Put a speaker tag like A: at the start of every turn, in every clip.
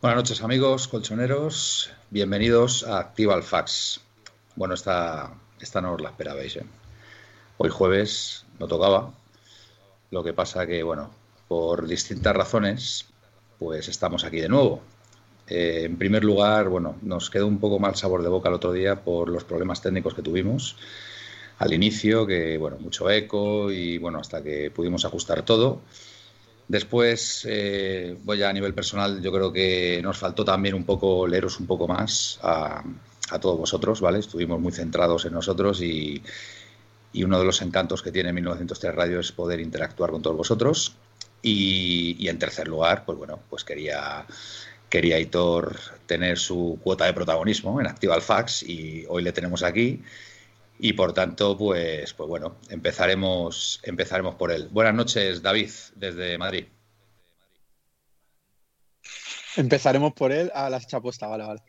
A: Buenas noches amigos colchoneros, bienvenidos a Activa el Fax. Bueno, esta, esta no os la esperabais. ¿eh? Hoy jueves no tocaba, lo que pasa que, bueno, por distintas razones, pues estamos aquí de nuevo. Eh, en primer lugar, bueno, nos quedó un poco mal sabor de boca el otro día por los problemas técnicos que tuvimos al inicio, que, bueno, mucho eco y, bueno, hasta que pudimos ajustar todo. Después, eh, voy a nivel personal, yo creo que nos faltó también un poco leeros un poco más a, a todos vosotros, ¿vale? Estuvimos muy centrados en nosotros y, y, uno de los encantos que tiene 1903 Radio es poder interactuar con todos vosotros. Y, y en tercer lugar, pues bueno, pues quería, quería Hitor tener su cuota de protagonismo en Activa Fax y hoy le tenemos aquí. Y por tanto, pues, pues bueno, empezaremos, empezaremos por él. Buenas noches, David, desde Madrid.
B: Empezaremos por él. Ah, la has hecho apuesta, vale, vale.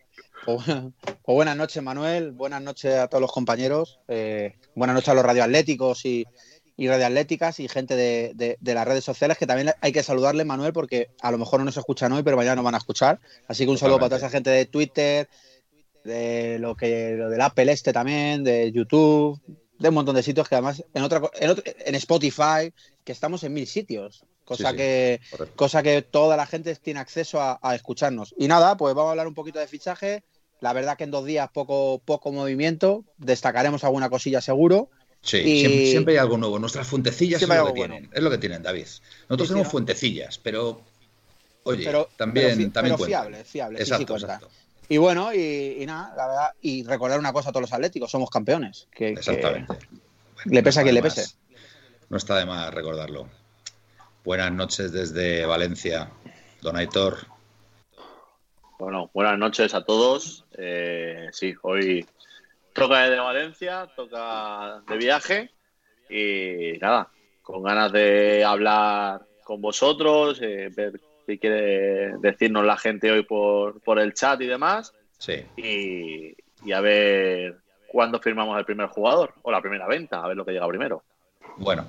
B: Pues, bueno, pues, buenas noches, Manuel. Buenas noches a todos los compañeros. Eh, buenas noches a los radioatléticos y, y radioatléticas y gente de, de, de, las redes sociales que también hay que saludarle, Manuel, porque a lo mejor no nos escuchan hoy, pero mañana nos van a escuchar. Así que un saludo para toda esa gente de Twitter, de lo que lo del Apple este también, de YouTube, de un montón de sitios que además en otra en, otro, en Spotify que estamos en mil sitios, cosa sí, sí, que correcto. cosa que toda la gente tiene acceso a, a, escucharnos. Y nada, pues vamos a hablar un poquito de fichaje. La verdad que en dos días poco poco movimiento, destacaremos alguna cosilla seguro.
A: Sí, y... siempre, siempre, hay algo nuevo. Nuestras fuentecillas es lo, que tienen, bueno. es lo que tienen, David. Nosotros sí, tenemos fuentecillas, pero oye, pero, también, pero, fi, también
B: pero fiables, fiables, exacto, exacto. Y bueno, y, y, nada, la verdad, y recordar una cosa a todos los atléticos, somos campeones. Que,
A: Exactamente. Que
B: bueno, le pesa no a quien le pese. Más,
A: no está de más recordarlo. Buenas noches desde Valencia, don Aitor.
C: Bueno, buenas noches a todos. Eh, sí, hoy toca desde Valencia, toca de viaje y nada, con ganas de hablar con vosotros, eh, ver si quiere decirnos la gente hoy por, por el chat y demás.
A: Sí.
C: Y, y, a ver cuándo firmamos el primer jugador o la primera venta, a ver lo que llega primero.
A: Bueno,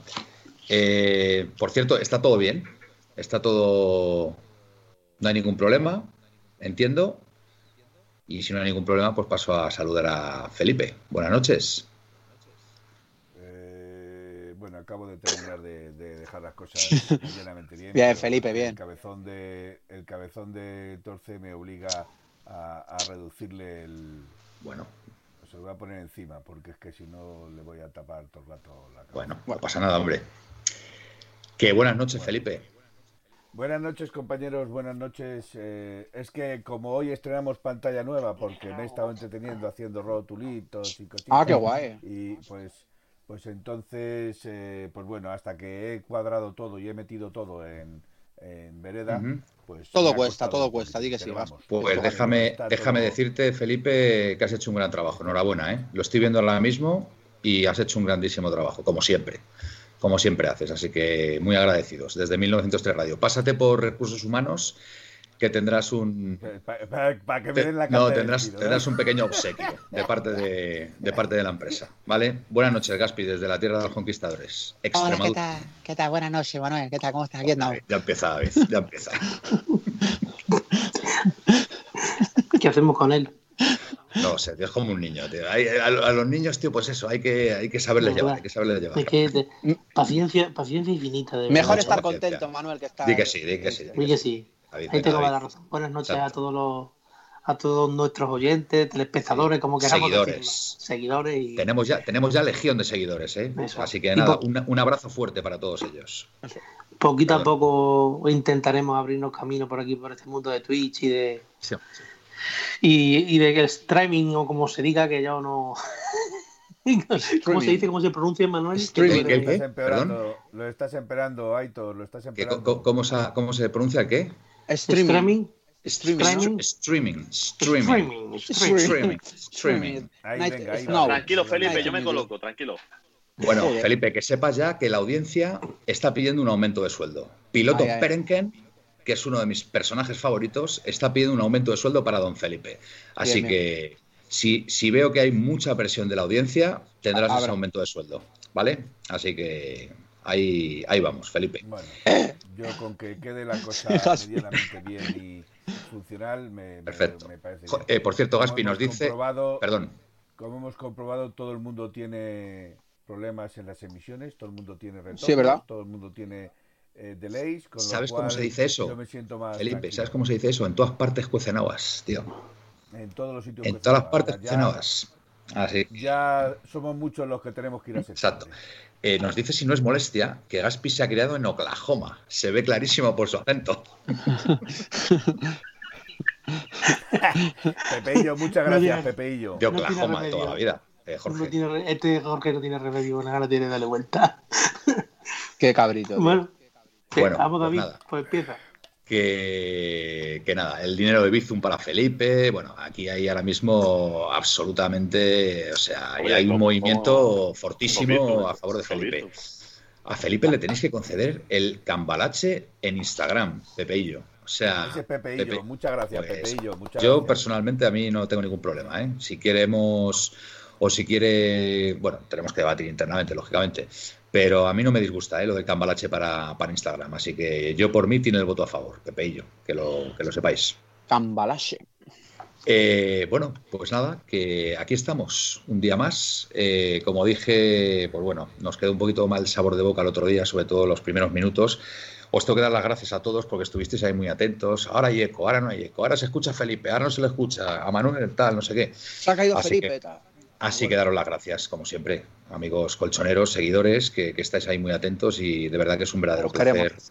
A: eh, por cierto, está todo bien. Está todo. No hay ningún problema, entiendo. Y si no hay ningún problema, pues paso a saludar a Felipe. Buenas noches.
D: Eh, Bueno, acabo de terminar de, de dejar las cosas
B: llenamente bien. Bien, Felipe, bien.
D: El cabezón de, el cabezón de Torce me obliga a, a reducirle el.
A: Bueno.
D: Se lo voy a poner encima, porque es que si no le voy a tapar todo el rato la cabeza.
A: Bueno, no pasa nada, hombre. Que buenas noches, bueno. Felipe.
D: Buenas noches, compañeros, buenas noches. Eh, es que como hoy estrenamos pantalla nueva, porque me he estado entreteniendo haciendo rotulitos y cositas.
B: Ah, qué guay.
D: Y pues. Pues entonces, eh, pues bueno, hasta que he cuadrado todo y he metido todo en, en vereda, uh -huh. pues...
B: Todo cuesta, todo cuesta, di que sí, vamos.
A: Pues, pues déjame, déjame todo... decirte, Felipe, que has hecho un gran trabajo, enhorabuena, ¿eh? Lo estoy viendo ahora mismo y has hecho un grandísimo trabajo, como siempre, como siempre haces, así que muy agradecidos, desde 1903 Radio. Pásate por Recursos Humanos que tendrás un
D: para, para, para que me den la
A: no tendrás, tiro, ¿eh? tendrás un pequeño obsequio de parte de, de, parte de la empresa vale buenas noches Gaspi desde la tierra de los conquistadores
E: Hola, ¿qué tal? ¿qué tal? buenas noches Manuel ¿qué tal? ¿cómo estás? ¿Quién no?
A: ya empieza David ya empieza
E: ¿qué hacemos con él?
A: No sé, tío, es como un niño, tío. Hay, a, a, los niños, tío, pues eso, hay que, hay que saberles no, llevar, hay que saberles llevar.
E: Es que te, paciencia, paciencia infinita. De
B: Mejor estar contento, Manuel, que está...
A: Di que sí, di que sí.
E: Di que, que sí. Ahí te va la razón. Buenas noches Exacto. a todos los, a todos nuestros oyentes, telespectadores, como queramos
A: seguidores.
E: Decirlo. Seguidores. Y...
A: Tenemos ya tenemos ya legión de seguidores, ¿eh? Eso. Así que nada, un, un, abrazo fuerte para todos ellos. Eso.
E: Poquito Perdón. a poco intentaremos abrirnos camino por aquí, por este mundo de Twitch y de... Sí, sí. Y, y, de que el streaming o como se diga, que yo no... ¿Cómo streaming. se dice? ¿Cómo se pronuncia, Manuel?
D: Streaming.
B: ¿Eh?
D: ¿Qué, qué, qué? Perdón. Lo estás emperando, Aitor, lo estás emperando.
A: ¿Cómo, cómo, se, ¿Cómo se pronuncia el qué?
E: Streaming.
A: Streaming. Streaming. Streaming. Streaming. Streaming.
C: Tranquilo, Felipe, yo me coloco, tranquilo.
A: Bueno, Felipe, que sepas ya que la audiencia está pidiendo un aumento de sueldo. Piloto Perenken, que es uno de mis personajes favoritos, está pidiendo un aumento de sueldo para don Felipe. Así que si, si veo que hay mucha presión de la audiencia, tendrás ese aumento de sueldo. ¿Vale? Así que Ahí, ahí, vamos, Felipe.
D: Bueno, yo con que quede la cosa medianamente bien funcional me, me-
A: Perfecto.
D: me parece
A: Jo-
D: bien.
A: eh, por cierto,
D: Como
A: Gaspi
D: hemos
A: nos dice.
D: comprobado-
A: Perdón.
D: Como hemos comprobado, todo el mundo tiene problemas en las emisiones, todo el mundo tiene retornos,
B: Sí, ¿verdad?
D: todo el mundo tiene eh, delays. Con lo
A: ¿Sabes cómo
D: cual
A: se dice eso?
D: Yo me siento más
A: Felipe,
D: tranquilo.
A: ¿sabes cómo se dice eso? En todas partes cuecen habas, tío.
D: En todos los sitios.
A: En
D: que
A: todas las
D: se
A: partes
D: habla,
A: cuecen habas. Así.
D: Ya, ya somos muchos los que tenemos que ir a ese
A: Exacto.
D: padre.
A: Eh, nos dice, si no es molestia, que Gaspi se ha criado en Oklahoma. Se ve clarísimo por su acento.
D: Pepeillo, muchas
E: No
D: gracias,
E: digas-
D: Pepeillo.
A: De
E: No tiene
A: Oklahoma de
E: remedio.
A: toda la vida, eh,
E: No
A: Jorge.
E: tiene re- este Jorge no tiene remedio, una gana tiene de darle vuelta.
B: Qué cabrito. tío.
E: Bueno,
A: Bueno,
E: vamos,
A: pues
E: David,
A: nada.
E: pues empieza.
A: Que, que nada, el dinero de Bizum para Felipe. Bueno, aquí hay ahora mismo absolutamente, o sea,
C: Oye,
A: hay un
C: ¿cómo-
A: movimiento
C: cómo-
A: fortísimo
C: cómo-
A: a favor de
C: cómo-
A: Felipe. A Felipe le tenéis que conceder el cambalache en Instagram, Pepeillo. O sea,
D: Ese es Pepeillo,
A: ah, Pepe.
D: muchas gracias,
A: Pues,
D: Pepeillo. Muchas
A: Yo
D: gracias.
A: personalmente a mí no tengo ningún problema, ¿eh? Si queremos o si quiere, bueno, tenemos que debatir internamente, lógicamente, pero a mí no me disgusta, ¿eh? Lo del cambalache para, para Instagram, así que yo por mí tiene el voto a favor, Pepe y yo, que lo, que lo sepáis.
B: Cambalache.
A: Eh, bueno, pues nada, que aquí estamos, un día más. Eh, como dije, pues bueno, nos quedó un poquito mal sabor de boca el otro día, sobre todo los primeros minutos. Os tengo que dar las gracias a todos porque estuvisteis ahí muy atentos. Ahora hay eco, ahora no hay eco, ahora se escucha a Felipe, ahora no se le escucha, a Manuel tal, no sé qué.
B: Se ha caído
A: Así
B: Felipe.
A: que-
B: tal.
A: Así que daros las gracias, como siempre, amigos colchoneros, seguidores, que, que estáis ahí muy atentos y de verdad que es un verdadero
B: Os queremos.
A: placer.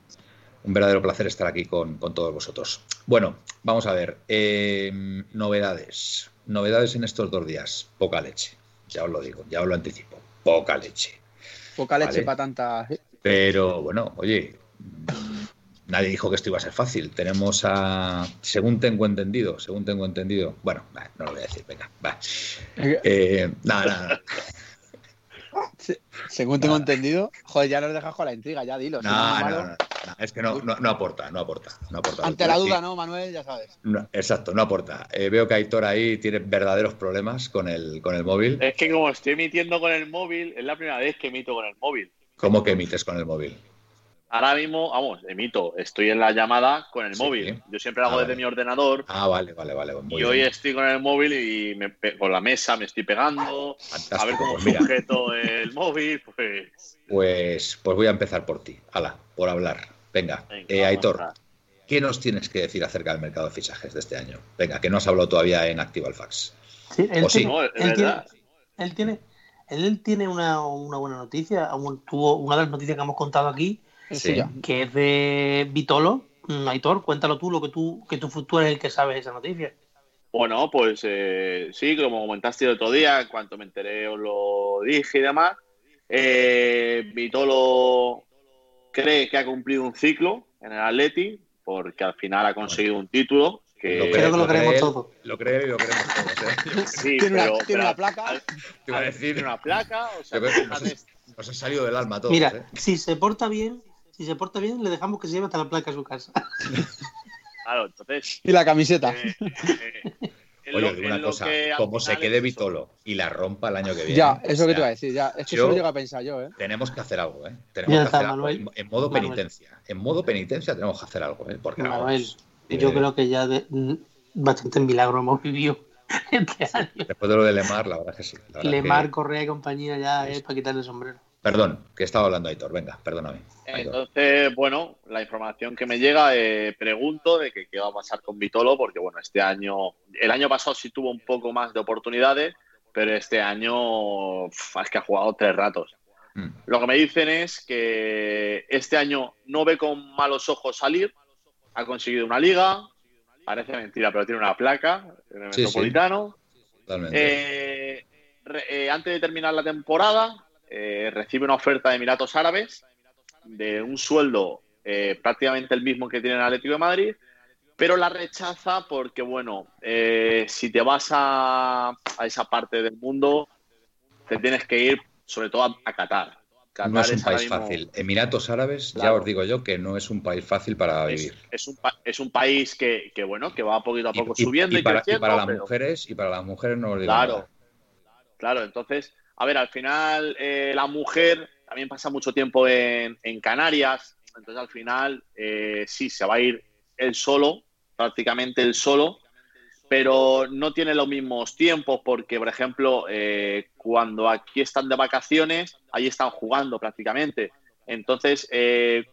A: Un verdadero placer estar aquí con, con todos vosotros. Bueno, vamos a ver. eh, novedades. Novedades en estos dos días. Poca leche. Ya os lo digo, ya os lo anticipo. Poca leche.
B: Poca leche
A: Vale.
B: para tanta.
A: Pero bueno, oye, nadie dijo que esto iba a ser fácil. Tenemos a. Según tengo entendido, según tengo entendido. Bueno, va, no lo voy a decir, venga, va. Eh, nada, nada, nada.
B: Según tengo entendido, joder, ya nos dejas con la intriga, ya dilo. si no
A: No,
B: es
A: no,
B: malo.
A: no, no, es que no, no, no aporta, no aporta, no aporta.
B: Ante la
A: Aquí-
B: duda, ¿no, Manuel? Ya sabes.
A: no, exacto, no aporta. Eh, veo que Aitor ahí tiene verdaderos problemas con el, con el móvil.
C: Es que como estoy emitiendo con el móvil, es la primera vez que emito con el móvil.
A: ¿Cómo que emites con el móvil?
C: Ahora mismo, vamos, emito, estoy en la llamada con el
A: Sí.
C: móvil. Yo siempre la hago
A: Ah,
C: desde
A: vale.
C: mi ordenador
A: Ah, vale, vale, vale. Muy
C: y hoy
A: bien.
C: estoy con el móvil y me pe- con la mesa me estoy pegando.
A: Fantástico,
C: a ver cómo
A: pues mira.
C: sujeto el móvil, pues.
A: Pues, pues voy a empezar por ti, Ala, por hablar. Venga,
C: venga,
A: eh, Aitor,
C: vamos a-
A: ¿qué nos tienes que decir acerca del mercado de fichajes de este año? Venga, que no has hablado todavía en Activa el Fax.
E: Sí, él
A: O sí.
E: tiene-
C: No, es
E: él tiene-
C: verdad.
E: él tiene, él tiene una, una buena noticia. aún Tuvo una de las noticias que hemos contado aquí,
B: Es
A: Sí.
B: suya.
E: que es de Vitolo. Mm, Aitor, cuéntalo tú, lo que tú, que tú, tú eres el que sabes esa noticia.
C: Bueno, pues eh, sí, como comentaste el otro día, en cuanto me enteré os lo dije y demás. Eh, Vitolo cree que ha cumplido un ciclo en el Atleti, porque al final ha conseguido un título. Que,
A: Lo
E: Creo que lo
A: cree
E: queremos
A: él.
E: todo.
A: Lo creo y lo queremos todos. ¿eh?
C: sí,
B: Tiene,
C: pero-
B: una, tiene
C: pero-
B: una placa.
A: Te iba a
C: Tiene
A: decir,
C: una placa, o sea,
A: Yo creo que pues no
C: fíjate,
A: sé. nos ha salido del alma a todos.
E: Mira,
A: ¿eh?
E: si se porta bien, si se porta bien, le dejamos que se lleve hasta la placa a su casa.
C: claro, entonces.
B: Y la camiseta.
C: eh, eh, es
A: Oye,
C: lo-
A: digo una
C: es lo
A: cosa,
C: que al
A: como se
C: final
A: quede
C: es eso.
A: Vitolo y la rompa el año que viene. o
B: ya, eso que
A: sea,
B: te iba a decir, ya. Es que
A: yo-
B: solo llego a pensar yo, ¿eh?
A: Tenemos que hacer algo, ¿eh? Tenemos
E: Ya
A: que
E: está,
A: hacer algo
E: Manuel.
A: en, en modo
E: Manuel.
A: penitencia. En modo penitencia tenemos que hacer algo, ¿eh? Porque vamos,
E: Manuel,
A: eh,
E: yo creo que ya de- mm, bastante milagro hemos vivido este año.
A: después de lo de Lemar, la verdad es que sí. la verdad es que-
E: Lemar, Correa y compañía ya es para quitarle el sombrero.
A: Perdón, que estaba hablando Aitor, venga, perdóname.
C: Eh,
A: Aitor.
C: Entonces, bueno, la información que me llega, eh, pregunto de que qué va a pasar con Vitolo, porque bueno, este año, el año pasado sí tuvo un poco más de oportunidades, pero este año pf, es que ha jugado tres ratos.
A: Mm,
C: Lo que me dicen es que este año no ve con malos ojos salir, ha conseguido una liga, parece mentira, pero tiene una placa en el
A: Sí, sí.
C: Metropolitano.
A: totalmente.
C: Eh, re- eh, antes de terminar la temporada, eh, recibe una oferta de Emiratos Árabes de un sueldo eh, prácticamente el mismo que tiene el Atlético de Madrid, pero la rechaza porque, bueno, eh, si te vas a, a esa parte del mundo, te tienes que ir sobre todo a, a Qatar. Qatar
A: no es un
C: ahora
A: país
C: mismo-
A: fácil. Emiratos Árabes,
C: Claro.
A: ya os digo yo que no es un país fácil para
C: Es,
A: vivir.
C: es un, pa- es un país que, que, bueno, que va poquito a poco subiendo y,
A: para,
C: creciendo.
A: para las
C: pero-
A: mujeres, y para las mujeres no os digo
C: Claro.
A: nada.
C: Claro, entonces, a ver, al final eh, la mujer también pasa mucho tiempo en, en Canarias, entonces al final eh, sí, se va a ir él solo, prácticamente él solo, pero no tiene los mismos tiempos porque, por ejemplo, eh, cuando aquí están de vacaciones, ahí están jugando prácticamente. Entonces, eh,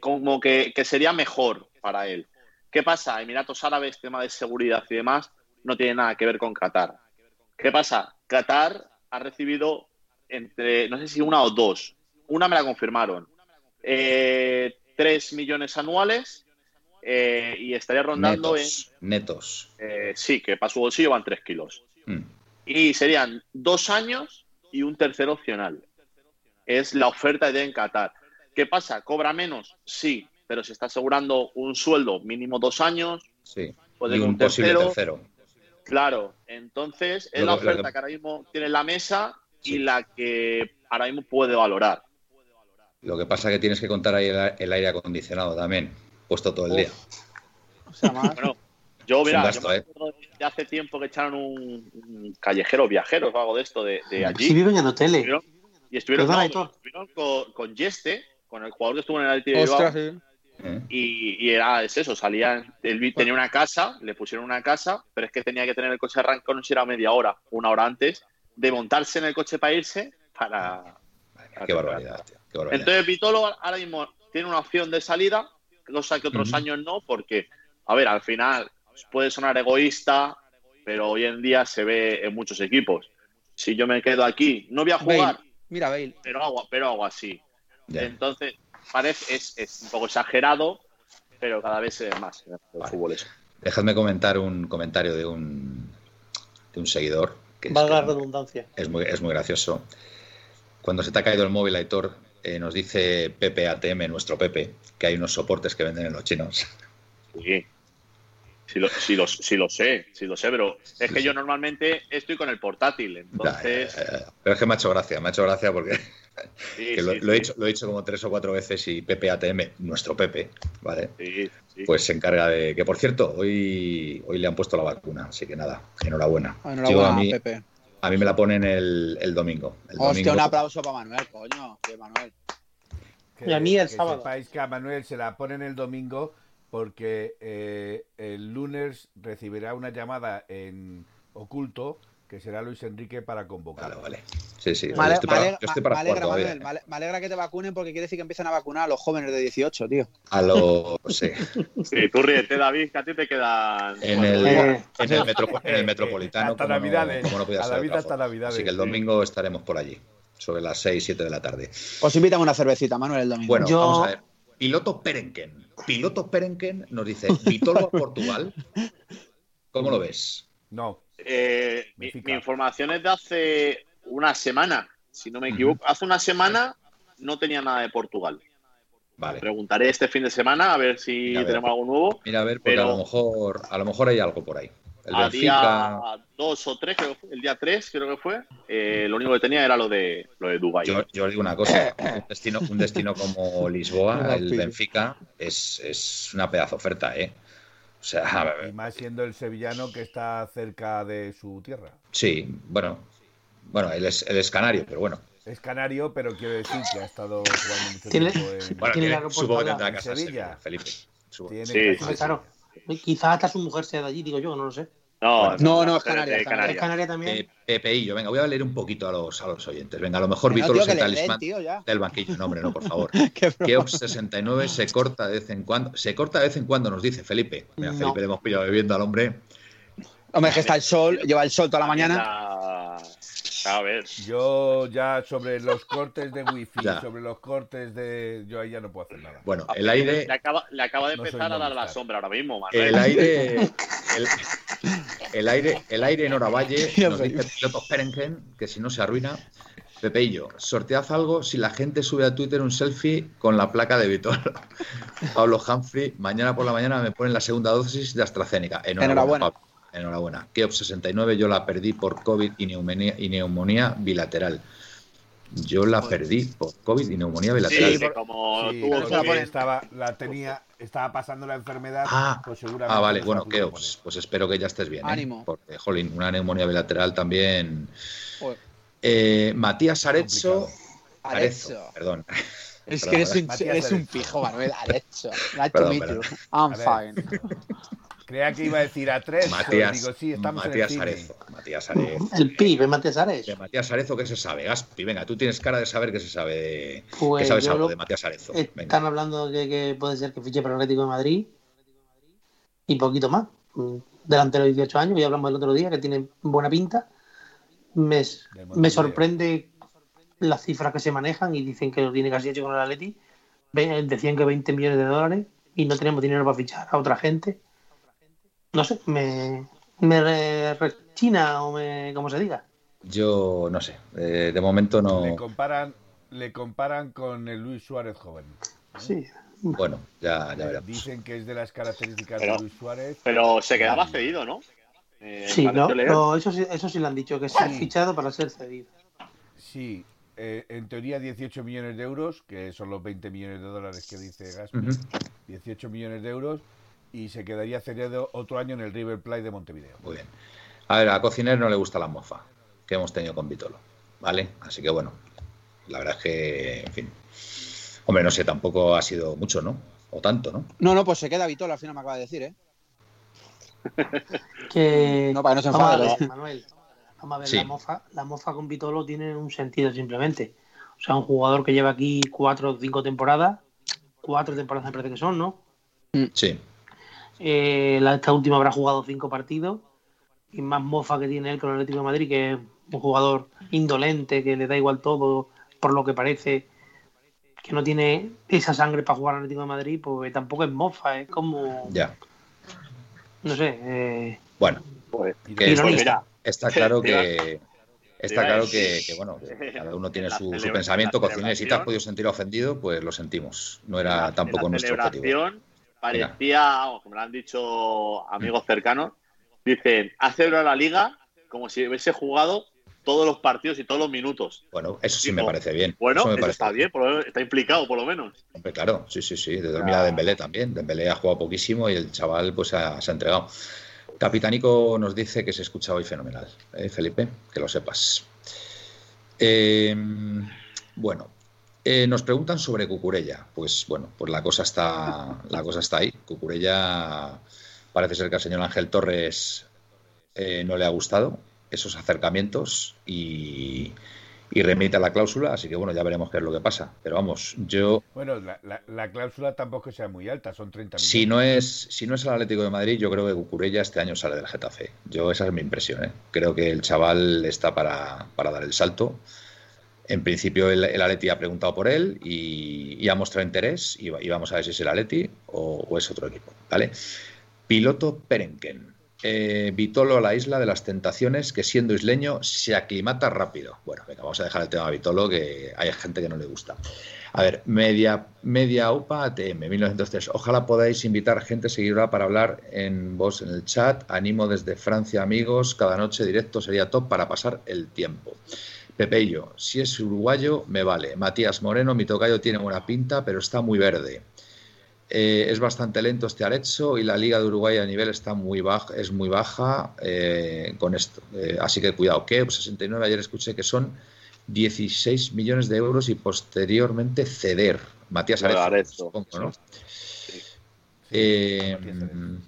C: como que, que, sería mejor para él. ¿Qué pasa? Emiratos Árabes, tema de seguridad y demás, no tiene nada que ver con Qatar. ¿Qué pasa? Qatar ha recibido entre, no sé si una o dos, una me la confirmaron, eh, tres millones anuales eh, y estaría rondando
A: netos,
C: en...
A: Netos.
C: Eh, sí, que para su bolsillo van tres kilos. Mm. Y serían dos años y un tercer opcional. Es la oferta de en Qatar. ¿Qué pasa? ¿Cobra menos? Sí, pero se está asegurando un sueldo mínimo dos años.
A: Sí.
C: Pues
A: Puede y un, un tercero. posible tercero.
C: Claro, entonces es lo la oferta que... que... ahora mismo tiene en la mesa sí. y la que ahora mismo puede valorar.
A: Lo que pasa es que tienes que contar ahí el, el aire acondicionado también, puesto todo el Uf. día.
C: O sea, más... bueno, yo, mira, gasto, yo me acuerdo ¿eh? de hace tiempo que echaron un, un callejero viajero o algo de esto de, de allí.
E: Sí, viven en hoteles.
C: Y estuvieron, no, estuvieron con, con Yeste, con el jugador que estuvo en el Atleti
B: eh.
C: de
A: ¿Eh?
C: Bilbao. Y, y, era es eso, salía, él tenía una casa, le pusieron una casa, pero es que tenía que tener el coche arrancado, no sé, era media hora, una hora antes, de montarse en el coche para irse para...
A: Madre, para qué, barbaridad, tío, qué, barbaridad,
C: Entonces Vitolo ahora mismo tiene una opción de salida, cosa que otros uh -huh. años no, porque, a ver, al final puede sonar egoísta, pero hoy en día se ve en muchos equipos. Si yo me quedo aquí, no voy a jugar,
B: Bale. mira Bale.
C: Pero, hago, pero hago así. Yeah. Entonces, parece es, es, un poco exagerado, pero cada vez se ve más en el vale.
A: Dejadme comentar un comentario de un, de un seguidor.
E: Que Valga es, la redundancia.
A: Es muy, es muy gracioso. Cuando se te ha caído el móvil, Aitor, eh, nos dice Pepe ATM, nuestro Pepe, que hay unos soportes que venden en los chinos.
C: Sí. Si lo, si lo, si lo sé, si lo sé, pero es que yo normalmente estoy con el portátil, entonces... Ya, ya,
A: ya. Pero es que me ha hecho gracia, me ha hecho gracia porque Sí, que lo, sí, lo, he sí. hecho, lo he dicho como tres o cuatro veces y Pepe ATM, nuestro Pepe, ¿vale? Pues se encarga de. Que por cierto, hoy, hoy le han puesto la vacuna, así que nada, enhorabuena.
B: Ah, enhorabuena Chico, a, mí, Pepe.
A: a mí me la ponen el, el domingo. El
B: Hostia,
A: domingo.
B: un aplauso para Manuel, coño, que Manuel.
D: Que, y a mí el que sábado. Sepáis que a Manuel se la ponen el domingo porque eh, el lunes recibirá una llamada en oculto que será Luis Enrique para convocar.
A: Vale, vale. Sí, sí.
B: Male, yo estoy para, me alegra, Manuel, me eh. alegra que te vacunen porque quiere decir que empiezan a vacunar a los jóvenes de 18, tío.
A: A los. Sí.
C: sí, tú ríete, David, que a ti te quedan.
A: En el, eh. en el, metro, en el metropolitano.
D: hasta Navidades.
A: No, no podía
D: a
A: ser
D: David hasta Navidades.
A: Así que el domingo estaremos por allí, sobre las 6, 7 de la tarde.
B: Os invitan una cervecita, Manuel, el domingo.
A: Bueno, yo... vamos a ver. Piloto Perenken. Piloto Perenken nos dice: Vitolo a Portugal. ¿Cómo lo ves?
D: No.
C: Eh, mi, mi, información es de hace una semana, si no me equivoco. Uh -huh. Hace una semana no tenía nada de Portugal.
A: Vale.
C: Preguntaré este fin de semana a ver si Mira tenemos
A: a ver.
C: algo nuevo.
A: Mira, a ver, porque pero... a, lo mejor, a lo mejor hay algo por ahí.
C: El al Benfica... día 2 o 3, el día 3 creo que fue, eh, lo único que tenía era lo de, lo de Dubái.
A: Yo, yo, os digo una cosa, un destino, un destino como Lisboa, el Benfica, es, es una pedazo oferta, ¿eh? O sea,
D: y más siendo el sevillano que está cerca de su tierra.
A: Sí, bueno, bueno, él es, él es canario, pero bueno.
D: Es canario, pero quiero decir que ha estado jugando mucho
E: ¿Tiene,
D: tiempo en,
A: bueno,
E: ¿tiene,
A: tiene supongo que tendrá casa Sevilla, Sevilla Felipe.
E: ¿Tiene sí, casa sí, claro. Quizás hasta su mujer sea de allí, digo yo, no lo sé.
C: No,
B: bueno, no, no, es canaria. Es
E: canaria. canaria también.
A: Pepeillo, venga, voy a leer un poquito a los, a los oyentes. Venga, a lo mejor Víctor no, es el talismán tío, del banquillo. No, hombre, no, por favor. Keops69 se corta de vez en cuando. Se corta de vez en cuando, nos dice Felipe. Mira, Felipe no. le hemos pillado bebiendo al hombre.
B: Hombre, que está el sol, lleva el sol toda la mañana.
C: A ver.
D: Yo ya sobre los cortes de wifi, ya. sobre los cortes de. Yo ahí ya no puedo hacer nada.
A: Bueno, el aire.
C: Le acaba, le acaba de empezar no a dar la sombra ahora mismo,
A: Manuel. El aire. El... El aire, el aire en Oravalle nos dice pilotos Perenken que si no se arruina. Pepeillo, sortead algo si la gente sube a Twitter un selfie con la placa de Vitor. Pablo Humphrey, mañana por la mañana me ponen la segunda dosis de AstraZeneca. Enhorabuena. Enhorabuena. Enhorabuena. Keop 69, yo la perdí por COVID y neumonía, y neumonía bilateral. Yo la perdí por COVID y neumonía bilateral.
C: Sí, sí como
D: sí, tú la, pones, estaba, la tenía, estaba pasando la enfermedad,
A: ah,
D: pues seguramente.
A: Ah, vale, bueno, Keops, pues espero que ya estés bien.
B: Ánimo.
A: ¿eh? Porque, jolín, una neumonía bilateral también. Eh, Matías Arezzo.
B: Arezzo.
A: Perdón.
B: Es que eres un, eres un pijo, Manuel. Arezzo. Nice to meet you. I'm fine.
D: Creía que iba a decir a tres.
A: Matías,
D: digo, sí, estamos
A: Matías
D: en el cine.
A: Arezo. Matías Arezo.
E: El pibe, Matías Ares.
A: De Matías Arezo, ¿qué se sabe? Gaspi, venga, tú tienes cara de saber que se sabe de.
E: Pues
A: que sabes
E: yo
A: algo
E: lo-
A: de Matías Arezo. Venga.
E: Están hablando de que puede ser que fiche para el Atlético de Madrid y poquito más. Mm, Delantero de 18 años, ya hablamos el otro día, que tiene buena pinta. Me, s-
D: Del
E: me
D: Montevideo.
E: sorprende las cifras que se manejan y dicen que lo tiene casi hecho con el Atleti. Ve- eh, Decían que 20 millones de dólares y no tenemos dinero para fichar a otra gente. No sé, me, me re- rechina o me, como se diga.
A: Yo no sé. eh, de momento
D: Le
A: no.
D: comparan, le comparan con el Luis Suárez joven.
E: Sí.
A: Bueno, Ah, ya, ya verás.
D: Dicen que es de las características
C: Pero-
D: de Luis Suárez.
C: Pero se quedaba cedido, ¿no? Eh,
E: Sí,
C: parece
E: no,
C: leer.
E: no, eso sí, eso sí lo han dicho, que se ha
D: Sí.
E: fichado para ser cedido.
D: Sí, eh, en teoría 18 millones de euros, que son los 20 millones de dólares que dice Gaspi.
A: Ujú.
D: 18 millones de euros y se quedaría cedido otro año en el River Plate de Montevideo.
A: Muy bien. A ver, a Cociner no le gusta la mofa que hemos tenido con Vitolo. ¿Vale? Así que bueno, la verdad es que, en fin. Hombre, no sé, tampoco ha sido mucho, ¿no? O tanto, ¿no?
B: No, no, pues se queda Vitola, al final me acaba de decir, ¿eh?
E: Que
B: No, para que no se
E: vamos a ¿eh?
B: enfade.
E: ver,
B: ¿no?
E: Manuel, vamos a ver,
A: Sí.
E: la, mofa, la mofa con Vitolo tiene un sentido simplemente. O sea, un jugador que lleva aquí cuatro o cinco temporadas, cuatro temporadas me parece que son, ¿no?
A: Sí.
E: Eh, la- esta última habrá jugado cinco partidos y más mofa que tiene él con el Atlético de Madrid, que es un jugador indolente, que le da igual todo, por lo que parece, que no tiene esa sangre para jugar al Atlético de Madrid, pues tampoco es mofa, es como,
A: Ya.
E: no sé, eh,
A: Bueno,
C: Pues,
D: Y
A: Que-
C: pues mira,
A: está claro que.
C: Te iba
A: Está
C: a
A: claro
C: decir-
A: que, que, bueno, que cada uno tiene
C: en la
A: su, su
C: celebra-
A: pensamiento.
C: en la
A: Cociner, si te has
C: celebración-
A: podido sentir ofendido, pues lo sentimos. No era
C: en la- en
A: tampoco
C: la
A: nuestro objetivo.
C: celebración parecía, vamos, como lo han dicho amigos cercanos, dicen, ha celebrado la liga como si hubiese jugado todos los partidos y todos los minutos.
A: Bueno, eso sí me
C: Digo,
A: parece bien.
C: Bueno,
A: eso me
C: eso
A: parece
C: está bien, por lo menos está implicado por lo menos.
A: Hombre, claro, sí, sí, sí. De
C: Claro.
A: dormir a Dembélé también. Dembélé ha jugado poquísimo y el chaval pues ha- se ha entregado. Capitánico nos dice que se escucha hoy fenomenal. ¿eh, Felipe, que lo sepas. Eh, bueno, eh, nos preguntan sobre Cucurella. Pues bueno, pues la cosa está, la cosa está ahí. Cucurella parece ser que al señor Ángel Torres eh, no le ha gustado esos acercamientos y, y remite a la cláusula, así que bueno, ya veremos qué es lo que pasa. Pero vamos, yo
D: Bueno, la, la- la cláusula tampoco sea muy alta, son 30 millones.
A: si no es, si no es el Atlético de Madrid, yo creo que Cucurella este año sale del Getafe. Yo, esa es mi impresión, ¿eh? Creo que el chaval está para, para dar el salto. En principio el, el Atleti ha preguntado por él y, y ha mostrado interés y, va- y vamos a ver si es el Atleti o, o es otro equipo, ¿vale? Piloto Perenken. Eh, Vitolo a la isla de las tentaciones que siendo isleño se aclimata rápido. Bueno, venga, vamos a dejar el tema de Vitolo que hay gente que no le gusta. A ver, media, media UPA ATM 1903. Ojalá podáis invitar gente seguidora para hablar en voz en el chat. Animo desde Francia, amigos. Cada noche directo sería top para pasar el tiempo. Pepeillo, si es uruguayo, me vale. Matías Moreno, mi tocayo tiene buena pinta, pero está muy verde. Eh, es bastante lento este Arezzo y la Liga de Uruguay a nivel está muy baja, es muy baja eh, con esto. Eh, así que cuidado. Que 69 ayer escuché que son 16 millones de euros y posteriormente ceder. Matías
C: Claro,
A: Arezzo,
C: Arezzo,
A: supongo, ¿no?
C: sí.
D: Sí,
A: Eh,
D: Matías Arezo.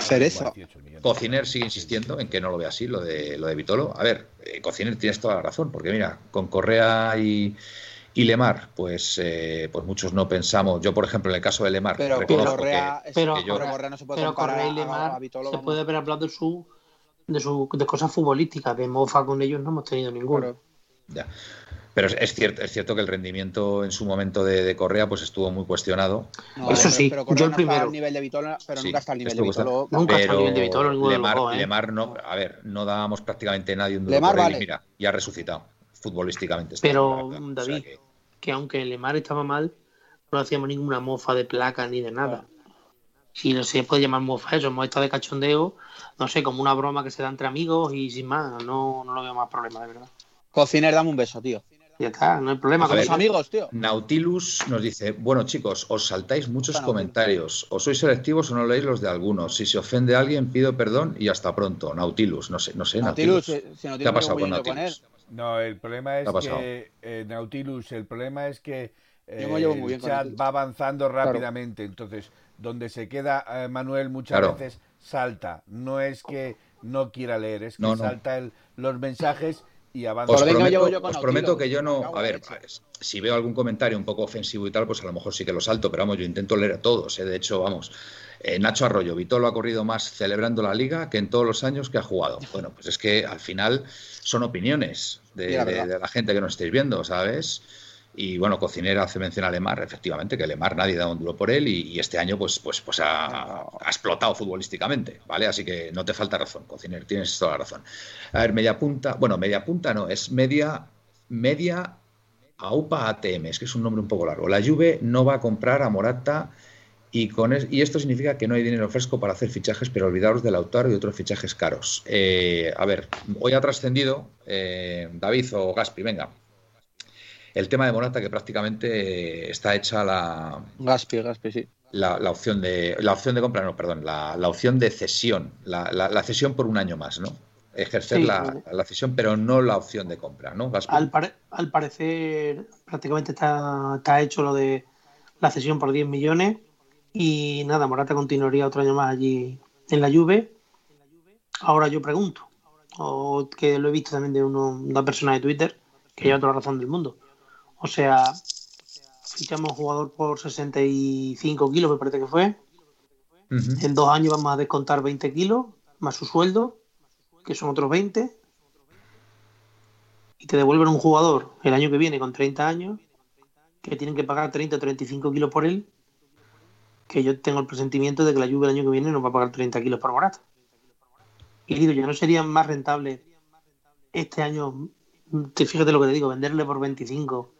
B: Cerezo.
D: 18 millones.
A: Cociner sigue insistiendo en que no lo ve así, lo de, lo de Vitolo. A ver, eh, Cociner tienes toda la razón, porque mira, con Correa y, y Lemar, pues, eh, pues muchos no pensamos. Yo, por ejemplo, en el caso de Lemar,
B: Pero
A: reconozco
B: Correa, es-
E: pero
B: pero
A: Correa-
B: Correa no se puede
E: pero
B: comparar
E: Correa y
B: a- a,
E: Lemar
B: a Vitolo.
E: se
B: vamos.
E: puede haber hablado de su de su de cosas futbolísticas de mofa con ellos no hemos tenido ninguno
B: Claro.
A: Ya. Pero es, es cierto, es cierto que el rendimiento en su momento de, de Correa pues estuvo muy cuestionado.
B: No,
A: Eso
B: pero-
E: sí,
B: pero
E: yo
B: Correa
E: el
B: no
E: primero.
B: Está al nivel de Vitolo, pero
A: Sí,
B: nunca está al nivel de
A: esto cuesta-
B: Vitolo.
E: Nunca está al
A: pero
E: nivel de Vitolo, ninguno de los
A: Lemar,
E: dos, ¿eh?
A: Lemar no, a ver, no dábamos prácticamente nadie un duro
B: Lemar
A: por él y
B: vale.
A: mira, y ha resucitado futbolísticamente. está
E: Pero,
A: muy barato. O sea
E: David,
A: que-
E: que aunque Lemar estaba mal no hacíamos ninguna mofa de placa ni de nada si no se puede llamar mofa eso hemos estado de cachondeo no sé como una broma que se da entre amigos y sin más no, no lo veo más problema de verdad
B: Cociner, dame un beso, tío.
E: ya está no hay problema
A: A
E: con
A: ver.
B: Los
E: eso.
B: amigos, tío.
A: Nautilus nos dice, bueno chicos, os saltáis muchos
B: Bueno,
A: comentarios, o sois selectivos o no leéis los de algunos, si se ofende a alguien pido perdón y hasta pronto, Nautilus, no sé, no sé,
B: Nautilus, eh,
A: Nautilus.
B: si, si no
A: ¿Qué ha
B: tiene
A: pasado con
B: orgullo con él.
A: Nautilus?
D: No, el problema es
A: ha pasado?
D: que eh, Nautilus, el problema es que eh,
B: Yo me llevo muy
D: el
B: bien con
D: chat
B: Nautilus.
D: va avanzando rápidamente, entonces donde se queda eh, Manuel muchas
A: Claro.
D: veces salta. No es que no quiera leer, es que
A: No, Pues no.
D: salta el- los mensajes y avanza.
A: Os
B: venga,
A: prometo,
B: llevo yo con
A: os
B: Autilo.
A: prometo que yo no.
B: Cago
A: A
B: en
A: ver,
B: la
A: si veo algún comentario un poco ofensivo y tal, pues a lo mejor sí que lo salto, pero vamos, yo intento leer a todos. ¿eh? De hecho, vamos, eh, Nacho Arroyo, Vitolo ha corrido más celebrando la liga que en todos los años que ha jugado. Bueno, pues es que al final son opiniones de,
B: Sí, la
A: de-
B: verdad.
A: de la gente que nos estáis viendo, ¿sabes? Y bueno, Cocinera hace mención a Lemar, efectivamente, que Lemar nadie da un duro por él y, y este año pues, pues, pues ha, ha explotado futbolísticamente, ¿vale? Así que no te falta razón, Cocinera, tienes toda la razón. A ver, media punta, bueno, media punta no, es media, media AUPA ATM, es que es un nombre un poco largo. La Juve no va a comprar a Morata y, con es- y esto significa que no hay dinero fresco para hacer fichajes, pero olvidaros del Lautaro y otros fichajes caros. Eh, a ver, hoy ha trascendido eh, David o Gaspi, venga. El tema de Morata que prácticamente eh, está hecha la,
B: Gaspi, Gaspi, sí.
A: la, la opción de la opción de compra, no, perdón, la, la opción de cesión, la, la- la cesión por un año más, ¿no? Ejercer
E: Sí,
A: la,
E: claro.
A: la cesión, pero no la opción de compra, ¿no? Gaspi?
E: Al, pare- al parecer, prácticamente está, está hecho lo de la cesión por 10 millones. Y nada, Morata continuaría otro año más allí en la Juve. Ahora yo pregunto, o que lo he visto también de uno, una persona de Twitter, que lleva toda la razón del mundo. O sea, fichamos un jugador por 65 kilos, me parece que fue.
A: Ujú.
E: En dos años vamos a descontar 20 kilos, más su sueldo, que son otros 20. Y te devuelven un jugador el año que viene con 30 años, que tienen que pagar 30 o 35 kilos por él. Que yo tengo el presentimiento de que la Juve el año que viene nos va a pagar 30 kilos por Morata. Y digo, yo no sería más rentable este año, te fíjate lo que te digo, venderle por 25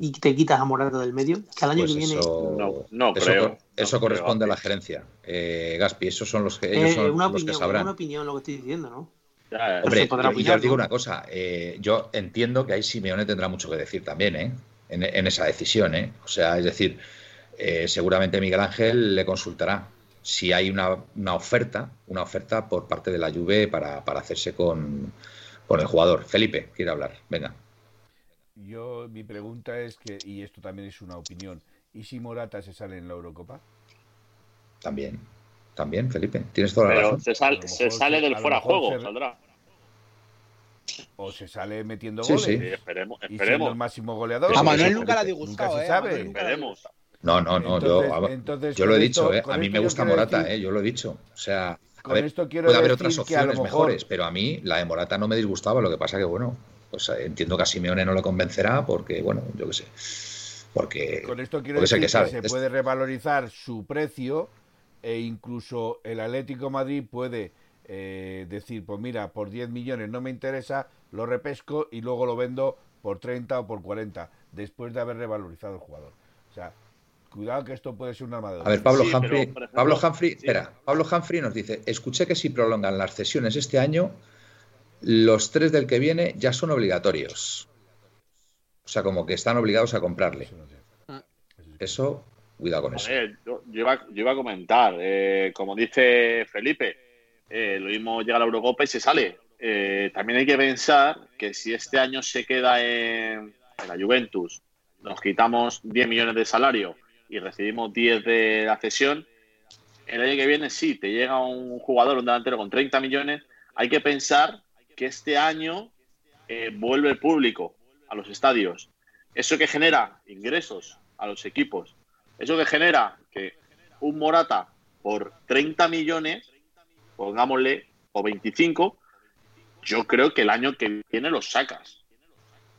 E: y te quitas a Morata del medio, que al año
A: Pues
E: que viene
A: eso,
C: No, no
A: eso
C: creo.
A: cor-
C: No
A: eso
C: creo,
A: corresponde a la
C: Gaspi.
A: gerencia. Eh, Gaspi, esos son los que, ellos
E: es
A: son
E: Eh, una
A: los
E: opinión,
A: que
E: una
A: sabrán.
E: opinión lo que estoy diciendo, ¿no?
C: Ya, eh,
E: Pero
A: Hombre,
E: se
A: yo- y
E: podrá
A: yo
E: opinar,
A: os digo
E: ¿no?
A: una cosa, eh, yo entiendo que ahí Simeone tendrá mucho que decir también, ¿eh? En, en esa decisión, ¿eh? O sea, es decir, eh, seguramente Miguel Ángel le consultará si hay una, una oferta, una oferta por parte de la Juve para, para hacerse con, con el jugador. Felipe, quiere hablar, venga.
D: Yo, mi pregunta es que, y esto también es una opinión, ¿y si Morata se sale en la Eurocopa?
A: También, también, Felipe, tienes toda la
C: pero
A: razón.
C: se,
D: A
C: sal-
D: lo
C: se
D: mejor
C: sale
D: se- a
C: del
D: lo
C: fuera
D: mejor
C: juego,
D: se-
C: saldrá.
D: ¿O se sale metiendo
A: Sí,
D: goles?
A: sí.
C: Sí, Eh, esperemos,
D: Y siendo el
C: esperemos.
D: máximo goleador.
A: Eso
B: A
A: sí,
B: Manuel
A: Felipe.
B: nunca la ha
D: Nunca
B: disgustado,
D: se
B: ¿eh.
D: sabe.
B: Manuel nunca la ha
C: Esperemos.
B: disgustado.
A: No, no, no,
D: Entonces-
A: yo,
D: entonces,
A: yo lo he
D: con
A: dicho,
D: esto-
A: ¿eh?
D: con
A: a mí
D: esto
A: me
D: yo
A: gusta
D: quiero
A: Morata,
D: decir-
A: ¿eh? yo lo he dicho. O sea, a
D: Con
A: ver,
D: esto quiero
A: puede haber
D: decir
A: otras
D: que a lo
A: opciones
D: mejor-
A: mejores, pero a mí la de Morata no me disgustaba, lo que pasa que, bueno, pues eh, entiendo que a Simeone no le convencerá porque, bueno, yo qué sé, porque...
D: Con esto quiero
A: Porque es el
D: decir
A: eh, que
D: que,
A: sabe.
D: se
A: Es-
D: puede revalorizar su precio e incluso el Atlético de Madrid puede eh, decir, pues mira, por 10 millones no me interesa, lo repesco y luego lo vendo por 30 o por 40, después de haber revalorizado el jugador. O sea, cuidado que esto puede ser un armador.
A: A ver, Pablo
C: Sí, pero,
A: Humphrey,
C: por ejemplo,
A: Pablo Humphrey,
C: sí.
A: espera, Pablo Humphrey nos dice, escuché que si prolongan las cesiones este año, los tres del que viene ya son obligatorios. O sea, como que están obligados a comprarle. Eso, cuidado con
C: A
A: eso.
C: ver, yo, yo iba, yo iba a comentar, eh, como dice Felipe, eh, lo mismo llega a la Eurocopa y se sale. Eh, también hay que pensar que si este año se queda en, en la Juventus, nos quitamos 10 millones de salario y recibimos 10 de la cesión, el año que viene sí, te llega un jugador, un delantero con 30 millones, hay que pensar que este año eh, vuelve el público a los estadios. Eso que genera ingresos a los equipos. Eso que genera que un Morata por 30 millones, pongámosle, o 25, yo creo que el año que viene los sacas.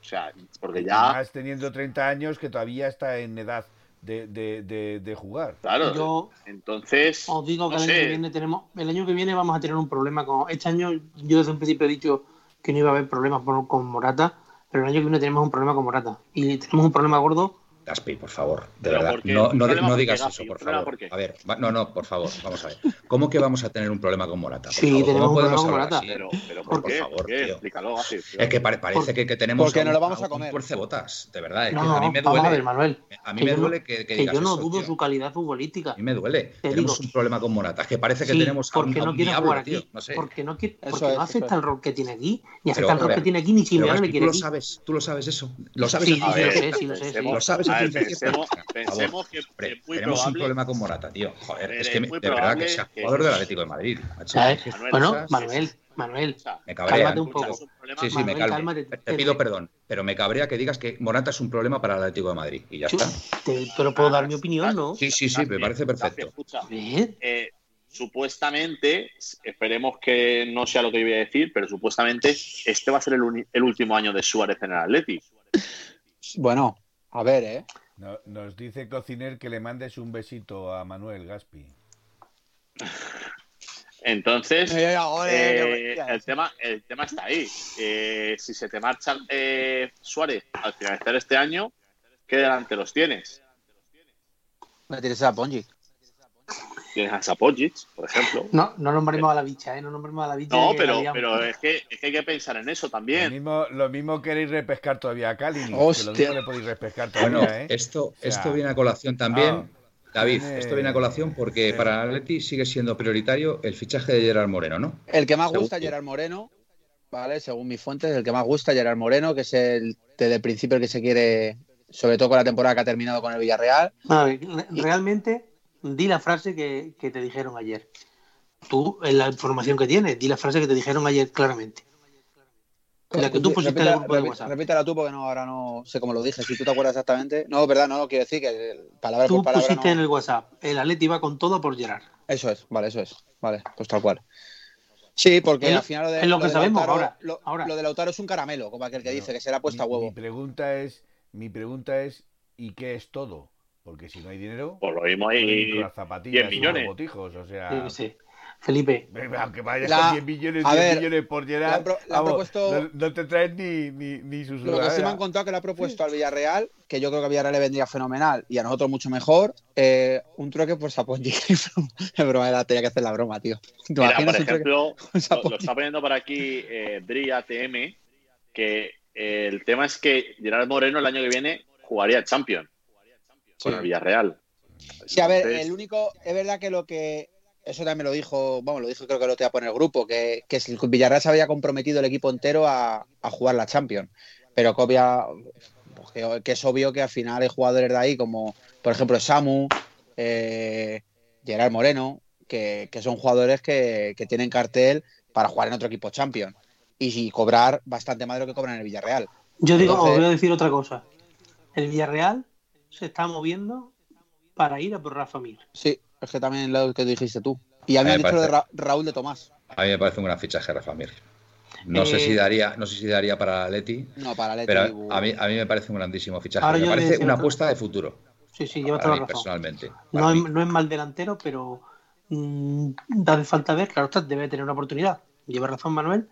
C: O sea, porque ya,
D: Más teniendo 30 años que todavía está en edad de, de- de- de jugar.
C: claro.
E: Yo
C: entonces,
A: Oh,
E: os digo que
C: no
E: el año
C: sé.
E: que viene tenemos, el año que viene vamos a tener un problema con. Este año yo desde un principio he dicho que no iba a haber problemas por- con Morata, pero el año que viene tenemos un problema con Morata y tenemos un problema gordo.
A: Gaspi, por favor, de
C: Pero
A: verdad.
C: porque-
A: No, no,
C: un problema
A: no
C: porque,
A: digas
C: Gaspi,
A: eso,
C: un
A: por
C: problema
A: favor.
C: porque.
A: A ver, va- no, no, por favor, vamos a ver. ¿Cómo que vamos a tener un problema con Morata? Por
E: Sí,
A: favor,
E: tenemos
A: ¿cómo
E: un
A: podemos
E: problema con
A: hablar
E: Morata.
A: así?
C: Pero, pero
A: Por
C: ¿por, qué?
A: favor,
C: ¿Por qué?
A: tío.
C: Explícalo así. tío.
A: Es que pare- parece que, que tenemos.
B: Porque
A: a un-
B: no lo vamos a
A: un
B: comer.
A: puercebotas, de verdad. es
E: No,
A: que a mí me
E: vamos
A: duele.
E: a ver, Manuel,
A: a mí
E: que
A: me
E: yo no-
A: duele que, que
E: que
A: digas
E: yo no
A: eso,
E: dudo
A: tío.
E: su calidad futbolítica.
A: A mí me duele.
E: Te
A: tenemos
E: digo.
A: un problema con Morata. Es que parece que
E: Sí,
A: tenemos a un,
E: porque
A: a
E: no
A: un
E: quiere
A: diablo,
E: jugar
A: tío.
E: aquí,
A: No sé.
E: porque no, quiere-
B: Eso
E: porque
B: es,
E: no
B: eso
E: acepta
B: es.
E: el rol que tiene aquí, ni
A: Pero,
E: acepta el rol
A: pero-
E: que tiene aquí, ni
A: Pero
E: Simeone le
A: Gaspi, tú
E: quiere
A: lo
E: aquí.
A: sabes, tú lo sabes eso. Lo sabes
E: Sí,
A: eso.
E: sí,
C: A
E: sí,
C: ver,
E: lo sé, sí, lo sé, sí.
C: pensemos-
A: Lo sabes
C: a a ver, pensemos, pensemos que
A: Hombre,
C: es muy
A: tenemos un
C: probable.
A: problema con Morata, tío. Joder,
C: Pero
A: es
C: es
A: que me-
C: muy
A: de verdad que
C: probable
A: sea
C: que-
A: jugador del Atlético de Madrid. macho.
E: ¿Sabes?
A: Es que
E: ¿Eh? Bueno,
A: esas-
E: Manuel, Manuel,
C: o sea,
A: me cabrea.
E: cálmate un poco.
C: escuchas un problema
A: Sí, sí, me
E: Manuel,
A: calmo.
E: cálmate,
A: Te- Te
E: te-
A: pido perdón, pero me cabrea que digas que Morata es un problema para el Atlético de Madrid. Y ya
E: yo-
A: está.
E: te- pero puedo dar mi
C: Ah,
E: opinión, ¿no?
A: Sí, sí, sí, me
C: Dacia,
A: parece
C: Dacia,
A: perfecto.
C: escucha,
E: Bien.
C: eh, supuestamente, esperemos que no sea lo que yo voy a decir, pero supuestamente este va a ser el, uni- el último año de Suárez en el Atleti.
B: Bueno, a ver, ¿eh?
D: No- nos dice Cociner que le mandes un besito a Manuel Gaspi.
C: Entonces,
B: Eh, ole,
C: eh,
B: qué bestia.
C: el, tema, el tema está ahí. Eh, si se te marcha eh, Suárez al finalizar este año, ¿qué delanteros tienes?
B: Me tienes a Ponji.
C: Tienes a Sapogic, por ejemplo.
E: No, no nombremos a la bicha, ¿eh? No nombremos a la bicha.
C: No,
E: que
C: pero,
E: había-
C: pero eh, es, que, es que hay que pensar en eso
D: Lo
C: también.
D: mismo, lo mismo queréis repescar todavía a Cali.
B: Hostia.
D: Que lo mismo le podéis repescar todavía,
A: Bueno,
D: ¿eh?
A: esto,
D: sea,
A: esto viene a colación
E: ah,
A: también. David,
D: tiene-
A: esto viene a colación porque
D: tiene-
A: para el Atleti sigue siendo prioritario el fichaje de Gerard Moreno, ¿no?
B: El que más gusta
A: Seguro.
B: Gerard Moreno, ¿vale? Según mis fuentes, el que más gusta Gerard Moreno, que es el desde el principio el que se quiere, sobre todo con la temporada que ha terminado con el Villarreal.
E: A ver, re- realmente, di la frase que, que te dijeron ayer. Tú, en la información que tienes, di la frase que te dijeron ayer claramente. La que tú pusiste en el grupo de
B: Repite-
E: WhatsApp.
B: Repítela tú porque no, ahora no sé cómo lo dije, si tú te acuerdas exactamente. No, verdad, no, no quiero decir que eh, palabra
E: Tú
B: por palabra.
E: pusiste
B: no-
E: en el WhatsApp, el Atleti va con todo por Gerard.
B: Eso es, vale, eso es. Vale, pues tal cual. Sí, porque
E: Es lo-
B: al final lo de,
E: es lo que
B: de
E: sabemos
B: Lautaro-
E: ahora,
B: Lo,
E: ahora.
B: lo de Lautaro es un caramelo, como aquel que
D: Bueno,
B: dice que será puesta a
D: mi,
B: huevo.
D: mi pregunta es, mi pregunta es, ¿y qué es todo? Porque si no hay dinero,
B: Pues,
C: Por lo mismo,
B: eh,
D: pueden ir
C: ahí
D: con las zapatillas
C: 10
D: y
C: millones.
D: los botijos, o sea,
E: Yo qué sé. Felipe,
D: aunque vayas
B: La-
D: con 10 millones,
B: a
D: 10
B: ver,
D: millones por
B: le
D: llenar,
B: han pro- le han propuesto-
D: no, no te traes ni, ni, ni su
B: Lo que sí me
D: sudadera.
B: han contado que le ha propuesto al Villarreal, que yo creo que a Villarreal le vendría fenomenal y a nosotros mucho mejor, eh, un trueque por Saponji. es broma, era- tenía que hacer la broma, tío. ¿Te
C: Mira,
B: imaginas
C: por
B: un trueque
C: ejemplo,
B: por
C: lo, lo
B: Saponji?
C: está poniendo por aquí eh, Dri ATM, que eh, el tema es que Gerard Moreno el año que viene jugaría Champions con el Villarreal.
B: Sí, a ver,
C: Entonces,
B: el único, es verdad que lo que, eso también lo dijo, vamos, lo dijo creo que lo te va a poner el grupo, que, que el Villarreal se había comprometido el equipo entero a, a jugar la Champions, pero que, obvia- pues que- que es obvio que al final hay jugadores de ahí como, por ejemplo, Samu, eh, Gerard Moreno, que, que son jugadores que, que tienen cartel para jugar en otro equipo Champions y, y cobrar bastante más de lo que cobran en el Villarreal.
E: yo digo,
B: Entonces-
E: os voy a decir otra cosa. El Villarreal se está moviendo para ir a por Rafa Mir.
B: Sí, es que también lo que dijiste tú. Y a mí
A: A
B: me han
A: mí me
B: dicho lo de
A: parece-
B: Ra- Raúl de Tomás.
A: A mí me parece un gran fichaje, Rafa Mir. No sé
E: Eh,
A: si daría, no sé si daría para el Atleti,
B: No, para Leti.
A: pero a mí, a mí me parece un grandísimo
E: Ahora
A: fichaje. Me
E: yo le
A: parece
E: decía
A: una
E: otra-
A: apuesta de futuro.
E: Sí, sí, lleva
A: Para
E: toda
A: mí,
E: la razón.
A: personalmente. Para
E: No,
A: mí.
E: es, no es mal delantero, pero mm, hace falta ver, claro, está, debe tener una oportunidad. Lleva razón Manuel,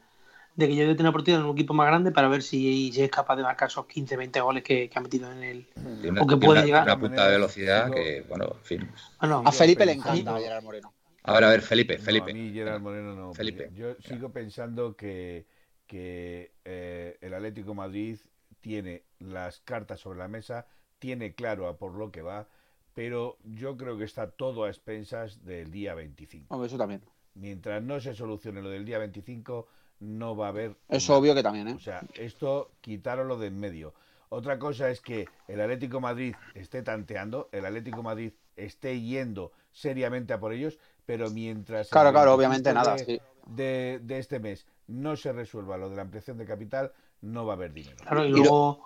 E: de que yo debe tener una oportunidad en un equipo más grande para ver si, si es capaz de marcar esos 15, 20 goles que, que ha metido en el...
A: Tiene una,
E: o que
A: tiene
E: puede
A: una-
E: llegar.
A: una punta de velocidad
D: Digo-
A: que, bueno, en fin.
E: Bueno,
B: A Felipe le
D: pensando-
B: encanta Gerard Moreno.
A: A ver, a ver, Felipe,
D: No,
A: Felipe.
D: a mí Gerard Moreno no.
A: Felipe.
D: Yo sigo pensando que, que, eh, el Atlético de Madrid tiene las cartas sobre la mesa, tiene claro a por lo que va, pero yo creo que está todo a expensas del día 25.
B: Hombre, eso también.
D: Mientras no se solucione lo del día 25, no va a haber.
B: Es
D: nada.
B: obvio que también, ¿eh?
D: O sea, esto quitároslo de en medio. Otra cosa es que el Atlético de Madrid esté tanteando, el Atlético de Madrid esté yendo seriamente a por ellos, pero mientras. el
B: Claro, claro,
D: 25
B: obviamente nada.
D: de-
B: sí.
D: de, de este mes no se resuelva lo de la ampliación de capital, no va a haber dinero.
E: claro, y
B: lo-
E: luego,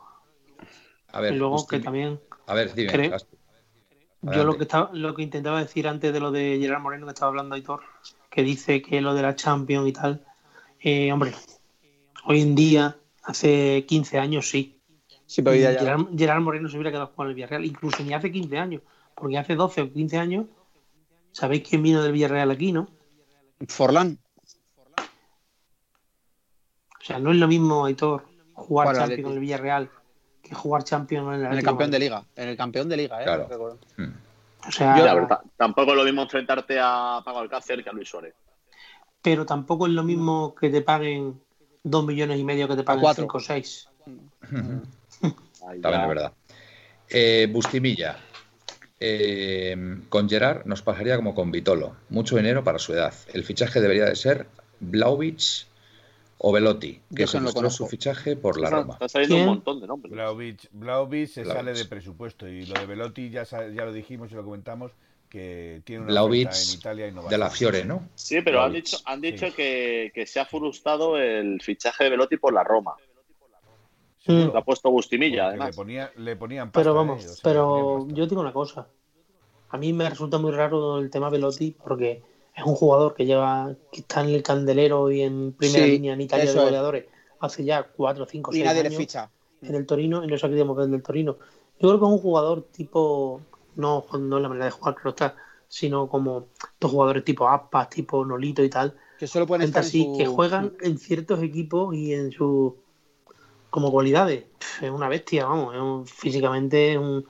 A: A ver,
E: y luego
A: Justi-
E: que también...
A: a ver, dime,
E: creo-
A: Gaspi.
E: Yo
A: Adelante.
E: lo que, estaba, lo que intentaba decir antes de lo de Gerard Moreno que estaba hablando Aitor, que dice que lo de la Champions y tal, eh, hombre, hoy en día, hace 15 años sí,
B: Sí, pero ya, ya.
E: Gerard, Gerard Moreno se hubiera quedado con el Villarreal, incluso ni hace 15 años, porque hace 12 o 15 años, ¿sabéis quién vino del Villarreal aquí, no?
B: Forlán.
E: O sea, no es lo mismo, Aitor,
B: Jugar
E: jugar
B: al
E: Champions
B: Atleti.
E: en el Villarreal que jugar Champions en el,
B: En el
E: Atlético
B: campeón de
E: Madrid.
B: liga. En el campeón de liga, ¿eh?
A: Claro.
B: Recuerdo.
A: Mm.
E: O sea,
C: mira, pero ta- tampoco es lo mismo enfrentarte a Paco Alcácer que a Luis Suárez.
E: pero tampoco es lo mismo que te paguen 2 millones y medio que te paguen
B: Cuatro.
E: 5 o 6.
A: También
C: Ahí ya-
A: es verdad. Eh, Bustimilla. Eh, con Gerard nos pasaría como con Vitolo. Mucho dinero para su edad. El fichaje debería de ser Blaovic o Velotti, que se no su fichaje por la
C: Está-
A: Roma.
C: Está saliendo
E: ¿Quién?
C: un montón de nombres.
D: Vlaovic, Vlaovic se
A: Vlahovic.
D: sale de presupuesto y lo de Velotti ya, sa- ya lo dijimos y lo comentamos que tiene una
A: Vlahovic
D: oferta en Italia y no va
A: De la
D: a-
A: Fiore, ¿no?
C: Sí, pero han
A: Vlahovic,
C: dicho, han dicho
D: sí.
C: que, que se ha frustrado el fichaje de Velotti por la Roma.
D: Seguro,
C: Lo ha puesto Bustimilla,
D: porque le,
C: además.
D: ponía- le ponían pasta,
E: Pero
D: eh, o
E: vamos,
D: sea, le
E: pero
D: ponían pasta.
E: yo digo una cosa. A mí me resulta muy raro el tema Velotti porque es un jugador que lleva que está en el candelero y en primera
B: Sí,
E: línea en Italia
B: eso
E: de
B: es.
E: goleadores hace ya 4, 5,
B: Y
E: 6
B: nadie
E: años
B: le ficha.
E: en el Torino y no se ha querido mover del Torino. Yo creo que es un jugador tipo, no, no en la manera de jugar, claro está, sino como estos jugadores tipo Aspas, tipo Nolito y tal,
B: Que solo pueden
E: gente
B: estar en
E: así
B: su-
E: que juegan en ciertos equipos y en sus como cualidades. Pf, Es una bestia, vamos, es un- físicamente es un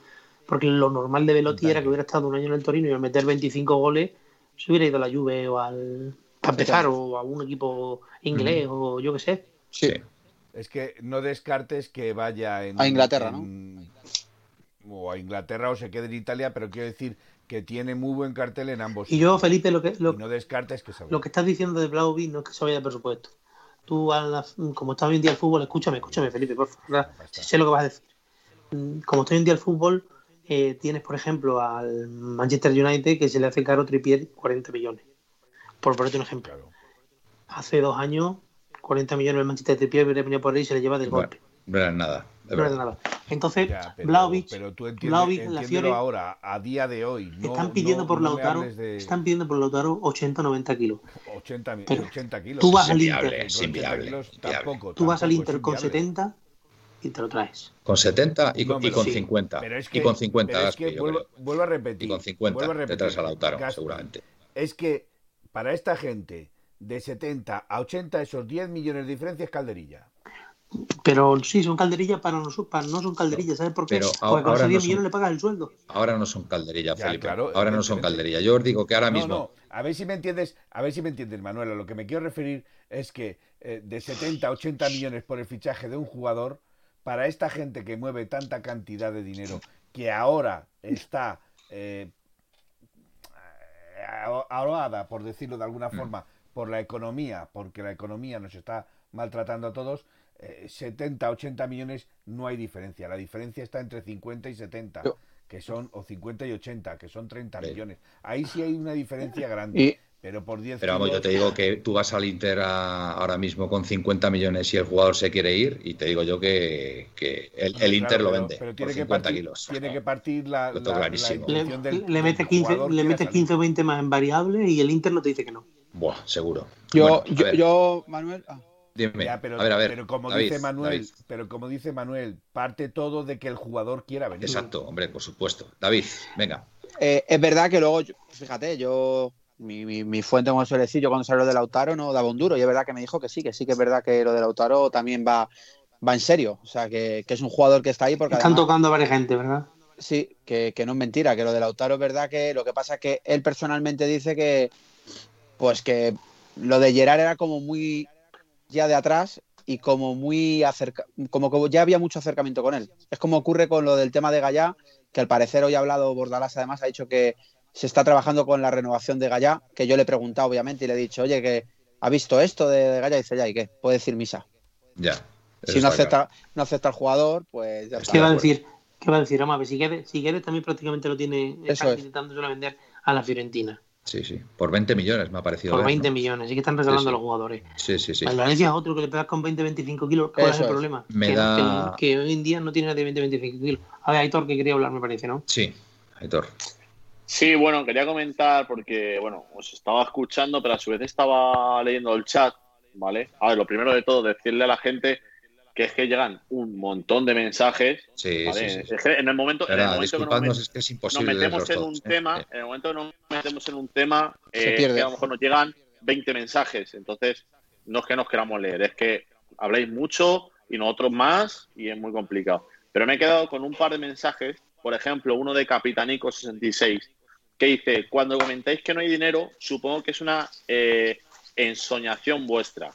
E: porque lo normal de Velotti
D: Un
E: era que hubiera estado un año en el Torino y al meter 25 goles se hubiera ido a la Juve o al para empezar o a un equipo inglés o yo qué sé.
B: Sí.
D: Es que no descartes que vaya en,
B: A Inglaterra, ¿no?
D: en- O a Inglaterra o se quede en Italia, pero quiero decir que tiene muy buen cartel en ambos.
E: Y yo,
D: sitios.
E: Felipe, lo que lo,
D: Y no descartes que se
E: lo que estás diciendo de Blaovic no es que se vaya de presupuesto. Tú, a la- como está hoy en día el fútbol, escúchame, escúchame, Felipe, por favor. si sé lo que vas a decir. Mm, Como está hoy en día el fútbol, eh, tienes, por ejemplo, al Manchester United que se le hace caro Trippier 40 millones. Por ponerte un ejemplo.
D: Claro.
E: Hace dos años, 40 millones el Manchester Trippier hubiera venido por ahí y se le lleva del
A: Bueno,
E: golpe.
A: No era nada. es
E: No era de
A: verdad.
E: nada. Entonces,
D: Ya, pero,
E: Vlahovic
D: pero tú entiendes,
E: Vlahovic, la
D: entiéndelo
E: Fiore-
D: ahora, a día de hoy. No,
E: están pidiendo
D: no-
E: por
D: no me
E: Lautaro,
D: hables de
E: están pidiendo por Lautaro 80-90 kilos.
D: 80, mi-
E: Pero
D: 80 kilos.
E: tú vas
A: Es
E: al
A: inviable,
E: Inter.
A: es
D: Con 80
A: inviable.
D: kilos
A: inviable.
D: tampoco,
E: Tú vas al
D: tampoco es
E: Inter con
D: inviable.
E: 70 y te lo traes.
A: Con 70 y,
D: No
A: con-
D: me
A: y
D: lo-
A: con
E: sí.
A: 50.
D: Pero es
A: y
D: que-
A: con 50,
D: pero es
A: Gaspi,
D: que
A: yo
D: vuelvo,
A: creo.
D: vuelvo a repetir.
A: Y con
D: vuelvo
A: 50
D: a
A: te
D: repetir,
A: traes a Lautaro,
D: Gaspi,
A: seguramente.
D: Es que para esta gente, de 70 a 80, esos 10 millones de diferencia es calderilla.
E: Pero sí, son calderillas para nosotros, para no son calderillas, ¿sabes por qué?
A: Pero a-
E: Porque con
A: ahora
E: esos 10
A: no son-
E: millones le pagas el sueldo.
A: Ahora no son calderilla,
D: Ya,
A: Felipe.
D: claro,
A: ahora no son
D: evidentemente.
A: calderilla. Yo os digo que ahora
D: no,
A: mismo.
D: no, a ver si me entiendes, a ver si me entiendes, Manuel. A lo que me quiero referir es que eh, de 70 a 80 millones por el fichaje de un jugador, para esta gente que mueve tanta cantidad de dinero, que ahora está eh, a- ahogada, por decirlo de
A: Mm.
D: alguna forma, por la economía, porque la economía nos está maltratando a todos, eh, 70, 80 millones no hay diferencia. La diferencia está entre 50 y 70,
B: Yo-
D: que son, o 50 y 80, que son 30
A: Sí.
D: millones. Ahí sí hay una diferencia grande,
B: Y
D: pero por 10
A: Pero vamos, yo
D: kilos-
A: te digo que tú vas al Inter a- ahora mismo con 50 millones y el jugador se quiere ir, y te digo yo que, que el, el
D: Claro,
A: Inter lo
D: pero-
A: vende
D: pero
A: por
D: tiene que
A: 50
D: partir-
A: kilos.
D: Tiene que partir la,
A: Lo tengo
D: la- la
A: clarísimo.
E: Le,
D: intención del-
E: le mete
D: del
E: 15,
D: jugador
E: le
D: que
E: mete
D: ha
E: 15 o
D: salido.
E: 20 más en variables y el Inter no te dice que no.
A: Buah, seguro.
B: yo,
A: Bueno, a
B: yo,
A: ver,
B: yo, Manuel. ah,
A: dime.
D: Ya, pero,
A: a ver, a ver.
D: pero como
A: David,
D: dice Manuel,
A: David.
D: pero como dice Manuel, parte todo de que el jugador quiera venir.
A: Exacto, hombre, por supuesto. David, venga.
B: Eh, es verdad que luego, yo- fíjate, yo, mi, mi- mi fuente, como suele decir, yo cuando salió de Lautaro no daba un duro. Y es verdad que me dijo que sí, que sí que es verdad que lo de Lautaro también va, va en serio. O sea, que, que es un jugador que está ahí porque
E: Están
B: además,
E: tocando a varias gente, ¿verdad?
B: sí, que, que no es mentira, que lo de Lautaro es verdad que lo que pasa es que él personalmente dice que, pues que lo de Gerard era como muy ya de atrás y como muy acerca, como que ya había mucho acercamiento con él. Es como ocurre con lo del tema de Gallá, que al parecer hoy ha hablado Bordalás, además ha dicho que se está trabajando con la renovación de Gallá, que yo le he preguntado obviamente y le he dicho, oye, que ha visto esto de, de Gallá y dice, ya, ¿y qué? Puede decir misa.
A: Ya. eso
B: si
A: está
B: no acepta,
A: claro.
B: no acepta el jugador, pues ya está.
A: Estoy
E: ¿Qué va a
A: de acuerdo.
E: decir? ¿Qué va a decir? Vamos a ver, si quieres, si quieres también prácticamente lo tiene.
B: Eso
E: Están
B: es.
E: intentando solo vender a la Fiorentina
A: Sí, sí. Por 20 millones me ha parecido.
E: por
A: ver,
E: 20
A: ¿no?
E: millones. Así que están regalando
A: Sí, sí.
E: a los jugadores.
A: Sí, sí, sí.
E: Al Valencia es otro que le pegas con 20-25 kilos. ¿Cuál es
B: Eso
E: el
B: es.
E: problema?
A: Me
E: que,
A: da-
E: que- que hoy en día no tiene nadie 20-25 kilos. A ver, Aitor, que quería hablar, me parece, ¿no?
A: Sí, Aitor.
C: Sí, bueno, quería comentar porque, bueno, os estaba escuchando, pero a su vez estaba leyendo el chat, ¿vale? A ver, lo primero de todo, decirle a la gente que es que llegan un montón de mensajes,
A: Sí,
C: ¿vale?
A: sí, sí.
C: Es que en el momento, en el
A: Espera,
C: momento que nos,
A: disculpadnos,
C: met-
A: es que es
C: nos
A: imposible.
C: metemos
A: leerlos
C: en
A: todos,
C: un
A: ¿eh?
C: tema, en el momento que nos metemos en un tema,
B: Se
C: eh, es
B: pierde.
C: que a lo mejor nos llegan 20 mensajes, entonces no es que nos queramos leer, es que habláis mucho y nosotros más y es muy complicado. Pero me he quedado con un par de mensajes, por ejemplo, uno de Capitanico66, que dice, cuando comentáis que no hay dinero, supongo que es una eh, ensoñación vuestra,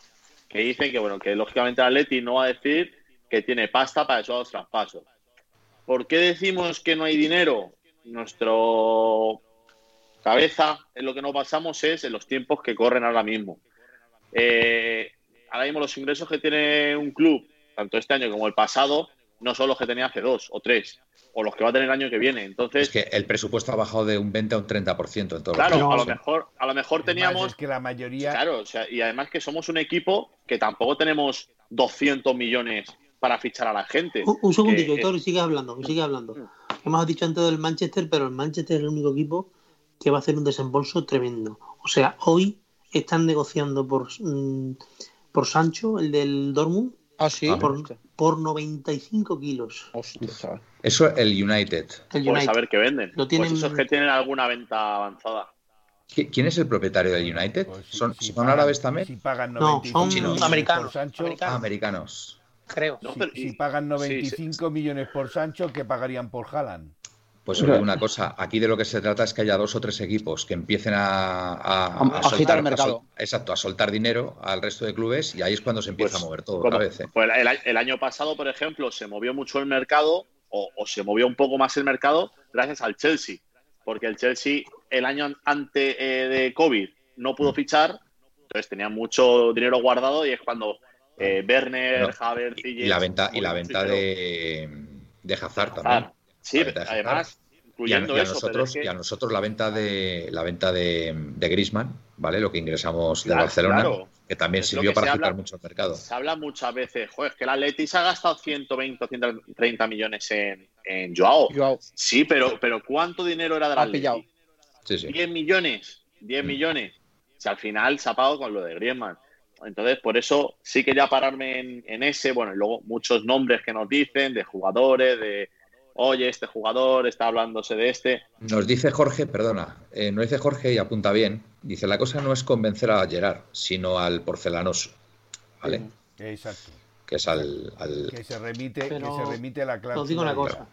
C: que dice que, bueno, que lógicamente Atleti no va a decir que tiene pasta para esos traspasos. ¿Por qué decimos que no hay dinero? Nuestro cabeza, en lo que nos basamos es en los tiempos que corren ahora mismo. Eh, ahora mismo los ingresos que tiene un club, tanto este año como el pasado, no son los que tenía hace dos o tres, o los que va a tener el año que viene. Entonces,
A: Es que el presupuesto ha bajado de un 20 a un 30% en todo
C: claro,
A: los
C: a lo mejor, a lo mejor teníamos.
D: Además, es que la mayoría.
C: Claro, o sea, y además que somos un equipo que tampoco tenemos 200 millones para fichar a la gente.
E: Un, un segundito,
C: Eh, eh,
E: Héctor, y sigue hablando, y sigue hablando. Hemos dicho antes del Manchester, pero el Manchester es el único equipo que va a hacer un desembolso tremendo. O sea, hoy están negociando por, mm, por Sancho, el del Dortmund,
B: Ah, sí.
A: Ah,
E: por, por 95 kilos.
B: Hostia.
A: Eso el United.
E: El
C: por
E: United.
C: saber qué venden.
E: Lo tienen-
C: Pues esos que tienen alguna venta avanzada.
A: ¿Qui- ¿Quién es el propietario del United?
D: pues, si-
A: ¿Son,
D: si
A: son
D: pagan-
A: árabes también?
D: Si pagan
E: No,
D: 95
E: son
D: millones
E: americanos,
D: por Sancho,
E: americanos.
A: Ah, americanos.
E: Creo.
C: No,
D: si-
C: pero-
D: si,
C: y-
D: pagan
C: sí,
D: 95 millones por Sancho, ¿qué pagarían por Haaland?
A: Pues os digo una cosa, aquí de lo que se trata es que haya dos o tres equipos que empiecen a, a-
B: A- agitar el mercado.
A: sol- exacto, a soltar dinero al resto de clubes y ahí es cuando se empieza
C: Pues,
A: a mover todo
C: Bueno,
A: otra vez. ¿eh?
C: pues el, el año pasado, por ejemplo, se movió mucho el mercado o, o se movió un poco más el mercado gracias al Chelsea, porque el Chelsea el año an- antes eh, de COVID no
A: Mm.
C: pudo fichar, entonces tenía mucho dinero guardado y es cuando eh, Werner,
A: No,
C: Havertz pues,
A: Y, y la venta, y la venta de, de Hazard también.
C: Ah, sí,
A: la venta de
C: además,
A: Y a,
C: incluyendo
A: y a
C: eso,
A: nosotros,
C: pero es que-
A: y a nosotros la venta de la venta de, de Griezmann, ¿vale? Lo que ingresamos de
C: Claro,
A: Barcelona,
C: claro.
A: que también
C: Es lo
A: sirvió
C: que
A: para
C: se
A: agitar
C: habla.
A: mucho el mercado.
C: Se habla muchas veces, joder, es que el Atleti se ha gastado 120 o 130 millones en, en Joao.
B: Yo,
C: Sí, pero, pero ¿cuánto dinero era del
B: Ha
C: Atleti?
B: pillado.
A: Sí, sí.
C: 10 millones, 10
A: Mm.
C: millones. Si al final se ha pagado con lo de Griezmann. Entonces, por eso sí quería pararme en, en ese. Bueno, y luego muchos nombres que nos dicen de jugadores, de oye, este jugador está hablándose de este.
A: Nos dice Jorge, perdona, eh, nos dice Jorge y apunta bien. Dice, la cosa no es convencer a Gerard, sino al porcelanoso, ¿vale?
B: Ujú.
D: Exacto.
A: Que es al... al-
D: Que se remite,
E: Pero
D: que se remite a la cláusula.
E: Os digo una
D: de-
E: cosa.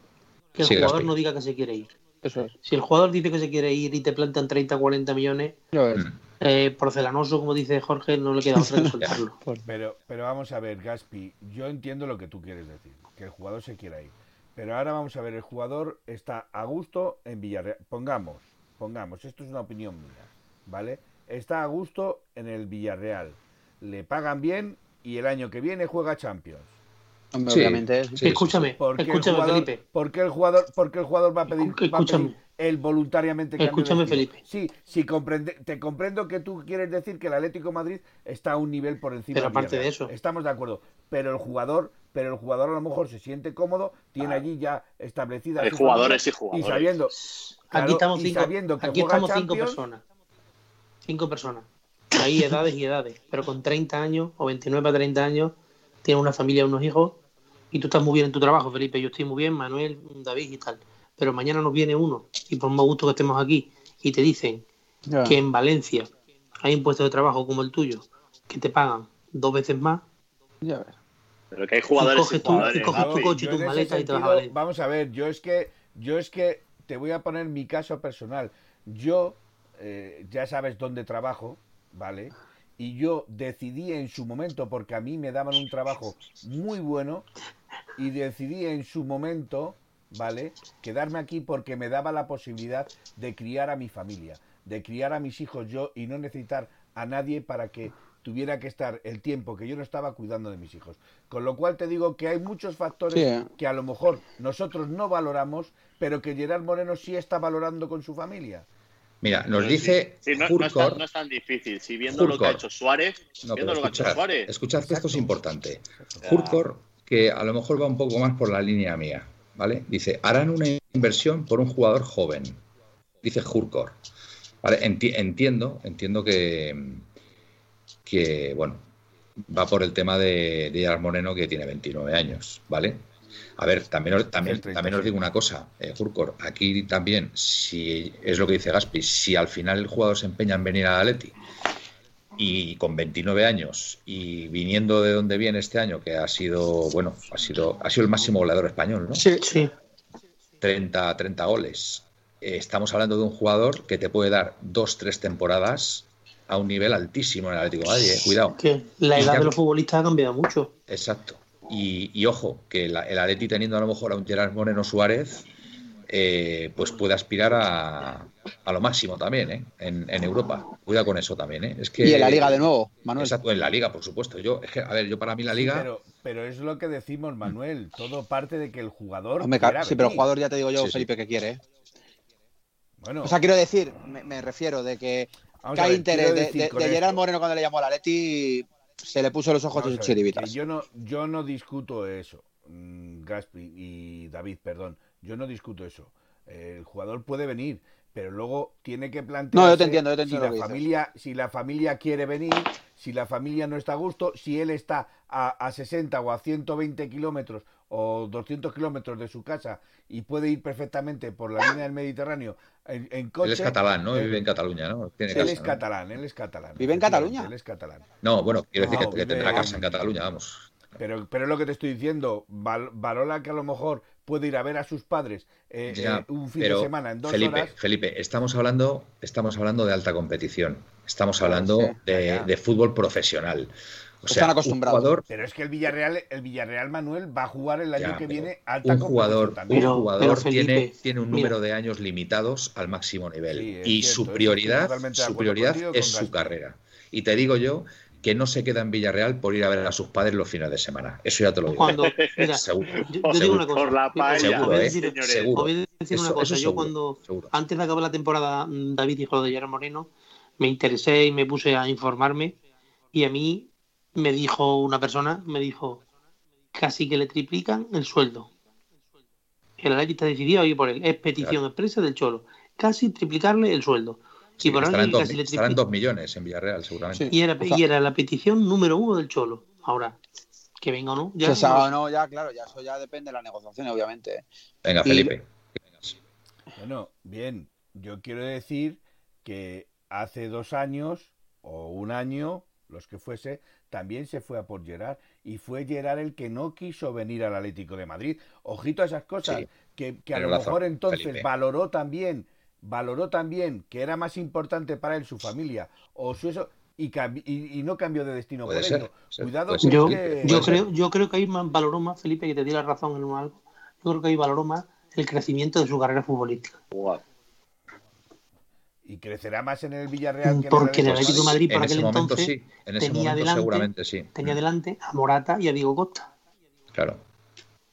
E: Que el
A: Sí,
E: jugador
A: Gaspi.
E: no diga que se quiere ir.
B: eso es.
E: Si el jugador dice que se quiere ir y te plantan 30, 40 millones,
B: Yo es.
A: Mm.
E: eh, porcelanoso, como dice Jorge, no le queda otra que soltarlo.
D: Pero, pero vamos a ver, Gaspi, yo entiendo lo que tú quieres decir, que el jugador se quiera ir. Pero ahora vamos a ver, el jugador está a gusto en Villarreal. Pongamos, pongamos, esto es una opinión mía, ¿vale? Está a gusto en el Villarreal. Le pagan bien y el año que viene juega Champions.
B: Hombre,
A: Sí.
B: obviamente. sí.
A: Sí,
E: escúchame,
D: ¿Por qué,
E: escúchame,
D: el jugador,
E: Felipe.
D: por qué el jugador, por qué el jugador va a pedir,
E: Escu-
D: va a pedir
E: escúchame.
D: el voluntariamente cambio de
E: Escúchame,
D: estilo?
E: Felipe.
D: Sí, sí comprende, te comprendo que tú quieres decir que el Atlético de Madrid está a un nivel por encima.
E: Pero
D: del
E: aparte de
D: Villarreal.
E: eso.
D: estamos de acuerdo. Pero el jugador, pero el jugador a lo mejor se siente cómodo, tiene allí ya establecida.
C: Hay
D: su
C: jugadores y
D: familia
C: jugadores.
D: Y sabiendo,
E: aquí
D: Claro,
E: estamos
D: y
E: cinco,
D: sabiendo que
E: aquí
D: juega
E: estamos cinco
D: Champions-
E: personas. Cinco personas. Hay edades y edades, pero con 30 años o 29 a 30 años, tienes una familia, unos hijos, y tú estás muy bien en tu trabajo, Felipe. Yo estoy muy bien, Manuel, David y tal. Pero mañana nos viene uno, y por más gusto que estemos aquí, y te dicen
B: Ya.
E: que en Valencia hay un puesto de trabajo como el tuyo, que te pagan dos veces más,
B: Ya ves.
C: Pero que hay jugadores
E: coges
C: y
E: tú-
C: jugadores.
E: y coges
C: Gafi.
E: tu coche y
D: yo
E: tus
D: en ese
E: maletas y te vas a
D: sentido,
E: Valencia.
D: Vamos a ver, yo es que yo es que te voy a poner mi caso personal. Yo eh, ya sabes dónde trabajo, ¿vale? Y yo decidí en su momento porque a mí me daban un trabajo muy bueno y decidí en su momento, ¿vale? Quedarme aquí porque me daba la posibilidad de criar a mi familia, de criar a mis hijos yo y no necesitar a nadie para que tuviera que estar el tiempo que yo no estaba cuidando de mis hijos. Con lo cual te digo que hay muchos factores
B: Sí, eh.
D: que a lo mejor nosotros no valoramos, pero que Gerard Moreno sí está valorando con su familia.
A: Mira, nos
C: Sí,
A: dice
C: sí, no, no es tan,
A: Jurkor-
C: no es tan difícil. Si viendo lo que ha
A: Jurkor.
C: hecho Suárez,
A: No, pero
C: viendo lo que ha hecho
A: escuchad,
C: Suárez.
A: escuchad que esto es
D: Exacto.
A: importante.
C: Ya.
A: Hurkor, que a lo mejor va un poco más por la línea mía, ¿vale? Dice, harán una inversión por un jugador joven. Dice Hurkor. ¿Vale? Enti- entiendo, entiendo que, que, bueno, va por el tema de, de Gerard Moreno, que tiene 29 años, ¿vale? A ver, también, os- también,
D: El 30,
A: también os
D: sí.
A: digo una cosa, eh, Hurkor, aquí también, si es lo que dice Gaspi, si al final el jugador se empeña en venir a Atleti y con 29 años y viniendo de donde viene este año, que ha sido, bueno, ha sido, ha sido el máximo goleador español, ¿no?
B: Sí.
E: Sí.
A: 30, 30 goles. Eh, Estamos hablando de un jugador que te puede dar dos, tres temporadas a un nivel altísimo en el Atlético de Madrid, eh, cuidado.
E: Que la
A: Y
E: edad
A: ya-
E: de los futbolistas ha cambiado mucho.
A: Exacto. Y, y ojo, que la- el Atleti teniendo a lo mejor a un Gerard Moreno Suárez, eh, pues puede aspirar a, a lo máximo también ¿eh? en, en, Europa. Cuida con eso también. ¿eh? Es que,
B: y en la liga de nuevo, Manuel.
A: Exacto, en la liga, por supuesto. Yo, es que, a ver, yo para mí la liga...
D: Sí, pero, pero, es lo que decimos, Manuel. Todo parte de que el jugador...
B: Hombre, sí, venir. pero el jugador ya te digo yo, sí, Felipe, que quiere. Bueno. O sea, quiero decir, me, me refiero de que, que hay interés de, de, de Gerard Moreno cuando le llamó a la Leti se le puso los ojos de sus chiribitas.
D: Yo no, yo no discuto eso, mm, Gaspi y David, perdón. Yo no discuto eso. El jugador puede venir, pero luego tiene que plantear.
B: No, yo te entiendo, yo te entiendo.
D: Si la, familia, si la familia quiere venir, si la familia no está a gusto, si él está a, a 60 o a 120 kilómetros o 200 kilómetros de su casa y puede ir perfectamente por la línea del Mediterráneo en, en coche.
A: Él es catalán, ¿no? Y vive en Cataluña, ¿no?
D: Tiene él casa, es ¿no? catalán, él es catalán.
B: ¿Vive en Cataluña?
D: Él es catalán.
A: No, bueno, quiero decir no, que, vive... que, tendrá casa en Cataluña, vamos.
D: Pero, pero es lo que te estoy diciendo, Varola que a lo mejor puede ir a ver a sus padres eh, ya, eh, un fin de semana en dos
A: Felipe,
D: horas.
A: Felipe, estamos hablando, estamos hablando de alta competición, estamos hablando sí, de, de fútbol profesional. O sea,
B: están acostumbrados. Un jugador,
D: pero es que el Villarreal, el Villarreal Manuel va a jugar el año ya, que viene alta
A: un jugador, un jugador pero, pero tiene, Felipe, tiene, un número mira. de años limitados al máximo nivel sí, y cierto, su prioridad, su prioridad contigo, es su carrera. Y te digo yo que no se queda en Villarreal por ir a ver a sus padres los fines de semana. Eso ya te lo digo.
E: Cuando, mira,
A: seguro.
E: Yo, yo digo una cosa.
C: Por la paella,
A: seguro, eh,
E: decir,
A: seguro.
E: Voy a decir una
A: eso,
E: cosa.
A: Eso
E: yo
A: seguro,
E: cuando
A: seguro.
E: antes de acabar la temporada, mm, David dijo de Gerard Moreno, me interesé y me puse a informarme y a mí me dijo una persona, me dijo, casi que le triplican el sueldo. El Atleti está decidido a ir por él. Es petición claro. expresa del Cholo. Casi triplicarle el sueldo.
A: Sí, y por estarán, dos, casi estarán dos millones en Villarreal, seguramente.
E: Sí. Y, era, o sea, y, era, la petición número uno del Cholo. Ahora, que venga o no.
B: Ya, se no, no, ya, claro, ya eso ya depende de las negociaciones, obviamente. eh.
A: Venga, Felipe.
D: Y... Bueno, bien. Yo quiero decir que hace dos años o un año los que fuese, también se fue a por Gerard. Y fue Gerard el que no quiso venir al Atlético de Madrid. Ojito a esas cosas, sí, que, que a lo razón, mejor entonces Felipe. valoró también, valoró también que era más importante para él su familia o su eso. Y, y, y no cambió de destino
A: puede
D: por
A: ser,
D: ello. Ser, Cuidado
E: ser, yo, yo creo, yo creo que ahí valoró más, Felipe, que te di la razón en algo. Yo creo que ahí valoró más el crecimiento de su carrera futbolística.
C: Wow
D: y crecerá más en el Villarreal que
E: porque
D: en
E: el Atlético de Madrid por
A: en
E: aquel
A: ese momento,
E: entonces
A: sí. en ese
E: tenía
A: momento
E: delante,
A: seguramente sí
D: Mm.
E: tenía delante a Morata y a Diego Costa
A: claro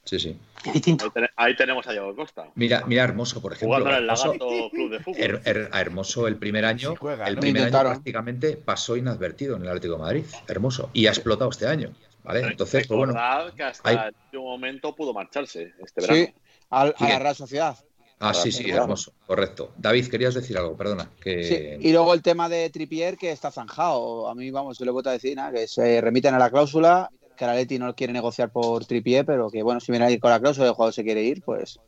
A: sí sí
E: es distinto
C: ahí, tenemos a Diego Costa
A: mira mira hermoso por ejemplo
C: jugando en el Lagarto Club de Fútbol
A: her, her, a hermoso el primer año sí juega, ¿no? el primer año prácticamente pasó inadvertido en el Atlético de Madrid hermoso y ha explotado este año vale entonces pues bueno
C: que hasta el último momento pudo marcharse este verano
B: sí al, a la Real Sociedad
A: Ah, sí, sí, hermoso, correcto. David, querías decir algo, perdona.
D: Eh,
A: Que...
B: Sí, y luego el tema de Tripier que está zanjado. A mí, vamos, yo le voy a decir nada, que se remiten a la cláusula, que la Leti no quiere negociar por Tripier, pero que bueno, si viene a ir con la cláusula y el jugador se quiere ir, pues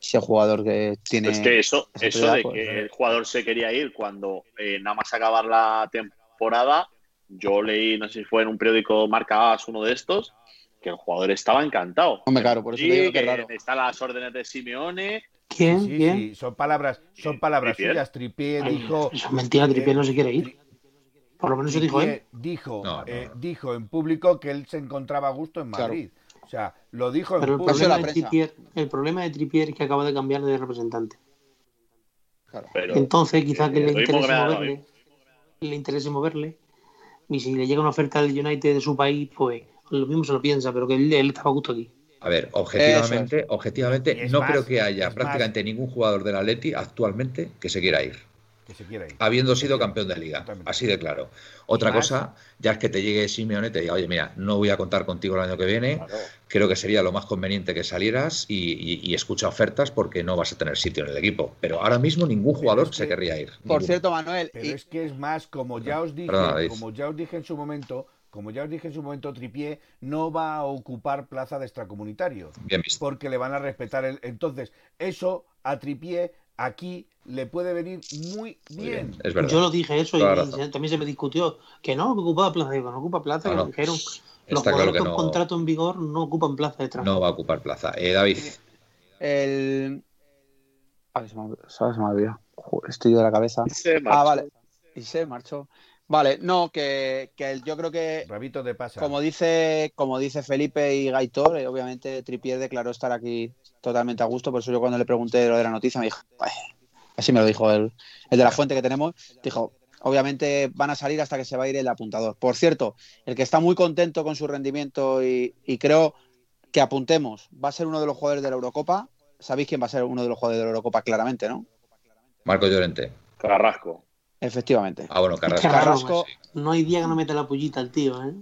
B: ese jugador que tiene.
C: Es que eso, eso de pues,
A: ¿eh?
C: que el jugador se quería ir cuando eh, nada más acabar la temporada, yo leí, no sé si fue en un periódico Marca As, uno de estos. Que el jugador estaba encantado.
B: Hombre, claro, por eso
C: sí,
B: te digo
C: que
B: raro.
C: están las órdenes de Simeone,
E: ¿Quién?
D: Sí,
E: ¿Quién?
D: Sí, son palabras, son palabras ¿Tripier? suyas. Tripié dijo.
E: Eso es mentira, Tripié no se quiere ir. Por lo menos eso dijo él.
D: Dijo, no, no, eh, no. dijo en público que él se encontraba a gusto en Madrid. Claro. O sea, lo dijo en
E: Pero el
D: público.
E: Problema de Tripier, el problema de Tripier es que acaba de cambiar de representante.
C: Claro.
E: Entonces, quizás que
C: eh,
E: le interese moverle. Le interese moverle. Y si le llega una oferta del United de su país, pues lo mismo se lo piensa, pero que él, él estaba a gusto aquí.
A: A ver, objetivamente, es. objetivamente no más, creo que haya prácticamente más. ningún jugador del Atleti actualmente que se quiera ir.
D: Que se quiera ir.
A: Habiendo
D: se
A: sido
D: quiera.
A: campeón de liga, así de claro. Otra cosa, ya es que te llegue Simeone y te diga, oye, mira, no voy a contar contigo el año que viene, claro. creo que sería lo más conveniente que salieras y, y, y, escucha ofertas porque no vas a tener sitio en el equipo. Pero ahora mismo ningún jugador es que, se querría ir.
B: Por ninguno. cierto, Manuel.
D: Pero y... es que es más, como ya os dije, Perdona, como ya os dije en su momento, como ya os dije en su momento, Tripié no va a ocupar plaza de extracomunitario.
A: Bien visto.
D: Porque le van a respetar el. Entonces, eso a Tripié aquí le puede venir muy
A: pues
D: bien. bien
A: es verdad.
E: Yo lo dije eso y, y, también se me discutió que no, que ocupaba plaza. Digo, no ocupa plaza, no, que no. dijeron. Los
A: Ah, Está
E: jugadores
A: claro
E: con
A: no,
E: contrato en vigor no ocupan plaza de extranjero.
A: No va a ocupar plaza. Eh, David.
B: El.
E: Ah,
B: Ay, se me, ¿sabes? se me olvidó. Estoy de la cabeza.
C: Se
B: ah, vale. Y se marchó. Vale, no, que, que yo creo que,
D: Rabito de pasa.
B: como dice, como dice Felipe y Gaitor, eh, obviamente Tripier declaró estar aquí totalmente a gusto, por eso yo cuando le pregunté lo de la noticia me dijo, "Ay", así me lo dijo el, el de la fuente que tenemos, dijo, obviamente van a salir hasta que se va a ir el apuntador. Por cierto, el que está muy contento con su rendimiento y, y creo que apuntemos, va a ser uno de los jugadores de la Eurocopa, sabéis quién va a ser uno de los jugadores de la Eurocopa claramente, ¿no?
A: Marco Llorente.
C: Carrasco.
B: Efectivamente.
A: Ah, bueno, Carrasco.
B: Carrasco,
E: No hay día que no meta la pullita el tío, ¿eh?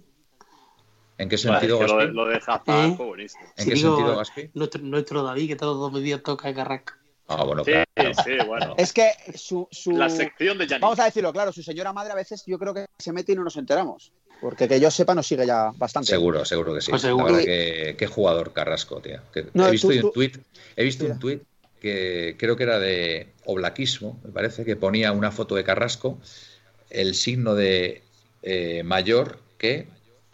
A: ¿En qué
C: Vale,
A: sentido,
C: es que lo, de-
A: Gaspi?
C: lo de Hazard
E: ¿Eh?
C: fue buenísimo.
A: ¿En
E: Si
A: qué
E: digo,
A: sentido, Gaspi?
E: Nuestro, nuestro David, que todos los días toca el Carrasco.
A: Ah, bueno,
C: Sí,
A: claro.
C: sí, bueno.
B: Es que su, su-
C: La sección de Giannis.
B: Vamos a decirlo claro, su señora madre a veces yo creo que se mete y no nos enteramos. Porque que yo sepa nos sigue ya bastante.
A: Seguro, seguro que sí.
E: Pues seguro.
A: La verdad que qué jugador Carrasco, tío. Que-
B: No,
A: he visto
B: tú-
A: un
B: tú-
A: tweet, he visto
B: Mira.
A: un tweet que creo que era de Oblaquismo, me parece, que ponía una foto de Carrasco, el signo de eh, mayor que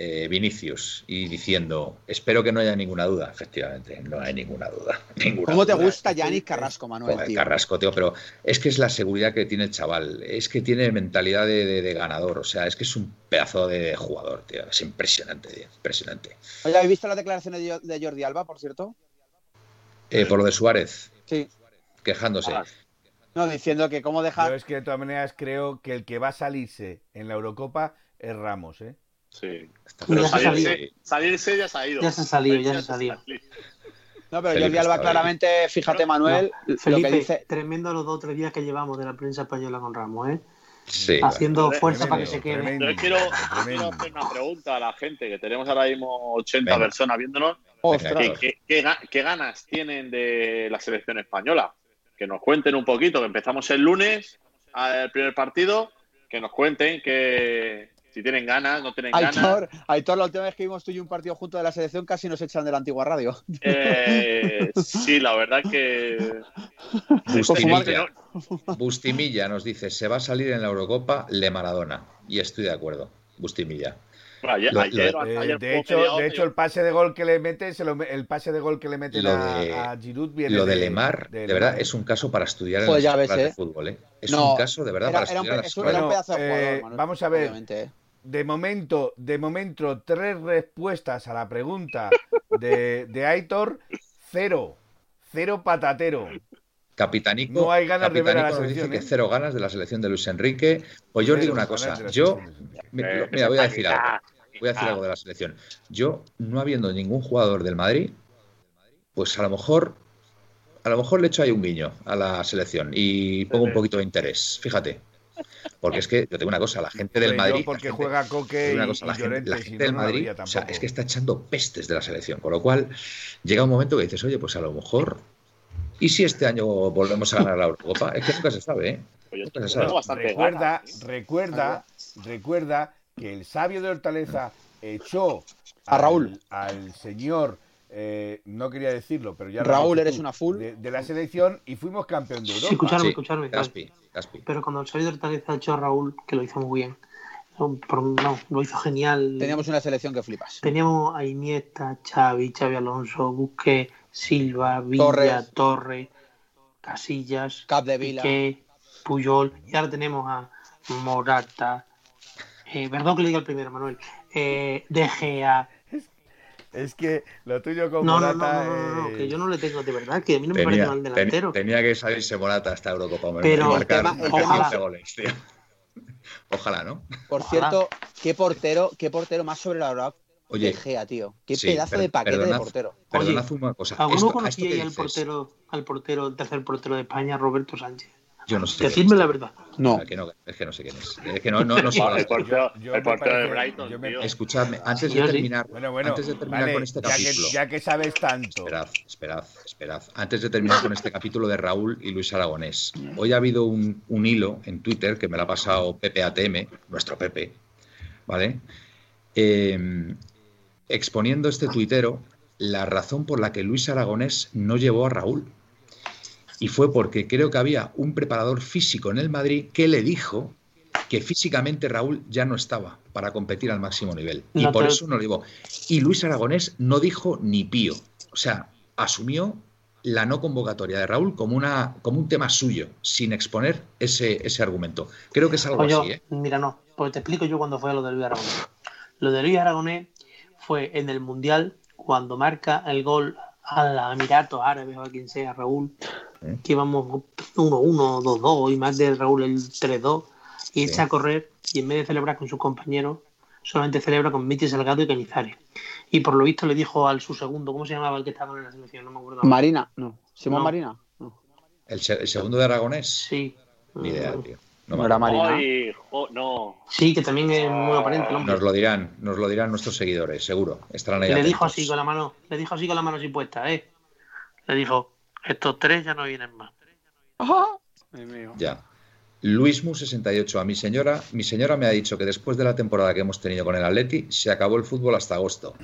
A: eh, Vinicius y diciendo, espero que no haya ninguna duda. Efectivamente, no hay ninguna duda. Ninguna
B: ¿Cómo te
A: duda.
B: gusta Yanis Carrasco, Manuel?
A: Joder,
B: tío?
A: Carrasco, tío, pero es que es la seguridad que tiene el chaval, es que tiene mentalidad de, de- de ganador, o sea, es que es un pedazo de jugador, tío, es impresionante, tío, impresionante.
B: Oye, ¿habéis visto las declaraciones de Jo- de Jordi Alba, por cierto?
A: Eh, por lo de Suárez,
B: Sí.
A: quejándose.
C: Ah,
B: No, diciendo que cómo
D: Yo
B: dejar.
D: es que de todas maneras creo que el que va a salirse en la Eurocopa es Ramos, ¿eh?
C: sí.
A: Está
C: Pero
E: Pero
A: fatal.
E: se ha salido.
C: salirse, salirse ya se ha ido.
E: Ya se ha salido, ya se ha
C: Salirse
E: salido.
B: No, pero
A: Felipe
B: Jordi Alba
A: está
B: claramente, fíjate, Manuel, lo
E: Felipe,
B: que dice.
E: tremendo los dos o tres días que llevamos de la prensa española con Ramos, ¿eh?
A: Sí,
B: Ah,
E: Haciendo
C: Tremendo,
E: fuerza para que se quede.
D: tremendo,
C: Yo quiero, yo quiero
D: tremendo.
C: hacer una pregunta a la gente, que tenemos ahora mismo 80
A: Venga.
C: personas viéndonos.
A: Ostras.
C: ¿Qué, qué- qué ga- qué ganas tienen de la selección española? Que nos cuenten un poquito, que empezamos el lunes, ah, el primer partido, que nos cuenten que si tienen ganas, no tienen ganas.
B: Aitor, Aitor, la última vez que vimos tú y yo un partido junto de la selección casi nos echan de la antigua radio.
C: Eh, sí, la verdad que...
A: Bustimilla,
C: No-
A: Bustimilla nos dice, se va a salir en la Eurocopa Le Maradona. Y estoy de acuerdo, Bustimilla.
C: bueno, ayer,
A: Lo-
C: ayer-
A: lo-
D: Eh,
C: ayer
D: de
C: jugó
D: hecho,
C: media hora
D: de
C: y
D: hecho el pase de gol que le mete, se lo me- el pase de gol que le mete
A: Lo
D: a-
A: de-
D: a Giroud viene
A: Lo de Lemar, de verdad, es un caso para estudiar en
B: Joder,
A: las
B: ya ves,
A: escuelas de
B: ¿eh?
A: fútbol, ¿eh? Es
B: No,
A: un caso de verdad
B: Era,
A: para
B: era un,
A: estudiar
B: pe-
A: en las
B: es un- era
A: escuelas.
B: un
D: Bueno,
B: pedazo de jugador,
D: eh,
B: Manuel,
D: vamos a ver.
B: obviamente, ¿eh?
D: De momento, de momento, tres respuestas a la pregunta de, de Aitor, cero. Cero patatero.
A: Capitanico,
D: No hay ganas de ver a la
A: Capitanico nos dice
D: selección,
A: que
D: ¿eh?
A: cero ganas de la selección de Luis Enrique. Pues yo os digo
D: Cero
A: una
D: ganas
A: cosa,
D: de la
A: yo,
D: selección de España.
A: mira,
C: Eh,
A: mira, voy a decir
C: ah,
A: algo, voy a decir
C: ah.
A: algo de la selección. Yo, no habiendo ningún jugador del Madrid, pues a lo mejor, a lo mejor le echo ahí un guiño a la selección y pongo un poquito de interés, fíjate. Porque es que, yo tengo una cosa, la gente del
D: Yo
A: Madrid...
D: porque
A: la gente-
D: juega
A: es
D: Coque y,
A: una cosa,
D: y
A: la gente,
D: Llorente,
A: la
D: si
A: gente
D: no,
A: del
D: no la
A: Madrid
D: veía
A: o sea,
D: tampoco.
A: es que está echando pestes de la selección, con lo cual llega un momento que dices, oye, pues a lo mejor, ¿y si este año volvemos a ganar la Eurocopa? Es que nunca se sabe, ¿eh?
C: Pues yo
A: Nunca se
C: tengo
A: sabe.
C: bastante
D: Recuerda,
C: ganas. ¿eh?
D: recuerda, recuerda que el sabio de Hortaleza echó
B: A Raúl.
D: al, al señor, eh, no quería decirlo, pero ya lo has
B: Raúl,
D: dicho
B: eres
D: tú,
B: una full.
D: de, de la selección y fuimos campeón de
E: Sí,
D: Europa.
E: escucharme,
A: Sí,
E: escucharme. vale.
A: Gaspi, Gaspi.
E: Pero cuando el Xavier Hortaleza echó a Raúl, que lo hizo muy bien. No, por- no, lo hizo genial.
B: Teníamos una selección que flipas.
E: Teníamos a Iniesta, Xavi, Xavi Alonso, Busqué, Silva, Villa,
B: Torres.
E: Torres, Casillas,
B: Cap de Vila.
E: Piqué, Puyol. Y ahora tenemos a Morata. eh, perdón que le diga el primero, Manuel. Eh, De Gea.
D: Es que lo tuyo con
E: No, no, no,
D: Morata
E: no, no, no,
D: es-
E: que yo no le tengo de verdad, que a mí no me parece
A: Tenía,
E: mal
A: ten-
E: delantero.
A: tenía que salirse Morata hasta Eurocopa hombre,
E: Pero
A: y
E: el
A: marcar
B: tema- el
A: 15
E: tema-
A: goles, tío. Ojalá, ¿no?
D: Ah.
B: Por
E: Ojalá.
B: cierto, qué portero, qué portero más sobrevalorado
A: Oye,
B: que Gea, tío. Qué
A: sí,
B: pedazo
A: per-
B: de paquete de
A: perdonad.
B: portero.
A: perdonad
E: Oye,
A: una cosa.
E: ¿Alguno
A: esto- a esto que
E: conocía ya al
A: dices,
E: portero, al portero, el tercer portero de España, Roberto Sánchez?
A: Yo no sé.
E: Decidme la verdad.
B: No.
A: Que no- Es que no sé quién es. Es que no, no, no sé.
C: El portero,
D: yo
C: el
D: me
C: portero de
D: parece- yo
C: Brighton,
D: me-
C: tío.
A: Escuchadme, antes de
E: Yo sí.
A: terminar,
D: Bueno, bueno,
A: antes de terminar
D: vale,
A: con este
D: ya, que,
A: capítulo.
D: ya que sabes tanto.
A: Esperad, esperad, esperad. Antes de terminar con este capítulo de Raúl y Luis Aragonés, hoy ha habido un, un hilo en Twitter que me lo ha pasado Pepe ATM, nuestro Pepe, ¿vale? Eh, exponiendo este tuitero la razón por la que Luis Aragonés no llevó a Raúl. Y fue porque creo que había un preparador físico en el Madrid que le dijo que físicamente Raúl ya no estaba para competir al máximo nivel. Y
E: No,
A: por
E: pero-
A: eso no lo llevó. Y Luis Aragonés no dijo ni pío. O sea, asumió la no convocatoria de Raúl como, una, como un tema suyo, sin exponer ese, ese argumento. Creo que es algo
E: Oye,
A: así, ¿eh?
E: Pues mira, no. Pues te explico yo cuando fue lo de Luis Aragonés. Lo de Luis Aragonés fue en el Mundial cuando marca el gol a la Emiratos Árabes o a quien sea, Raúl, ¿Eh? que íbamos 1-1, 2-2 y más de Raúl el 3-2 y echa a correr y en vez de celebrar con sus compañeros, solamente celebra con Miti Salgado y Canizares. Y por lo visto le dijo al su segundo, ¿cómo se llamaba el que estaba en la selección? No me acuerdo.
B: Marina, no. Simón no. Marina. No.
A: ¿El, se ¿El, segundo de Aragonés?
E: Sí. Mm.
A: Ni idea, tío.
B: No, no era Marina.
C: Ay, jo, no.
E: Sí, que también es muy aparente. ¿no?
A: Nos lo dirán, nos lo dirán nuestros seguidores, seguro. Estarán ahí.
E: Le dijo así con la mano, le dijo así con la mano así puesta, ¿eh? Le dijo, estos tres ya no vienen más.
B: Ajá. Ay, mío.
A: Ya. Luis Mu 68 a mi señora. Mi señora me ha dicho que después de la temporada que hemos tenido con el Atleti se acabó el fútbol hasta agosto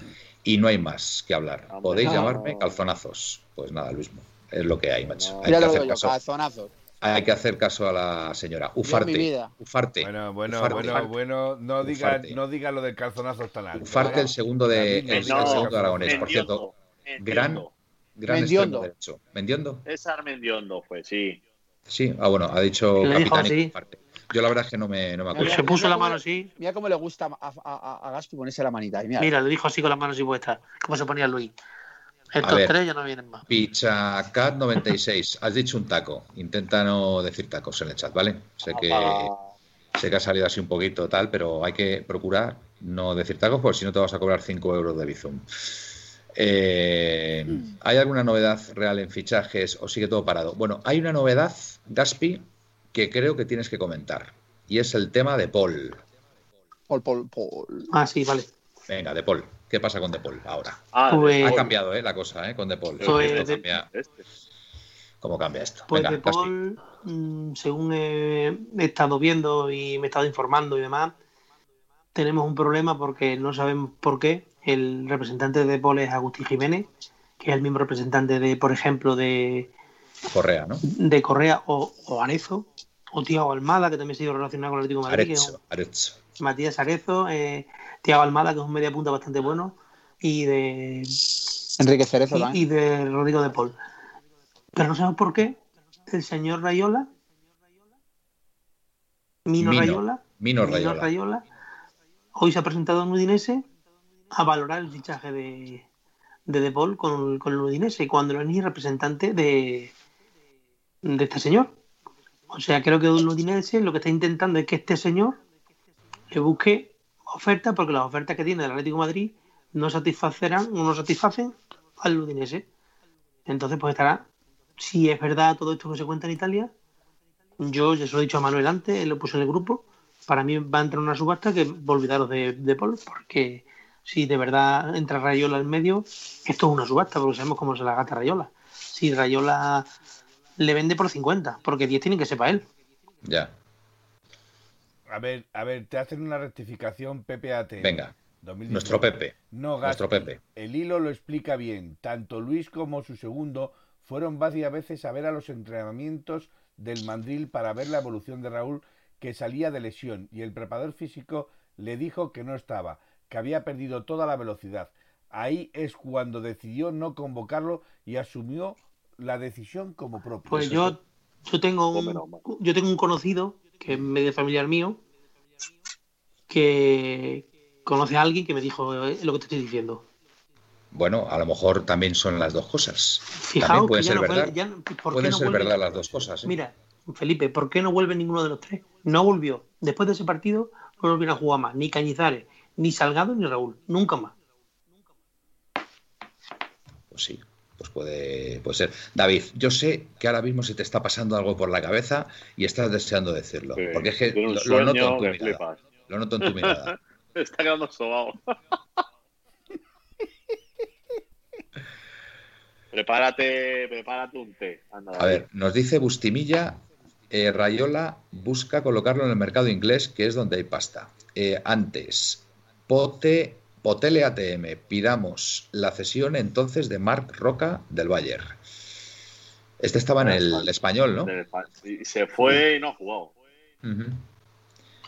A: y no hay más que hablar. Hombre, Podéis llamarme calzonazos. Pues nada, Luis Mu, es lo que hay, macho. Hay
B: ya
A: que
B: lo hacer yo, caso. calzonazos.
A: Hay que hacer caso a la señora. Ufarte. Ufarte.
D: Bueno, bueno, ufarte, bueno, ufarte. bueno. No digas no diga lo del calzonazo tan alto.
A: Ufarte, el segundo de, el, el no, segundo de Aragonés. Por cierto, gran, gran
B: Mendiondo.
A: derecho. ¿Mendiondo?
C: Es Mendiondo, pues sí.
A: Sí, ah, bueno, ha dicho
E: le
A: Capitán
E: dijo, sí.
A: parte. Yo la verdad es que no me, no me acuerdo.
E: Se puso la mano así.
B: Mira cómo le gusta a, a, a Gaspi ponerse la manita. Ahí, mira.
E: mira. le dijo así con las manos y puestas. ¿Cómo se ponía Luis? Estos ver, tres ya no vienen más.
A: Pichacat96, has dicho un taco. Intenta no decir tacos en el chat, Ah, ¿vale? Sé que,
C: Ah,
A: sé que ha salido así un poquito tal, pero hay que procurar no decir tacos porque si no te vas a cobrar 5 euros de Bizum. Eh, ¿Hay alguna novedad real en fichajes o sigue todo parado? Bueno, hay una novedad, Gaspi, que creo que tienes que comentar. Y es el tema de Paul.
B: Paul, Paul, Paul.
E: Ah, sí, vale.
A: Venga, de Paul. ¿Qué pasa con De Paul ahora?
C: Ah,
A: pues, ha cambiado eh, la cosa eh, con De Paul.
E: Pues,
A: esto cambia.
C: este.
A: ¿Cómo cambia esto?
E: Pues
A: Venga,
E: De Paul, Gaspi. según he, he estado viendo y me he estado informando y demás, tenemos un problema porque no sabemos por qué el representante de Paul es Agustín Jiménez, que es el mismo representante de, por ejemplo, de
A: Correa, ¿no?
E: De Correa o, o Arezo, o Tiago Almada, que también ha sido relacionado con el Atlético de Madrid.
A: Arezzo, Arezzo.
E: Matías Arezo, eh, Tiago Almada, que es un media punta bastante bueno, y de
B: Enrique Cerezo
E: y,
B: también.
E: y de Rodrigo de Paul. Pero no sabemos por qué el señor Rayola, Mino,
A: Mino
E: Rayola,
A: Mino Rayola.
E: Mino Rayola, hoy se ha presentado en Udinese a valorar el fichaje de, de De Paul con, con el Udinese cuando no es ni representante de, de este señor. O sea, creo que el Udinese lo que está intentando es que este señor le busque ofertas porque las ofertas que tiene del Atlético de Madrid no satisfacerán no satisfacen al Udinese. Entonces, pues estará, si es verdad todo esto que se cuenta en Italia, yo ya se lo he dicho a Manuel antes, él lo puso en el grupo, para mí va a entrar una subasta que olvidaros de, de Paul porque si de verdad entra Rayola en medio, esto es una subasta, porque sabemos cómo se la gata Rayola. Si Rayola le vende por 50, porque 10 tienen que ser para él.
A: Ya.
D: A ver, a ver, te hacen una rectificación PPAT.
A: Venga. 2019. Nuestro Pepe.
D: No, Gatti,
A: Nuestro Pepe.
D: El hilo lo explica bien. Tanto Luis como su segundo fueron varias veces a ver a los entrenamientos del Mandril para ver la evolución de Raúl, que salía de lesión, y el preparador físico le dijo que no estaba que había perdido toda la velocidad. Ahí es cuando decidió no convocarlo y asumió la decisión como propia.
E: Pues yo, yo, tengo un, yo tengo un conocido que es medio familiar mío que conoce a alguien que me dijo eh, lo que te estoy diciendo.
A: Bueno, a lo mejor también son las dos cosas.
E: Fijaos
A: puede
E: que ya
A: ser
E: no
A: verdad.
E: vuelve- ya no- ¿por qué
A: Pueden
E: no
A: ser
E: vuelve?
A: verdad las dos cosas. ¿eh?
E: Mira, Felipe, ¿por qué no vuelve ninguno de los tres? No volvió. Después de ese partido no volvieron a jugar más. Ni Cañizares, ni Salgado, ni Raúl. Nunca más.
A: Pues sí, pues puede, puede ser. David, yo sé que ahora mismo se te está pasando algo por la cabeza y estás deseando decirlo.
C: Sí,
A: Porque es que
C: tiene
A: lo,
C: un
A: lo
C: sueño
A: noto en tu
C: que
A: mirada.
C: flipas.
A: Lo noto en tu mirada.
C: Está quedando sobado. prepárate, prepárate un té. Anda,
A: A ver, nos dice Bustimilla, eh, Rayola busca colocarlo en el mercado inglés, que es donde hay pasta. Eh, antes, Pote, Potele ATM, pidamos la cesión entonces de Marc Roca del Bayern. Este estaba en el español, ¿no?
C: del fa- y Se fue y no ha jugado.
A: Ujú.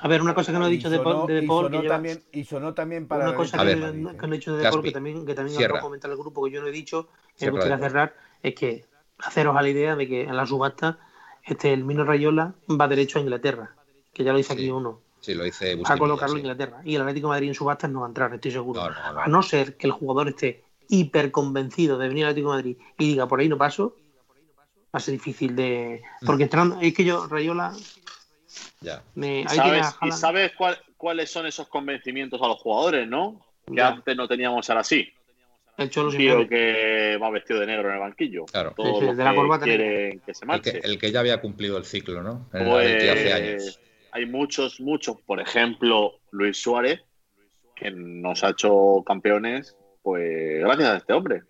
E: A ver, una cosa que no he
D: Y
E: dicho de
D: sonó-
E: Paul, de
D: y
E: Paul,
D: sonó
E: que lleva-
D: también, y sonó también para
E: Una
D: la
E: cosa
A: A
E: que,
A: ver,
E: no-
D: Madrid,
E: que no he dicho de
A: Gaspi,
E: Depor, que también, que también
A: cierra.
E: acabo de comentar al grupo, que yo no he dicho, que me
A: Cierra,
E: gustaría
A: Depor.
E: cerrar, es que haceros a la idea de que en la subasta este, el Mino Rayola va derecho a Inglaterra, que ya lo dice
A: Sí.
E: aquí uno.
A: Sí, lo dice
E: Bustimilla, a colocarlo sí. en Inglaterra. Y el Atlético de Madrid en subastas no va a entrar, estoy seguro. No, no, no. A no ser que el jugador esté hiper convencido de venir al Atlético de Madrid y diga por ahí no paso, va a ser difícil de. Porque entrando, es que yo, Rayola.
A: Ya.
C: Me... ¿Y, sabes, ¿Y sabes cuál, cuáles son esos convencimientos a los jugadores, no? Que ya. antes no teníamos ahora sí.
E: El Cholo
C: tío que va vestido de negro en el banquillo.
A: Claro.
C: Todos los de la corbata que, que se marche.
A: El que, el que, ya había cumplido el ciclo, ¿no?
C: En pues, el hace años. Hay muchos, muchos. Por ejemplo, Luis Suárez, que nos ha hecho campeones, pues gracias a este hombre.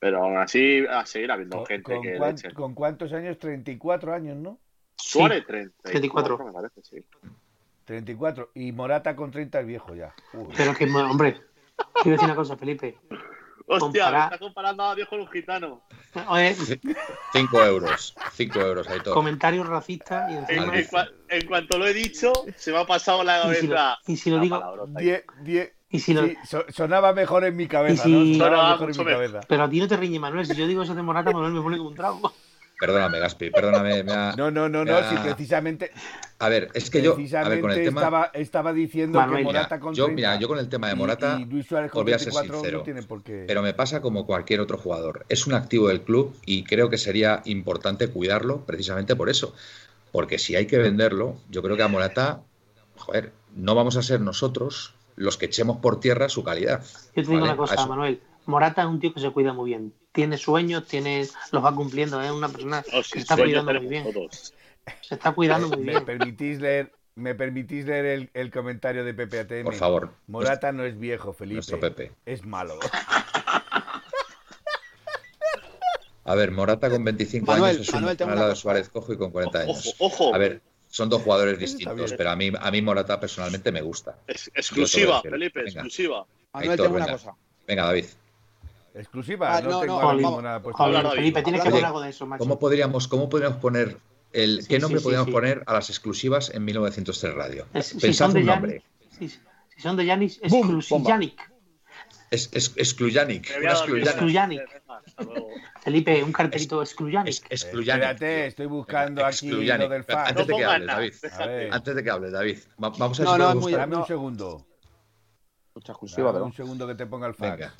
C: Pero aún así, a seguir habiendo
D: ¿Con,
C: gente
D: con
C: que.
D: Cuán, ¿Con cuántos años? 34 años, ¿no?
C: Suárez, sí. 34, 34.
E: Me parece, sí.
D: 34. Y Morata con 30 es viejo ya.
E: Uy. Pero que, hombre, quiero decir una cosa, Felipe.
C: Hostia, Comparar... está comparando a viejo con un gitano.
A: 5 euros. 5 euros, ahí todo.
E: Comentarios racistas. Y encima...
C: en, cua en, cuanto lo he dicho, se me ha pasado la cabeza.
E: Y si lo, y si lo
D: digo. 10, 10.
E: Y si lo...
D: sí, sonaba mejor en mi cabeza, si... ¿no? Sonaba mejor en mi cabeza.
E: Pero a ti no te riñe, Manuel. Si yo digo eso de Morata, Manuel me pone como un trago.
A: Perdóname, Gaspi, perdóname. Me ha...
D: no, no, no, no, ha... si precisamente.
A: A ver, es que yo. A ver, con el tema...
D: estaba, estaba diciendo Manuel, que Morata
A: mira, yo, mira, yo con el tema de Morata.
D: Y, y Luis Suárez con
A: voy a ser sincero.
D: No tiene por qué...
A: Pero me pasa como cualquier otro jugador. Es un activo del club y creo que sería importante cuidarlo precisamente por eso. Porque si hay que venderlo, yo creo que a Morata. Joder, no vamos a ser nosotros los que echemos por tierra su calidad.
E: Yo te digo ¿vale? una cosa, Manuel. Morata es un tío que se cuida muy bien. Tiene sueños, tiene, los va cumpliendo. Es ¿eh? una persona que oh, sí, se está cuidando muy bien. Todos. Se está cuidando muy bien.
D: ¿Me permitís leer, me permitís leer el, el comentario de Pepe ATM?
A: Por favor.
D: Morata no es viejo, Felipe.
A: Nuestro Pepe.
D: Es malo.
A: A ver, Morata con 25
B: Manuel,
A: años es
B: Manuel,
A: un lado de Suárez Cojo y con 40 años.
C: Ojo, ojo.
A: A ver, son dos jugadores distintos, pero a mí, a mí Morata personalmente me gusta.
C: Es, exclusiva, Felipe, venga. exclusiva.
B: Manuel, Aitor, tengo una venga. cosa.
A: Venga, David.
D: Exclusiva, ah, no, no, tengo no,
E: mismo vamos,
B: pues,
E: nada puesto. Hablar, Felipe, tienes que poner algo de eso, macho.
A: ¿Cómo podríamos, cómo podríamos poner el, sí, qué nombre sí, podríamos sí, poner a las exclusivas en 1903 Radio? Es, Pensad
E: si
A: un nombre.
E: Si, si son de Yanis, exclusiyanic.
A: Es, es, excluyanic.
E: Excluyanic. Felipe, un cartelito excluyanic.
A: excluyanic.
D: Espérate, estoy buscando aquí lo del fax.
A: Antes de que hables, David. Antes de que hables, David. Vamos a
D: no, no, muy, Dame un segundo.
B: Mucha exclusiva,
D: Un segundo que te ponga el fax. Venga.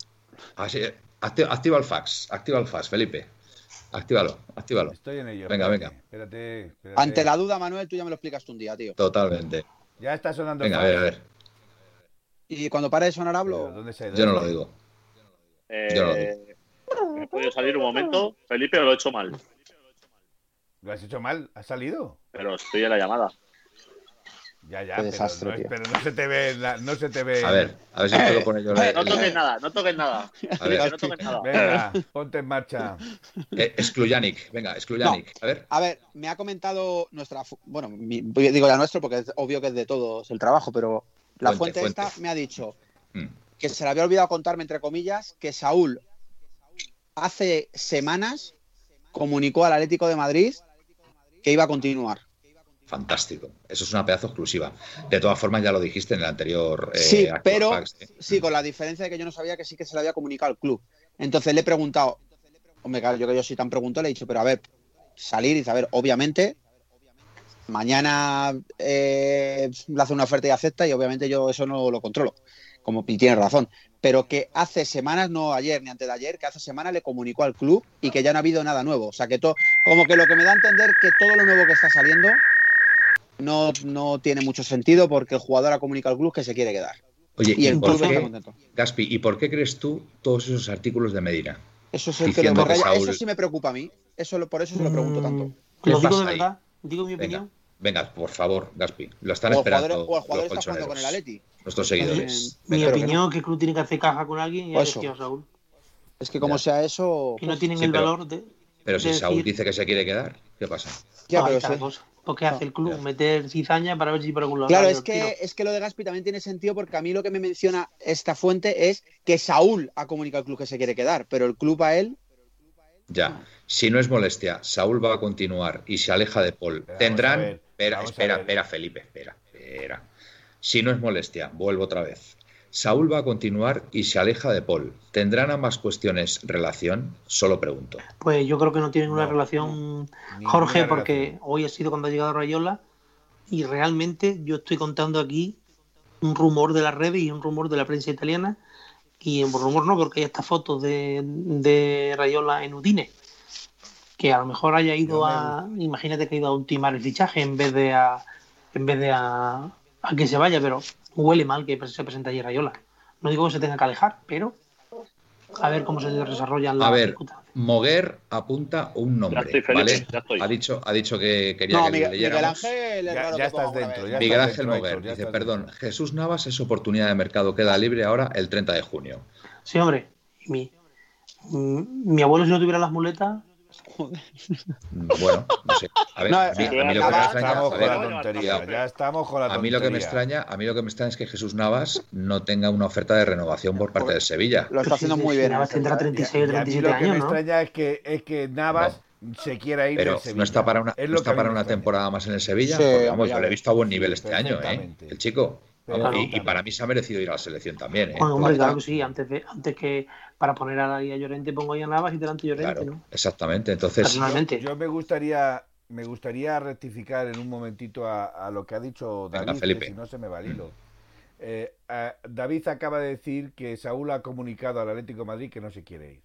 A: Así, activa, Ah, activa, el fax, activa el fax, Felipe. Actívalo, actívalo.
D: Estoy en ello.
A: Venga,
D: espérate,
A: venga.
D: Espérate, espérate.
B: Ante la duda, Manuel, tú ya me lo explicaste un día, tío.
A: Totalmente.
D: Ya está sonando.
A: Venga, el fax. a ver, a ver.
B: ¿Y cuando pare de sonar hablo?
D: ¿Dónde se ha ido?
A: Yo no lo digo.
C: Eh, Yo no lo digo. ¿Me he podido salir un momento, Felipe, o lo he hecho mal?
D: ¿Lo has hecho mal? ¿Has salido?
C: Pero estoy en la llamada.
D: Ya, ya, desastre, pero, no, pero, no, se te ve, la, no se te ve.
A: A ver, a ver si puedo poner yo la,
C: No toques nada, no toques nada. A ver. No toques nada.
D: Venga, ponte en marcha.
A: Eh, excluyanic, venga, excluyanic.
B: No. A ver. A ver, me ha comentado nuestra, bueno, mi, digo la nuestra porque es obvio que es de todos el trabajo, pero la fuente, fuente esta fuente. me ha dicho
A: mm.
B: que se le había olvidado contarme entre comillas que Saúl hace semanas comunicó al Atlético de Madrid que iba a continuar.
A: Fantástico. Eso es una pedazo exclusiva. De todas formas, ya lo dijiste en el anterior. Eh,
B: sí, pero Facts, ¿eh? sí, con la diferencia de que yo no sabía que sí que se le había comunicado al club. Entonces le he preguntado, hombre, claro, yo que yo soy tan preguntón, le he dicho, pero a ver, salir y saber, obviamente, mañana eh, le hace una oferta y acepta, y obviamente yo eso no lo controlo. Como y tiene razón, pero que hace semanas, no ayer ni antes de ayer, que hace semanas le comunicó al club y que ya no ha habido nada nuevo. O sea, que todo, como que lo que me da a entender que todo lo nuevo que está saliendo no, no, tiene mucho sentido porque el jugador ha comunicado al club que se quiere quedar.
A: Oye, y, ¿y el club qué, está contento. Gaspi, ¿y por qué crees tú todos esos artículos de Medina?
B: Eso es el que, lo que Saúl... Mm. Eso sí me preocupa a mí. Eso, por eso se lo pregunto tanto.
E: Mm, ¿Lo digo de verdad? ¿Digo mi opinión?
A: Venga, venga, por favor, Gaspi. Lo están o esperando.
B: El jugador, o el jugador está jugando con el Atleti.
A: Nuestros seguidores.
E: Venga, mi opinión es que el club tiene que hacer caja con alguien y ya
B: a Saúl. Es que como ya. sea eso.
E: Y no tienen sí, el
A: pero,
E: valor de.
A: Pero
E: de
A: si
E: decir...
A: Saúl dice que se quiere quedar, ¿qué pasa?
E: Ya, pero eso que pues, hace el club? Meter cizaña para ver si por algún lado.
B: Claro, es que, es que lo de Gaspi también tiene sentido porque a mí lo que me menciona esta fuente es que Saúl ha comunicado al club que se quiere quedar, pero el club a él.
A: Ya, si no es molestia, Saúl va a continuar y se aleja de Paul. Pero Tendrán. Ver, espera, espera, espera, Felipe, espera, espera. Si no es molestia, vuelvo otra vez. Saúl va a continuar y se aleja de Paul. ¿Tendrán ambas cuestiones relación? Solo pregunto.
E: Pues yo creo que no tienen una no, relación, Jorge, porque relación. hoy ha sido cuando ha llegado Rayola y realmente yo estoy contando aquí un rumor de las redes y un rumor de la prensa italiana y por rumor no, porque hay estas fotos de, de Rayola en Udine que a lo mejor haya ido a imagínate que ha ido a ultimar el fichaje en vez de a en vez de a, a que se vaya, pero huele mal que se presente allí Rayola. No digo que se tenga que alejar, pero a ver cómo se desarrollan las
A: A ver, Moguer apunta un nombre,
C: Ya estoy feliz,
A: ¿vale?
C: ya estoy.
A: Ha dicho, ha dicho que quería
B: No,
A: que
B: Miguel,
A: le
B: Miguel
A: leyéramos.
B: Ángel es
D: Ya-
B: raro
D: ya
B: que
D: estás
B: ponga
D: dentro,
B: Moguer.
D: ya.
A: Miguel
D: está
A: Ángel
D: dentro,
A: Moguer
D: Héctor, ya
A: dice,
D: está
A: perdón, Jesús Navas es oportunidad de mercado, queda libre ahora el 30 de junio.
E: Sí, hombre, mi, mm, mi abuelo si no tuviera las muletas,
A: Mm, Bueno, no sé. A ver,
B: No,
A: a mí- a
D: eh,
A: mí lo que me
B: ya
A: extraña,
D: estamos
A: a
D: con
A: ver,
D: la tontería. Ya estamos con la
A: a
D: tontería.
A: mí lo que me extraña, a mí lo que me extraña es que Jesús Navas no tenga una oferta de renovación por parte de Sevilla.
B: Lo está haciendo
E: Sí, sí,
B: muy
E: sí,
B: bien.
E: Navas
B: ¿eh?
E: tendrá
D: Y a-
E: 36 o
D: y a mí
E: 37
D: lo que
E: años,
D: me
E: ¿no?
D: extraña es que, es que Navas se quiera ir del
A: Pero
D: Sevilla.
A: no está para una,
D: Es
A: no
D: lo
A: está
D: que a mí
A: para
D: me
A: una
D: extraña.
A: temporada más en el Sevilla.
B: Sí,
A: porque, vamos, yo
B: hombre,
A: le he visto a buen nivel este año, ¿eh?
D: perfectamente.
A: El chico. Vamos, y- y,
D: Perfectamente.
A: para mí se ha merecido ir a la selección también, ¿eh?
E: Bueno, hombre,
A: Porque
E: claro que sí, antes, de- antes que para poner a, ahí a Llorente pongo ahí a Navas y delante Llorente,
A: Claro,
E: ¿no?
A: exactamente. Entonces,
E: Personalmente.
D: Yo me gustaría, me gustaría rectificar en un momentito a, a lo que ha dicho
A: Venga,
D: David, que
A: Felipe.
D: si no se me va el hilo. Eh, a- David acaba de decir que Saúl ha comunicado al Atlético de Madrid que no se quiere ir.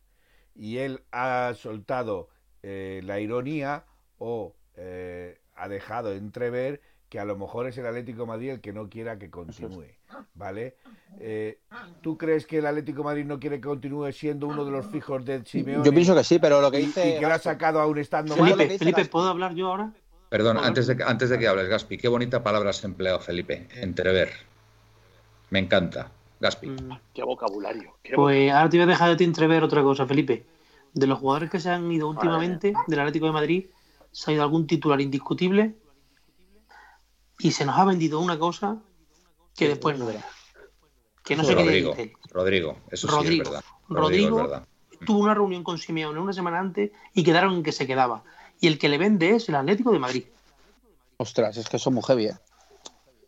D: Y él ha soltado eh, la ironía o eh, ha dejado entrever que a lo mejor es el Atlético de Madrid el que no quiera que continúe. ¿Vale? Eh, ¿Tú crees que el Atlético de Madrid no quiere que continúe siendo uno de los fijos de Simeone?
B: Yo pienso que sí, pero lo que
D: y,
B: dice.
D: y que lo ha
B: Gasco-
D: sacado aún estando
B: lo
D: mal.
B: que
E: Felipe,
B: dice
E: Felipe,
B: Gaspi.
E: ¿puedo hablar yo ahora?
A: perdón,
E: Hola.
A: antes de, que- antes de que hables, Gaspi, qué bonita palabra has empleado, Felipe. Entrever. Me encanta. Gaspi.
E: Mm,
C: Qué vocabulario. Qué
E: Pues ahora te voy a dejar de te entrever otra cosa, Felipe. De los jugadores que se han ido últimamente del Atlético de Madrid, se ha ido algún titular indiscutible y se nos ha vendido una cosa que después no era. Que no sé qué
A: Rodrigo.
E: decirte.
A: Rodrigo. Eso sí
E: Rodrigo.
A: es verdad.
E: Rodrigo.
A: es verdad.
E: tuvo una reunión con Simeone una semana antes y quedaron en que se quedaba. Y el que le vende es el Atlético de Madrid.
B: Ostras, es que son muy heavy. ¿eh?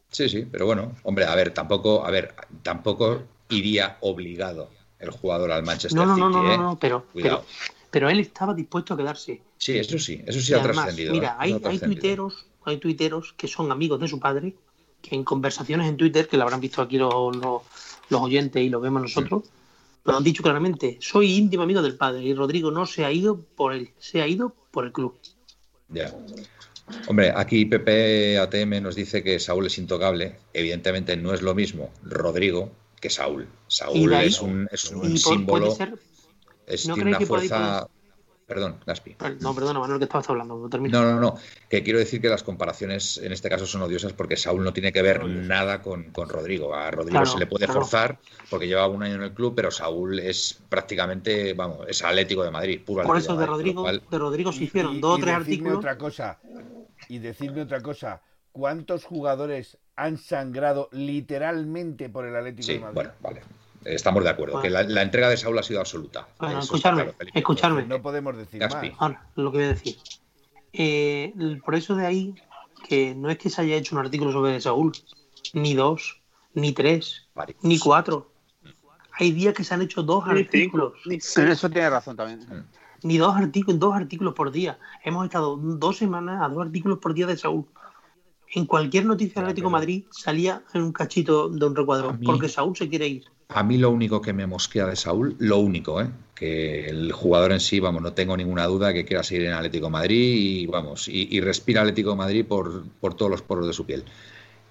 A: Sí, sí, pero bueno, hombre, a ver, tampoco, a ver, tampoco iría obligado el jugador al Manchester
E: No, no,
A: City,
E: no, no, no,
A: ¿eh?
E: no, pero,
A: Cuidado.
E: pero, pero él estaba dispuesto a quedarse.
A: Sí, eso sí, eso
E: Y
A: sí ha
E: además,
A: trascendido. ¿eh?
E: mira,
A: Eso ha
E: hay, hay
A: trascendido.
E: tuiteros, hay tuiteros que son amigos de su padre, que en conversaciones en Twitter, que lo habrán visto aquí los, los- los oyentes y lo vemos nosotros,
A: Mm.
E: lo han dicho claramente, soy íntimo amigo del padre y Rodrigo no se ha ido por él, se ha ido por el club.
A: Ya. Hombre, aquí Pepe ATM nos dice que Saúl es intocable. Evidentemente no es lo mismo Rodrigo que Saúl.
E: Y
A: Saúl
E: de ahí-
A: es un, es un
E: Y por-
A: símbolo,
E: puede ser...
A: es,
E: ¿no
A: tiene una
E: creéis que por ahí
A: fuerza... Perdón, Gaspi.
E: No, perdona, Manuel, que estabas hablando. Termina.
A: No, no, no. Que quiero decir que las comparaciones en este caso son odiosas porque Saúl no tiene que ver nada con, con Rodrigo. A Rodrigo
E: Claro,
A: se le puede
E: claro.
A: forzar porque lleva un año en el club, pero Saúl es prácticamente, vamos, es Atlético de Madrid, puro
E: Por
A: Atlético
E: eso
A: Madrid,
E: de
A: con
E: Rodrigo,
A: lo cual-
E: de Rodrigo se
D: Y-
E: hicieron
D: y-
E: dos o
D: y
E: tres
D: decidme
E: artículos.
D: Otra cosa, y decirme otra cosa, ¿cuántos jugadores han sangrado literalmente por el Atlético
A: Sí,
D: de Madrid?
A: bueno, vale. Estamos de acuerdo.
E: Bueno.
A: Que la, la entrega de Saúl ha sido absoluta.
E: Bueno,
A: Eso está
E: escuchadme, Eh,
A: claro, Felipe.
E: escuchadme.
D: No podemos decir
A: Gaspi.
D: más.
E: Ahora, lo que voy a decir. Eh, el- por eso de ahí, que no es que se haya hecho un artículo sobre Saúl, ni dos, ni tres,
A: Varios.
E: ni cuatro. Hay días que se han hecho dos
C: Ni cinco,
E: artículos,
C: ni
B: En
C: seis.
B: eso tiene razón también.
E: ni dos artículos, dos artículos por día. Hemos estado dos semanas a dos artículos por día de Saúl. En cualquier noticia de Atlético de Madrid salía en un cachito de un
A: A
E: recuadro,
A: mí-
E: porque Saúl se quiere ir.
A: A mí lo único que me mosquea de Saúl, lo único, ¿eh? que el jugador en sí, vamos, no tengo ninguna duda que quiera seguir en Atlético de Madrid y vamos, y, y respira Atlético de Madrid por, por todos los poros de su piel.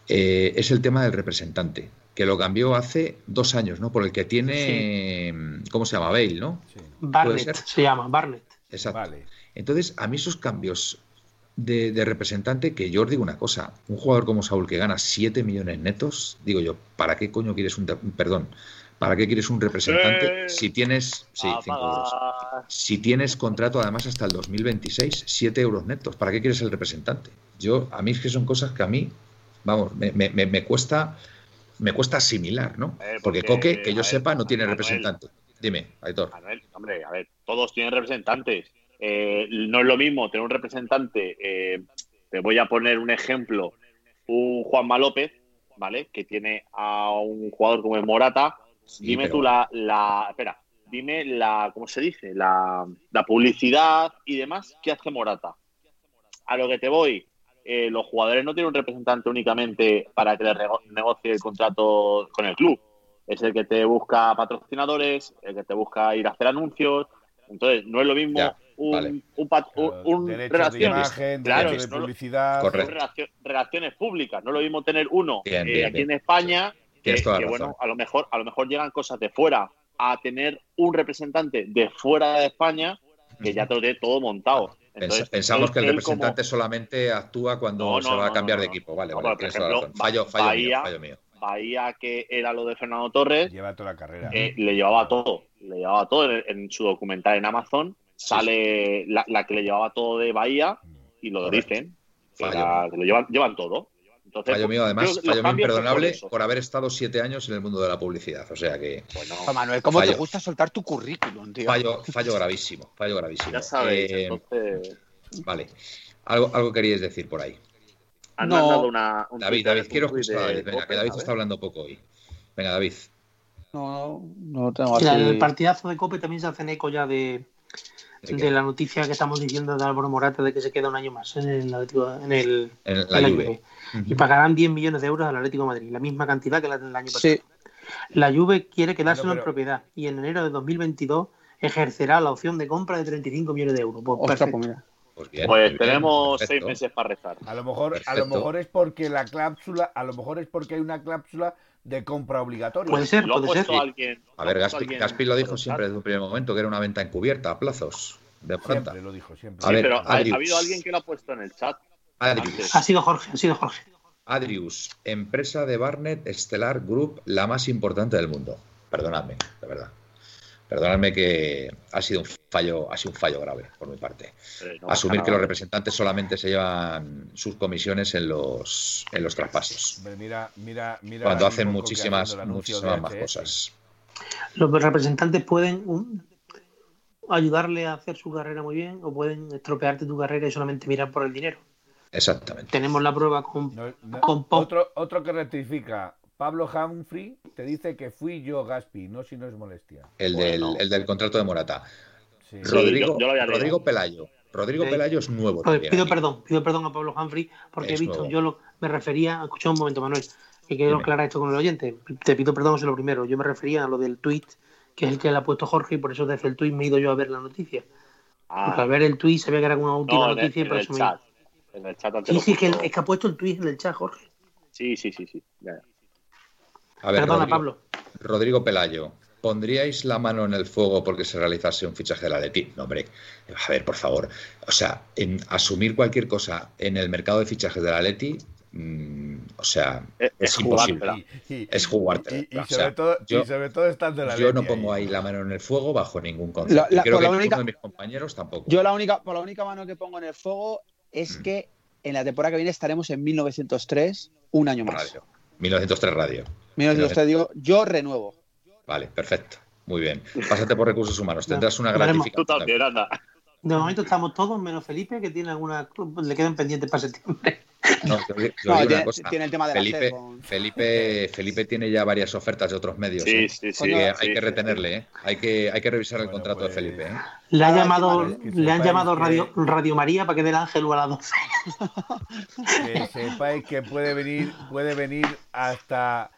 A: Eh, es el tema del representante, que lo cambió hace dos años, ¿no? Por el que tiene, ¿cómo se llama? Bale, ¿no?
D: Sí,
A: ser?
E: Barnett se llama, Barnett.
A: Exacto.
D: Vale.
A: Entonces, a mí esos cambios de, de representante, que yo os digo una cosa, un jugador como Saúl que gana 7 millones netos, digo yo, ¿para qué coño quieres un... de- Perdón, ¿para qué quieres un representante
C: Eh.
A: si tienes... Sí,
C: Apaga.
A: cinco euros. Si tienes contrato además hasta el 2026, 7 euros netos, ¿para qué quieres el representante? Yo, a mí es que son cosas que a mí, vamos, me, me- me- me cuesta... Me cuesta asimilar, ¿no?
C: Eh,
A: porque,
C: porque,
A: Coque, que
C: a
A: yo
C: ver,
A: sepa, no tiene
C: Manuel.
A: representante. Dime, Aitor.
C: Manuel, hombre, a ver, todos tienen representantes. Eh, no es lo mismo tener un representante, eh, te voy a poner un ejemplo, un Juanma López, ¿vale? Que tiene a un jugador como el Morata.
A: Sí,
C: dime
A: pero-
C: tú la, la- Espera, dime la. ¿Cómo se dice? La, la publicidad y demás que hace Morata. A lo que te voy, eh, los jugadores no tienen un representante únicamente para que les negocie el contrato con el club. Es el que te busca patrocinadores, el que te busca ir a hacer anuncios. Entonces, no es lo mismo
A: Ya,
C: un,
A: vale.
C: un pat- un-
D: Pero
C: un
D: derechos
C: relaciones,
D: de imagen,
C: claro,
D: derechos de
C: no lo-
D: publicidad.
C: son
A: Correcto.
C: relacio- relaciones públicas. No es lo mismo tener uno
A: Bien,
C: eh,
A: bien,
C: aquí
A: bien.
C: en España que,
A: Tienes toda la
C: que,
A: razón.
C: bueno, a lo mejor a lo mejor llegan cosas de fuera a tener un representante de fuera de España que ya te lo tiene todo montado.
A: Pens-
C: Entonces,
A: Pensamos
C: él-
A: que el
C: él
A: representante solamente actúa cuando
C: No, no,
A: se va a
C: no,
A: cambiar
C: no,
A: de
C: no.
A: equipo. Vale,
C: No,
A: vale,
C: por
A: tienes toda la
C: ejemplo,
A: razón. Fallo, fallo mío,
C: Bahía-
A: fallo mío.
C: como Bahía, que era lo de Fernando Torres,
D: Lleva toda la carrera.
C: eh, le llevaba todo. Le llevaba todo. En, en su documental en Amazon sale la, la que le llevaba todo de Bahía y lo
A: Correcto.
C: dicen. que
A: Fallo
C: era- que lo llevan, llevan todo. Entonces,
A: Fallo mío,
C: creo
A: además,
C: que los
A: fallo mío
C: cambios son por
A: imperdonable
C: eso.
A: por, haber estado siete años en el mundo de la publicidad. O sea que
C: Bueno,
B: Manuel, ¿cómo te
A: Fallo.
B: gusta soltar tu currículum, tío?
A: fallo, fallo gravísimo, fallo gravísimo.
C: ya sabéis,
A: Eh,
C: entonces
A: vale. Algo, algo queríais decir por ahí.
C: han
B: no.
C: mandado una, un
A: David,
C: Twitter,
A: David,
C: un
A: quiero
C: tuit
A: justo a
C: de
A: David. Venga, que
C: Cope,
A: David está
C: ¿sabes?
A: hablando poco hoy. Venga, David.
B: No, no tengo
E: Mira,
B: así.
E: en el partidazo de Cope también se hacen eco ya de,
A: ¿de qué?
E: de la noticia que estamos diciendo de Álvaro Morata de que se queda un año más en el, Atlético- en el,
A: En
E: en
A: la
E: la
A: Juve.
E: Juve. Y pagarán 10 millones de euros al Atlético de Madrid, la misma cantidad que la del año pasado.
B: Sí,
E: La Juve quiere quedárselo
D: Bueno, pero-
E: en propiedad y en enero de 2022 ejercerá la opción de compra de 35 millones de euros. Pues,
B: ostras,
E: perfecto.
B: pues mira.
A: Pues bien, muy
C: Pues
A: bien,
C: tenemos seis
A: perfecto.
C: meses para rezar.
D: A lo mejor, a
A: Perfecto.
D: lo mejor es porque la cláusula, a lo mejor es porque hay una cláusula de compra obligatoria.
E: Puede ser,
C: Pues Lo ha
E: puede ser.
C: puesto alguien.
A: A ver,
C: lo ha puesto
A: Gaspi,
C: alguien
A: Gaspi lo dijo
C: por el
A: siempre
C: chat.
A: desde un primer momento, que era una venta encubierta, a plazos, de planta.
D: Siempre lo dijo, siempre.
A: A
C: Sí,
A: ver,
C: pero ha,
A: Adrius.
C: ha habido alguien que lo ha puesto en el chat.
A: Adrius,
E: Ha sido Jorge, ha sido Jorge.
A: Adrius, empresa de Barnett Stellar Group, la más importante del mundo. Perdonadme, de verdad. Perdonadme que ha sido un fallo, ha sido un fallo grave por mi parte.
C: Eh, no
A: Asumir
C: pasa
A: que los
C: nada.
A: representantes solamente se llevan sus comisiones en los en los traspasos,
D: Hombre, mira, mira, mira
A: cuando
D: ahora
A: hacen
D: mismo Coque
A: muchísimas,
D: haciendo el anuncio
A: muchísimas
D: de E este, ¿eh?
A: más
D: HS.
A: cosas.
E: Los representantes pueden um, ayudarle a hacer su carrera muy bien o pueden estropearte tu carrera y solamente mirar por el dinero.
A: Exactamente.
E: Tenemos la prueba con
D: No, no-
E: Con Pau.
D: otro, otro que rectifica. Pablo Humphrey te dice que fui yo, Gaspi, no si no es molestia.
A: El,
C: Bueno.
A: del, el del contrato de Morata.
D: Sí.
C: Ro-
A: Rodrigo,
C: yo- yo lo había leído.
A: Rodrigo Pelayo. Rodrigo
E: Sí.
A: Pelayo es nuevo.
E: Pues
A: también
E: pido
A: aquí.
E: perdón, pido perdón a Pablo Humphrey porque
A: Es
E: he visto,
A: nuevo.
E: yo lo, me refería, escucha un momento Manuel, que quiero
A: Dime.
E: aclarar esto con el oyente, te pido perdón, es lo primero, yo me refería a lo del tweet que es el que le ha puesto Jorge y por eso desde el tweet me he ido yo a ver la noticia.
C: Ah,
E: Porque al ver el tweet se ve que era una última
C: no, en el,
E: noticia y
C: en
E: por
C: el
E: eso me...
C: chat. En el chat antes
E: Sí,
C: lo
E: sí, es que,
C: puso.
E: es que ha puesto el tweet en el chat, Jorge.
C: sí, sí, sí, sí. ya, ya.
A: A ver,
E: Perdona,
A: Rodrigo,
E: Pablo.
A: Rodrigo Pelayo, ¿pondríais la mano en el fuego porque se realizase un fichaje de la Leti? No, hombre, a ver, por favor. O sea, en asumir cualquier cosa en el mercado de fichajes de la Leti, mm, o sea,
C: Es-
A: es,
C: es
A: imposible.
C: jugártela.
D: Y- y-
A: pues Es jugártela.
D: Y, y
A: O
D: sobre,
A: sea,
D: todo,
A: yo-
D: y sobre todo estando en la ¿eh?
A: Yo no
D: Leti
A: pongo ahí la mano en el fuego bajo ningún
B: La-
A: concepto.
B: la-
A: Y creo
B: por
A: que
B: la
A: ninguno
B: única-
A: de mis compañeros tampoco.
B: Yo la única, por la única mano que pongo en el fuego es
A: Mm.
B: que en la temporada que viene estaremos en 1903, un año más.
A: Radio. 1903 Radio.
B: 1903 digo, yo renuevo.
A: Vale, perfecto. Muy bien. Pásate por recursos humanos. Tendrás una
E: Lo haremos.
A: gratificación.
C: Tú también, anda.
E: De momento estamos todos, menos Felipe, que tiene alguna... Le quedan pendientes para septiembre.
A: No, te digo- te
B: No,
A: digo una
B: tiene,
A: cosa.
B: tiene el tema de la
A: Felipe,
B: sed con-
A: Felipe, Felipe tiene ya varias ofertas de otros medios.
C: Sí,
A: ¿eh?
C: sí, sí.
A: Así que
C: sí,
A: hay que
C: sí.
A: retenerle, ¿eh? hay que hay que revisar el
D: Bueno,
A: contrato de
D: pues,
A: Felipe. ¿eh?
E: Le, ha
B: Ah,
E: llamado,
D: sí, vale.
E: le han llamado
D: Que sepáis
E: Radio, Radio María para que dé el ángel a las 12.
D: Que sepáis que puede venir, puede venir hasta.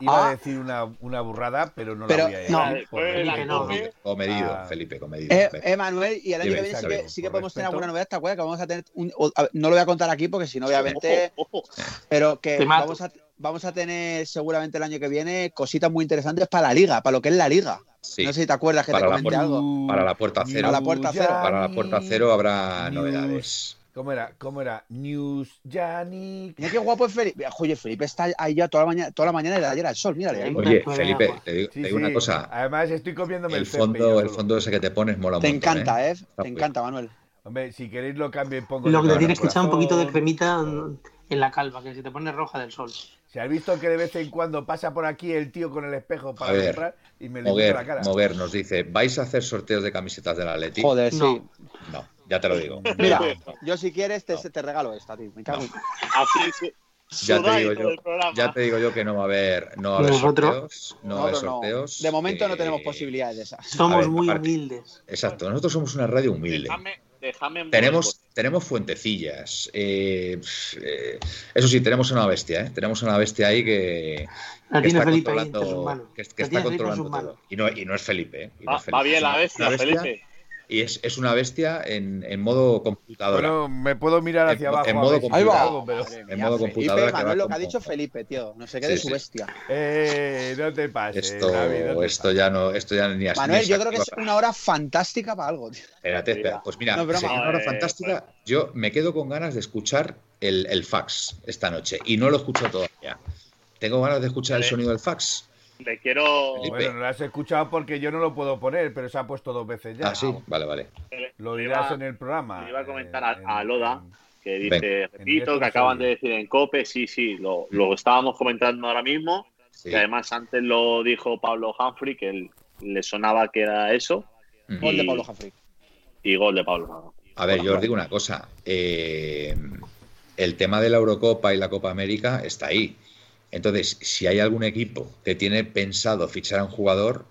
D: Iba a
E: Ah.
D: decir una, una burrada, pero no
B: Pero-
D: la voy a decir.
E: no,
D: porque-
C: después de la
D: porque-
E: no.
C: come.
A: Comedido,
D: Ah.
A: Felipe, comedido.
B: Eh,
A: Venga.
B: eh, Manuel, y el año
A: Dime,
B: que viene sí
D: Isabel,
B: que, sí que
D: por
B: podemos tener
D: respeto.
B: alguna novedad, ¿te acuerdas? Que vamos a tener un- o- a ver, no lo voy a contar aquí porque si no, obviamente.
C: Ojo, ojo.
B: Pero que
E: Te mato.
B: vamos a, vamos a tener seguramente el año que viene cositas muy interesantes para la liga, para lo que es la liga.
A: Sí.
B: No sé si te acuerdas que
A: Para
B: te
A: la
B: comenté
A: puerta-
B: algo.
A: Para la puerta
D: New
A: cero.
B: A la puerta cero.
D: Yanni.
A: Para la puerta cero habrá
D: News.
A: novedades.
D: ¿Cómo era? ¿Cómo era? News Yannick.
B: Mira qué guapo es Felipe. Oye, Felipe está ahí ya toda la mañana, toda la mañana y de ayer al sol, mírale. ahí.
E: Sí.
A: Oye,
E: Pues,
A: Felipe,
E: pues,
A: te digo,
D: Sí,
A: te digo una
D: sí.
A: cosa.
D: Además, estoy comiéndome el,
A: El
D: césped yo
A: fondo, el
D: solo.
A: fondo ese que te pones mola un
B: Te
A: montón,
B: encanta, ¿eh?
A: muy
B: Te encanta, Manuel.
D: Hombre, si queréis lo cambio y pongo.
E: Lo
D: de
E: que te
D: cara
E: tienes que echar un poquito de
D: corazón.
E: cremita en en la calva, que se te pone roja del sol.
D: Si has visto que de vez en cuando pasa por aquí el tío con el espejo para
A: A ver,
D: comprar y me le quita la cara.
A: Moguer, Moguer nos dice, ¿vais a hacer sorteos de camisetas de la Leti?
B: Joder,
E: No.
B: sí.
A: No, ya te lo digo.
B: Mira,
A: No.
B: yo si quieres te,
A: No.
B: te regalo esta, tío. Me cago en-
C: Así su-
A: Ya te
C: sudáis
A: digo
C: todo
A: yo,
C: el programa.
A: Ya te digo yo que no va a haber, no va a haber
E: Nosotros-
A: sorteos. No va a haber
B: Nosotros no.
A: sorteos.
B: De momento no
A: eh,
B: tenemos posibilidades de esas.
E: Somos
A: A ver,
E: muy
A: aparte-
E: humildes.
A: Exacto, nosotros somos una radio humilde.
C: Dejadme, Dejadme en
A: Tenemos, tenemos fuentecillas. eh, eh, eso sí, tenemos una bestia, ¿eh? Tenemos una bestia ahí que,
E: La
A: que
E: tiene
A: está
E: Felipe ahí entre sus manos.
A: controlando, que- que
E: La
A: está
E: tiene Felipe en
A: controlando
E: sus manos.
A: todo. Y no, y no es Felipe, ¿eh? Y no
C: Va,
A: es Felipe.
C: va bien la
A: Es
C: bestia,
A: una
C: Felipe.
A: Y es, es una bestia en, en modo computadora.
D: Bueno, me puedo mirar hacia
A: En-
D: abajo.
A: en
D: a
A: modo
D: ver si
A: computador.
D: veo algo, pero-
A: en modo computadora
B: Felipe,
A: que va
B: Manuel, lo que ha
A: como-
B: dicho Felipe, tío. No sé qué de
A: Sí,
B: su
A: sí.
B: bestia.
D: Eh, no te pases,
A: Esto,
D: David, no te
A: esto ya no, esto ya ni así.
B: Manuel, yo creo que es una hora fantástica para algo, tío.
A: Espérate, espera. Pues mira,
B: No, broma.
A: si es una hora
C: Eh,
A: fantástica. Yo me quedo con ganas de escuchar el, el fax esta noche y no lo escucho todavía. Tengo ganas de escuchar el
C: Vale.
A: sonido del fax.
C: Le quiero,
A: Felipe.
D: Bueno, no lo has escuchado porque yo no lo puedo poner, pero se ha puesto dos veces ya.
A: ah, sí, vale, vale.
D: Lo
C: Le
D: dirás
C: iba-
D: en el programa.
C: le iba a comentar
D: eh,
C: a- a Loda. que dice,
D: directo
C: repito,
D: no
A: este
C: que
D: se
C: acaban
D: oye.
C: de decir en COPE, sí, sí, lo, lo estábamos comentando ahora mismo,
A: Sí.
C: que además antes lo dijo Pablo Humphrey, que él- le sonaba que era eso,
A: Mm.
B: Gol de Pablo Jafri.
C: y gol de Pablo.
A: A ver, yo os digo una cosa. eh, el tema de la Eurocopa y la Copa América está ahí. Entonces, si hay algún equipo que tiene pensado fichar a un jugador,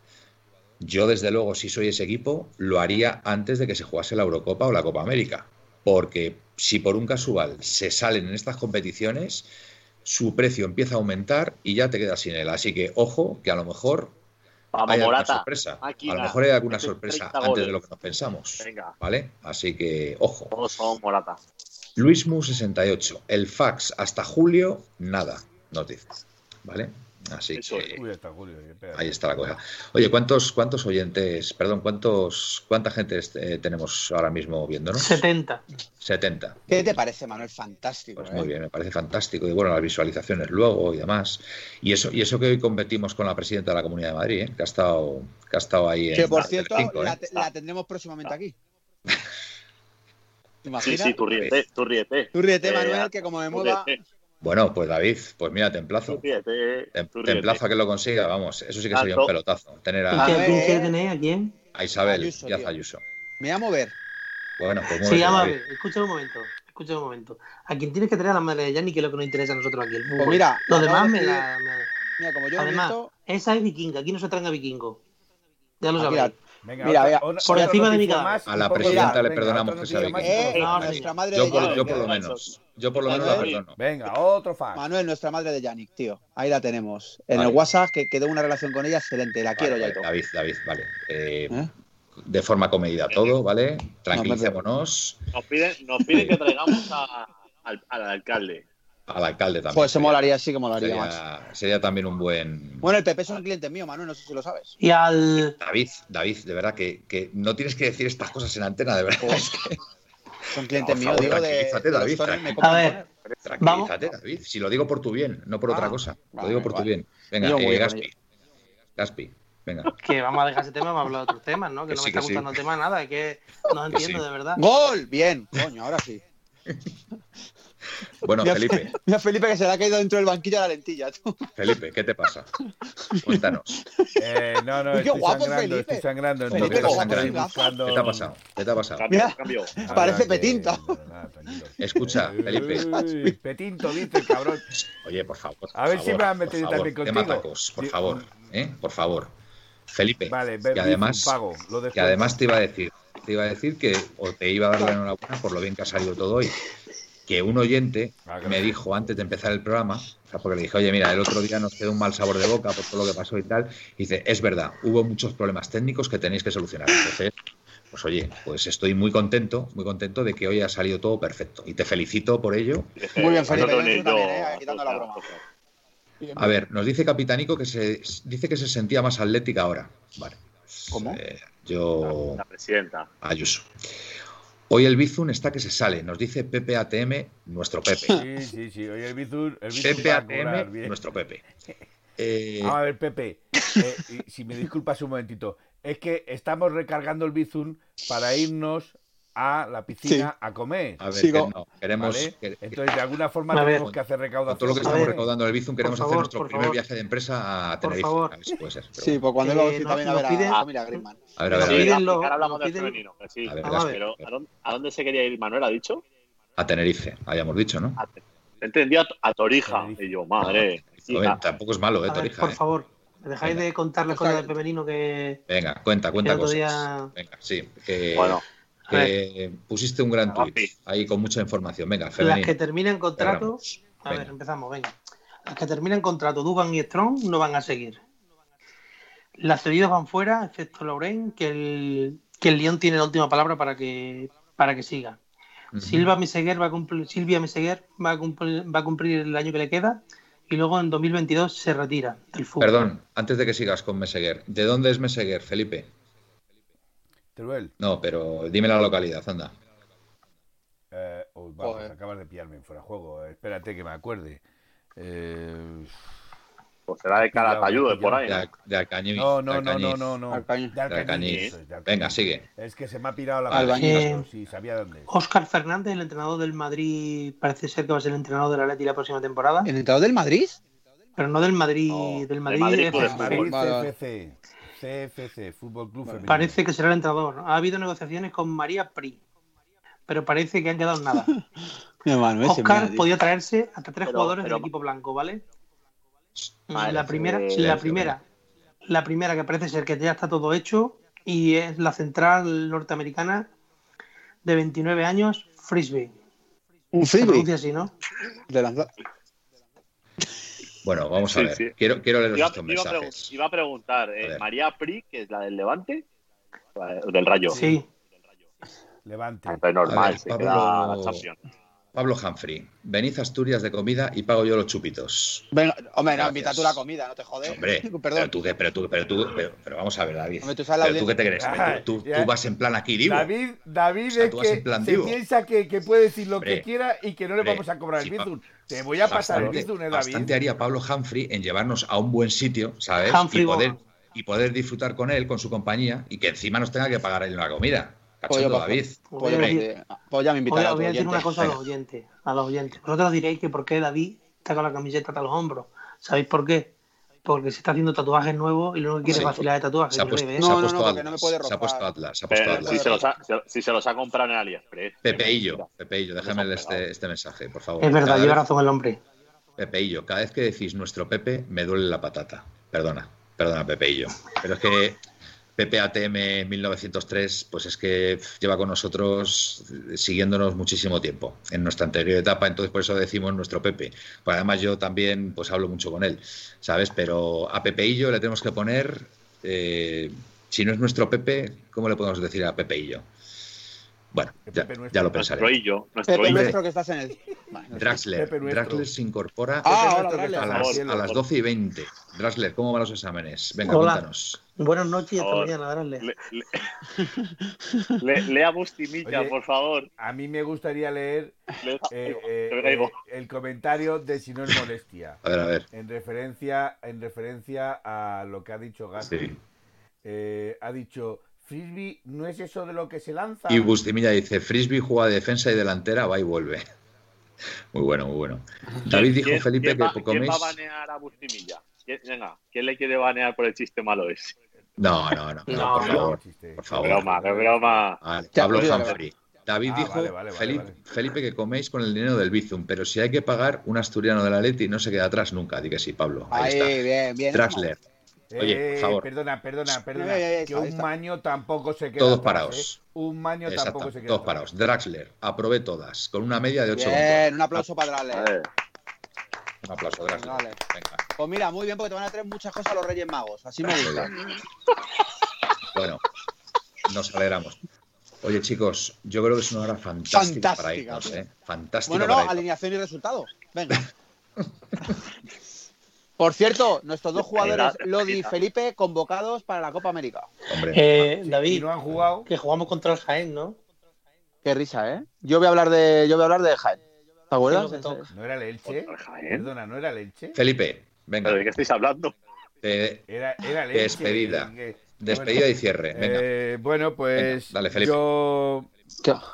A: yo desde luego, si soy ese equipo, lo haría antes de que se jugase la Eurocopa o la Copa América. Porque si por un casual se salen en estas competiciones, su precio empieza a aumentar y ya te quedas sin él. Así que ojo, que a lo mejor
C: Vamos,
A: hay alguna
C: Morata.
A: sorpresa.
C: máquina.
A: a lo mejor hay alguna
C: Mete
A: sorpresa
C: 30
A: antes de
C: goles.
A: lo que nos pensamos.
C: Venga,
A: ¿Vale? Así que, ojo.
C: todos son Morata.
A: Luis Mu 68. El fax hasta julio, nada. Noticias. ¿Vale? Así
C: Eso
A: que
D: Uy, está Julio. espera.
A: ahí está la cosa. Oye, ¿cuántos, cuántos oyentes, perdón, cuántos, cuánta gente eh, tenemos ahora mismo viéndonos?
E: 70.
A: 70.
B: ¿Qué te parece, Manuel? Fantástico.
A: Pues
B: ¿eh?
A: muy bien, me parece fantástico. Y bueno, las visualizaciones luego y demás. Y eso, y eso que hoy competimos con la presidenta de la Comunidad de Madrid, ¿eh? que ha estado, que ha estado ahí en
B: Que por
A: Telecinco,
B: cierto,
A: ¿eh?
B: la, te- la tendremos próximamente aquí. ¿Te
C: Sí,
B: imaginas?
C: sí, tú ríete, tú ríete.
B: Tú ríete,
C: Eh,
A: ah,
B: Manuel, que como me
C: Tú
B: mueva.
C: ríete,
A: Bueno, pues David, pues mira, te emplazo.
C: tú ríete,
A: Te, te
C: tú ríete.
A: emplazo a que lo consiga, vamos. Eso sí que sería
C: Tanto.
A: un pelotazo. Tener
E: ¿Y qué-
A: a,
B: Vale.
E: ¿A quién quiere tener? ¿A quién?
A: a Isabel
B: Ayuso,
A: Díaz
B: tío.
A: Ayuso.
B: Me voy a mover.
A: Bueno, pues muy
E: Se
A: bien,
E: llama, a
A: David.
E: ver, escucha un momento, escucha un momento. A quien tienes que tener a la madre de Yanni, que es lo que nos interesa a nosotros aquí. el fútbol.
B: Pues mira,
E: lo demás
B: acabo de
E: me la. me la-
B: Mira, como yo
E: Además,
B: grito,
E: esa es vikinga, aquí no se tranga vikingo. Ya lo
B: Aquí
E: sabéis.
D: Venga,
B: Mira,
D: otra-
B: vea,
D: otra-
E: por
D: otra
E: encima de mi
D: noticia
E: cabeza.
D: más y
A: A la
D: poco ya.
A: presidenta le
D: Venga,
A: perdonamos
D: otra
A: ese
D: noticia
A: Viking.
D: más y
B: eh,
D: poco
E: no,
D: ya.
B: nuestra madre de
A: Yo por,
B: Yannick.
A: yo por lo
C: Venga,
A: menos. Yo por lo menos la
B: Manuel.
A: perdono.
D: Venga, otro fax.
B: Manuel, nuestra madre de Yannick, tío. Ahí la tenemos. En
A: Vale.
B: el WhatsApp que quedó una relación con ella excelente. La quiero
A: Vale,
B: ya y
A: vale,
B: todo.
A: David, David, vale. Eh,
B: ¿Eh?
A: De forma comedida todo, ¿vale? Tranquilicémonos
C: Nos piden, nos piden que traigamos a- al, al alcalde.
A: al alcalde también.
B: Pues se
A: Sería-
B: molaría, sí que molaría más.
A: Sería, sería también un buen.
B: Bueno, el PP es un cliente mío, Manuel, no sé si lo sabes.
E: Y al.
A: David, David, de verdad que, que no tienes que decir estas cosas en antena, de verdad. Es que-
B: Son clientes
A: Por
B: mío,
A: favor,
B: digo, de,
A: tranquilízate,
B: de los
A: David,
B: tonos, me
A: tranquilízate.
B: compran
E: A ver,
B: tonos.
A: Tranquilízate, David. Si lo digo por tu bien, no por otra
B: Ah,
A: cosa. Lo
B: vale,
A: digo por tu
B: vale.
A: bien. Venga,
B: Yo voy
A: eh,
B: con
A: Gaspi.
B: ello.
A: Gaspi, venga.
E: Que vamos a dejar ese tema, vamos a hablar de otros temas, ¿no? Que,
A: Que
E: no
A: sí,
E: me está
A: que sí.
E: gustando el tema nada, es que no
A: Que sí.
E: entiendo de verdad.
B: ¡Gol! Bien, coño, ahora sí.
A: Bueno,
B: Mira,
A: Felipe,
B: Mira, Felipe, que se le ha caído dentro del banquillo a la lentilla. tú.
A: Felipe, ¿qué te pasa? Cuéntanos.
D: Eh, no, no,
B: Qué
D: estoy
B: guapo,
D: sangrando,
B: Felipe.
D: estoy sangrando.
B: Felipe,
A: qué
D: entonces estoy
A: guapo, sin
B: gafas.
D: buscando-
A: ¿Qué te ha pasado? ¿Qué te ha pasado?
C: Cambio,
B: Mira.
C: cambio.
D: Nada,
B: Parece
D: que-
B: Petinto.
D: no, nada, tranquilo.
A: Escucha,
D: Uy,
A: Felipe.
D: uy, Petinto, dice, cabrón.
A: Oye, por favor. por
D: A ver si
A: favor,
D: me van a
A: por
D: meter
A: favor,
D: también
A: Tema
D: contigo.
A: tacos, por
D: Sí.
A: favor. ¿eh? Por favor. Felipe,
D: Vale,
A: que,
D: Berbice,
A: además,
D: pago. Lo
A: que
D: descuento.
A: además te iba a decir, te iba a decir que, o te iba a dar la enhorabuena por lo bien que ha salido todo hoy, que un oyente
D: Ah, claro.
A: me dijo antes de empezar el programa, o sea, porque le dije, oye, mira, el otro día nos quedó un mal sabor de boca por todo lo que pasó y tal, y dice, es verdad, hubo muchos problemas técnicos que tenéis que solucionar. Entonces, pues oye, pues estoy muy contento, muy contento de que hoy ha salido todo perfecto. Y te felicito por ello,
B: Muy bien,
C: Nosotros
B: Felipe, yo
C: ni
B: también,
C: yo,
B: eh, quitando la broma.
A: A ver, nos dice Capitanico que se dice que se sentía más atlética ahora. Vale.
B: ¿Cómo?
A: Eh, yo
C: La presidenta.
A: Ayuso. Hoy el Bizun está que se sale, nos dice Pepe ATM, nuestro Pepe.
D: Sí, sí, sí. Oye, el Bizur, el Bizur
A: Pepe
D: va a cobrar
A: ATM,
D: bien.
A: nuestro Pepe. Eh,
D: Vamos a ver, Pepe, eh, y si me disculpas un momentito, es que estamos recargando el Bizum para irnos a la piscina a comer.
A: a ver,
B: sigo.
A: que no, queremos
D: ¿vale?
A: que- que-
D: Entonces, de alguna forma
E: A ver.
D: tenemos que hacer
A: con
D: recaudación.
A: todo lo que
E: A
A: estamos
E: ver,
A: recaudando el Bizun queremos
E: por
A: hacer
E: favor,
A: nuestro
E: por
A: primer
E: favor.
A: viaje de empresa a
E: Por
A: Tenerife.
E: favor.
A: A ver si puede ser. pero
B: Sí, pues cuando iba a
E: Eh,
B: decir
E: nos-
B: también a
E: nos
B: ver
E: piden-
B: a, a Mira Griezmann.
A: bueno. a ver, a ver, a,
E: Nos
A: ver,
E: piden-
C: Sí,
E: Mírenlo,
C: ahora hablamos
E: lo
C: de
E: piden. Ah,
C: femenino. que sí.
A: A ver,
E: Vamos a
A: ver.
C: Pero, ¿a dónde, a dónde se quería ir Manuel? ¿Ha dicho?
A: a Tenerife, habíamos dicho, ¿no?
E: Ah,
C: A- Entendí a, a Torija.
D: Tenerife.
C: Y yo, madre.
A: A ver, tampoco es malo, ¿eh,
E: ah. A ver,
A: Torija?
E: por
A: eh.
E: favor, ¿me dejáis de contar las
B: Venga.
E: cosas del femenino que
A: Venga, cuenta,
E: el
A: cuenta
E: otro
A: cosas.
E: día.
A: Venga, sí. eh,
C: Bueno,
A: que pusiste un gran tweet ahí con mucha información. Venga,
E: femenino. Las Ah, que terminan contratos. A venga. ver, empezamos, venga. Las que terminan contrato, Duban y Strong, no van a seguir. Las cedidas van fuera, excepto Lauren, que el, que el León tiene la última palabra para que, para que siga. Uh -huh. Silva Meseguer va a cumplir, Silvia Meseguer va a, cumplir, va a cumplir el año que le queda y luego en 2022 se retira del fútbol.
A: Perdón, antes de que sigas con Meseguer, ¿de dónde es Meseguer, Felipe?
D: Teruel.
A: No, pero dime la localidad, anda.
D: Eh, oh, vamos, acabas de pillarme en fuera de juego. eh, Espérate que me acuerde. Eh...
C: Pues será de Calatayud, de por ahí.
A: De, de Alcañiz.
D: No, no, no, no, no, no.
A: Alcañiz. De Alcañiz. Alcañiz. Venga, sigue.
D: Es que se me ha pirado la palabra. Sí, sabía dónde.
E: Óscar Fernández, el entrenador del Madrid, parece ser que va a ser el entrenador de la Leti la próxima temporada.
B: ¿El entrenador del Madrid?
E: Pero no del Madrid, no, del Madrid,
D: Madrid, Madrid CFC. CFC, Fútbol Club Femenino.
E: Parece que será el entrenador. Ha habido negociaciones con María Pri, pero parece que han quedado en nada.
B: Mano,
E: Oscar podía traerse hasta tres pero, jugadores pero... del equipo blanco, ¿vale? Vale, la primera, eh, la primera, la primera que parece ser que ya está todo hecho y es la central norteamericana de 29 años, Frisbee.
B: Un Frisbee.
E: así, ¿no?
B: De la...
A: Bueno, vamos a sí, ver. Sí. Quiero, quiero leer
C: iba,
A: estos mensajes.
C: Iba a preguntar, eh, María Pri, que es la del Levante, del Rayo.
E: Sí. Del Rayo.
D: Levante.
C: Pero normal, ver, se Pablo... queda la Champions.
A: Pablo Humphrey, venid a Asturias de comida y pago yo los chupitos.
B: Venga, hombre, no, invita tú la comida, no te jodes.
A: Hombre, Eh, Perdón. pero tú, pero tú, pero tú, pero, pero vamos a ver, David.
B: Hombre, ¿tú,
A: sabes pero tú qué te crees? Ay, tú, tú, vas en plan aquí, digo.
D: David, David o sea, es que en plan, se digo. piensa que, que, puede decir lo hombre, que quiera y que no le hombre, vamos a cobrar el sí, bizun. Te voy a pasar
A: bastante,
D: el ¿eh, bizun,
A: David. Bastante haría Pablo Humphrey en llevarnos a un buen sitio, ¿sabes? Humphrey y poder, Bob. y poder disfrutar con él, con su compañía, y que encima nos tenga que pagar él una comida. Cachondo,
B: Pollo,
A: David.
B: Pollo, Pollo, Pollo, pues ya me
E: voy a, voy a decir una cosa Venga. a los oyentes. A los oyentes. Vosotros diréis que por qué David está con la camiseta hasta los hombros. ¿Sabéis por qué? Porque se está haciendo tatuajes nuevos y luego quiere sí, vacilar de tatuajes.
A: Se ha puesto,
E: ¿eh?
A: se no, no, no, Atlas. No me puede se ha puesto Atlas. Se ha puesto Pero, Atlas.
C: Si, Eh, se los ha, si se los ha comprado en AliExpress.
A: Pepeillo, Pepeillo, déjame leer este, este, mensaje, por favor.
E: Es verdad, cada lleva vez, razón el hombre.
A: Pepeillo, cada vez que decís nuestro Pepe, me duele la patata. Perdona, perdona, Pepeillo. Pero es que PPATM 1903, pues es que lleva con nosotros siguiéndonos muchísimo tiempo en nuestra anterior etapa, entonces por eso decimos nuestro Pepe. Pues además yo también pues hablo mucho con él, ¿sabes? Pero a Pepeillo le tenemos que poner, eh, si no es nuestro Pepe, ¿cómo le podemos decir a Pepeillo? Bueno, ya, ya, lo pensaré.
C: Nuestro illo,
B: nuestro Pepe illo. nuestro que estás en el.
A: Bueno, Draxler. Draxler se incorpora
B: ah, hola,
A: a, las, a, las, 12 y 20. Draxler, ¿cómo van los exámenes? Venga,
E: hola.
A: cuéntanos.
E: Buenas noches y hasta hola. mañana, Draxler.
C: Le, le, lea Bustimilla, Oye, por favor.
D: A mí me gustaría leer eh,
C: Ah,
D: eh, eh, el comentario de Si no es molestia.
A: A ver, a ver.
D: En referencia, en referencia a lo que ha dicho Gaspi. Sí. ha dicho. Frisbee no es eso de lo que se lanza.
A: Y Bustimilla dice, Frisbee juega de defensa y delantera, va y vuelve. Muy bueno, muy bueno. David dijo, Felipe,
C: ¿quién va,
A: que
C: coméis... ¿Quién va a banear a Bustimilla? ¿Quién, venga, ¿quién le quiere banear por el chiste malo ese?
A: No, no, no, no, no por, no. Favor, por favor.
C: Broma, broma.
A: Vale, Pablo Humphrey. David ah, dijo, vale, vale, Felipe, Felipe, que coméis con el dinero del Bizum, pero si hay que pagar, un asturiano de la Leti no se queda atrás nunca. Dí que sí, Pablo. Ahí, Ahí está.
B: Bien, bien.
A: Trasler. Oye, por favor.
D: Eh, perdona, perdona, perdona. Eh, eh, que un maño tampoco se queda. ¿eh?
A: Todos atrás, parados.
D: Un maño Exacto, tampoco se queda.
A: Todos parados.
D: Atrás.
A: Draxler, aprobé todas, con una media de 8
B: Bien, un aplauso para
A: Eh,
B: Draxler.
A: Un aplauso, Draxler. Vale. Venga.
B: Pues mira, muy bien, porque te van a traer muchas cosas los Reyes Magos. Así me gusta.
A: bueno, nos alegramos. Oye, chicos, yo creo que es una hora fantástica, fantástica para irnos, ¿eh? Fantástica.
B: Bueno, no,
A: para
B: alineación y resultado. Venga. Por cierto, nuestros dos jugadores, Lodi y Felipe, convocados para la Copa América.
A: Hombre,
E: eh, David,
D: Ah, no han jugado.
E: que jugamos contra el Jaén, ¿no?
B: Qué risa, ¿eh? Yo voy a hablar de, yo voy a hablar de Jaén. ¿Te acuerdas?
D: ¿No era el Elche? Perdona, ¿no era el Elche?
A: Felipe, venga.
C: ¿De qué estáis hablando?
A: De,
D: era, era el
A: Elche, Despedida. Que, despedida bueno, y cierre. Venga.
D: Eh, bueno, pues
A: venga, dale,
D: yo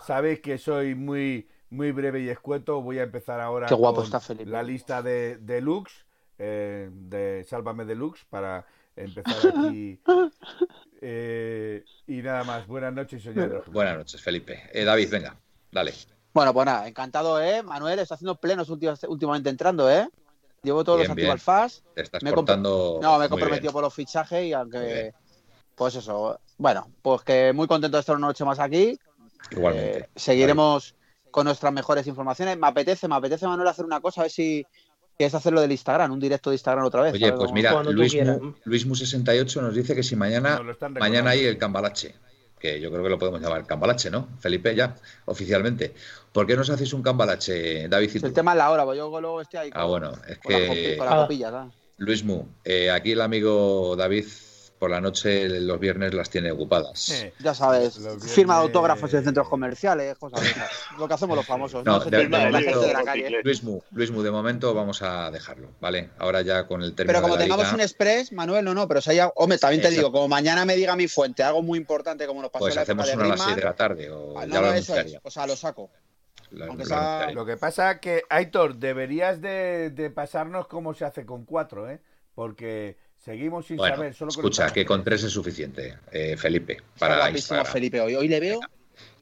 D: sabéis que soy muy, muy breve y escueto. Voy a empezar ahora
B: qué guapo con está Felipe.
D: la lista de, de looks. Eh, de Sálvame Deluxe para empezar aquí. Eh, y nada más, buenas noches, señor.
A: Buenas noches, Felipe. Eh, David, venga, dale.
B: Bueno, pues nada, encantado, ¿eh? Manuel, está haciendo plenos últimamente entrando, ¿eh? Llevo todos bien, los activos FAS.
A: Te estás me portando
B: No, me he comprometido por los fichajes y aunque... Pues eso, bueno, pues que muy contento de estar una noche más aquí.
A: Igualmente.
B: Eh, seguiremos Ahí. con nuestras mejores informaciones. Me apetece, me apetece, Manuel, hacer una cosa, a ver si quieres hacerlo del Instagram, un directo de Instagram otra vez.
A: Oye, pues mira, Luismu68 Luis nos dice que si mañana, no, mañana hay el cambalache, que yo creo que lo podemos llamar cambalache, ¿no? Felipe, ya, oficialmente. ¿Por qué nos hacéis un cambalache, David?
B: Si el tema es la hora, pues yo luego estoy ahí.
A: Con, ah, bueno, es que. Con la copilla, ah. Luismu, eh, aquí el amigo David por la noche los viernes las tiene ocupadas. Eh,
B: ya sabes, viernes... firma de autógrafos en centros comerciales, cosas de esas. Lo que hacemos los famosos.
A: No, ¿no? De, de, de, momento, de la calle. Luis, Mu, Luis Mu, de momento vamos a dejarlo, ¿vale? Ahora ya con el término.
B: Pero como
A: de la
B: tengamos liga, un express, Manuel, no, no, pero o sea, ya, hombre, también te Exacto. digo, como mañana me diga mi fuente algo muy importante como nos pasó
A: Pues
B: en la
A: hacemos
B: época
A: una Rima, a las 6 de la tarde. O,
B: ah, no, ya lo eso es, o sea, lo saco.
D: Lo, lo, sea... lo que pasa que, Aitor, deberías de pasarnos cómo se hace con cuatro, ¿eh? Porque Seguimos sin bueno, saber. Solo
A: con escucha, que con tres es suficiente, eh, Felipe. Para Instagram.
B: Felipe hoy. Hoy le veo.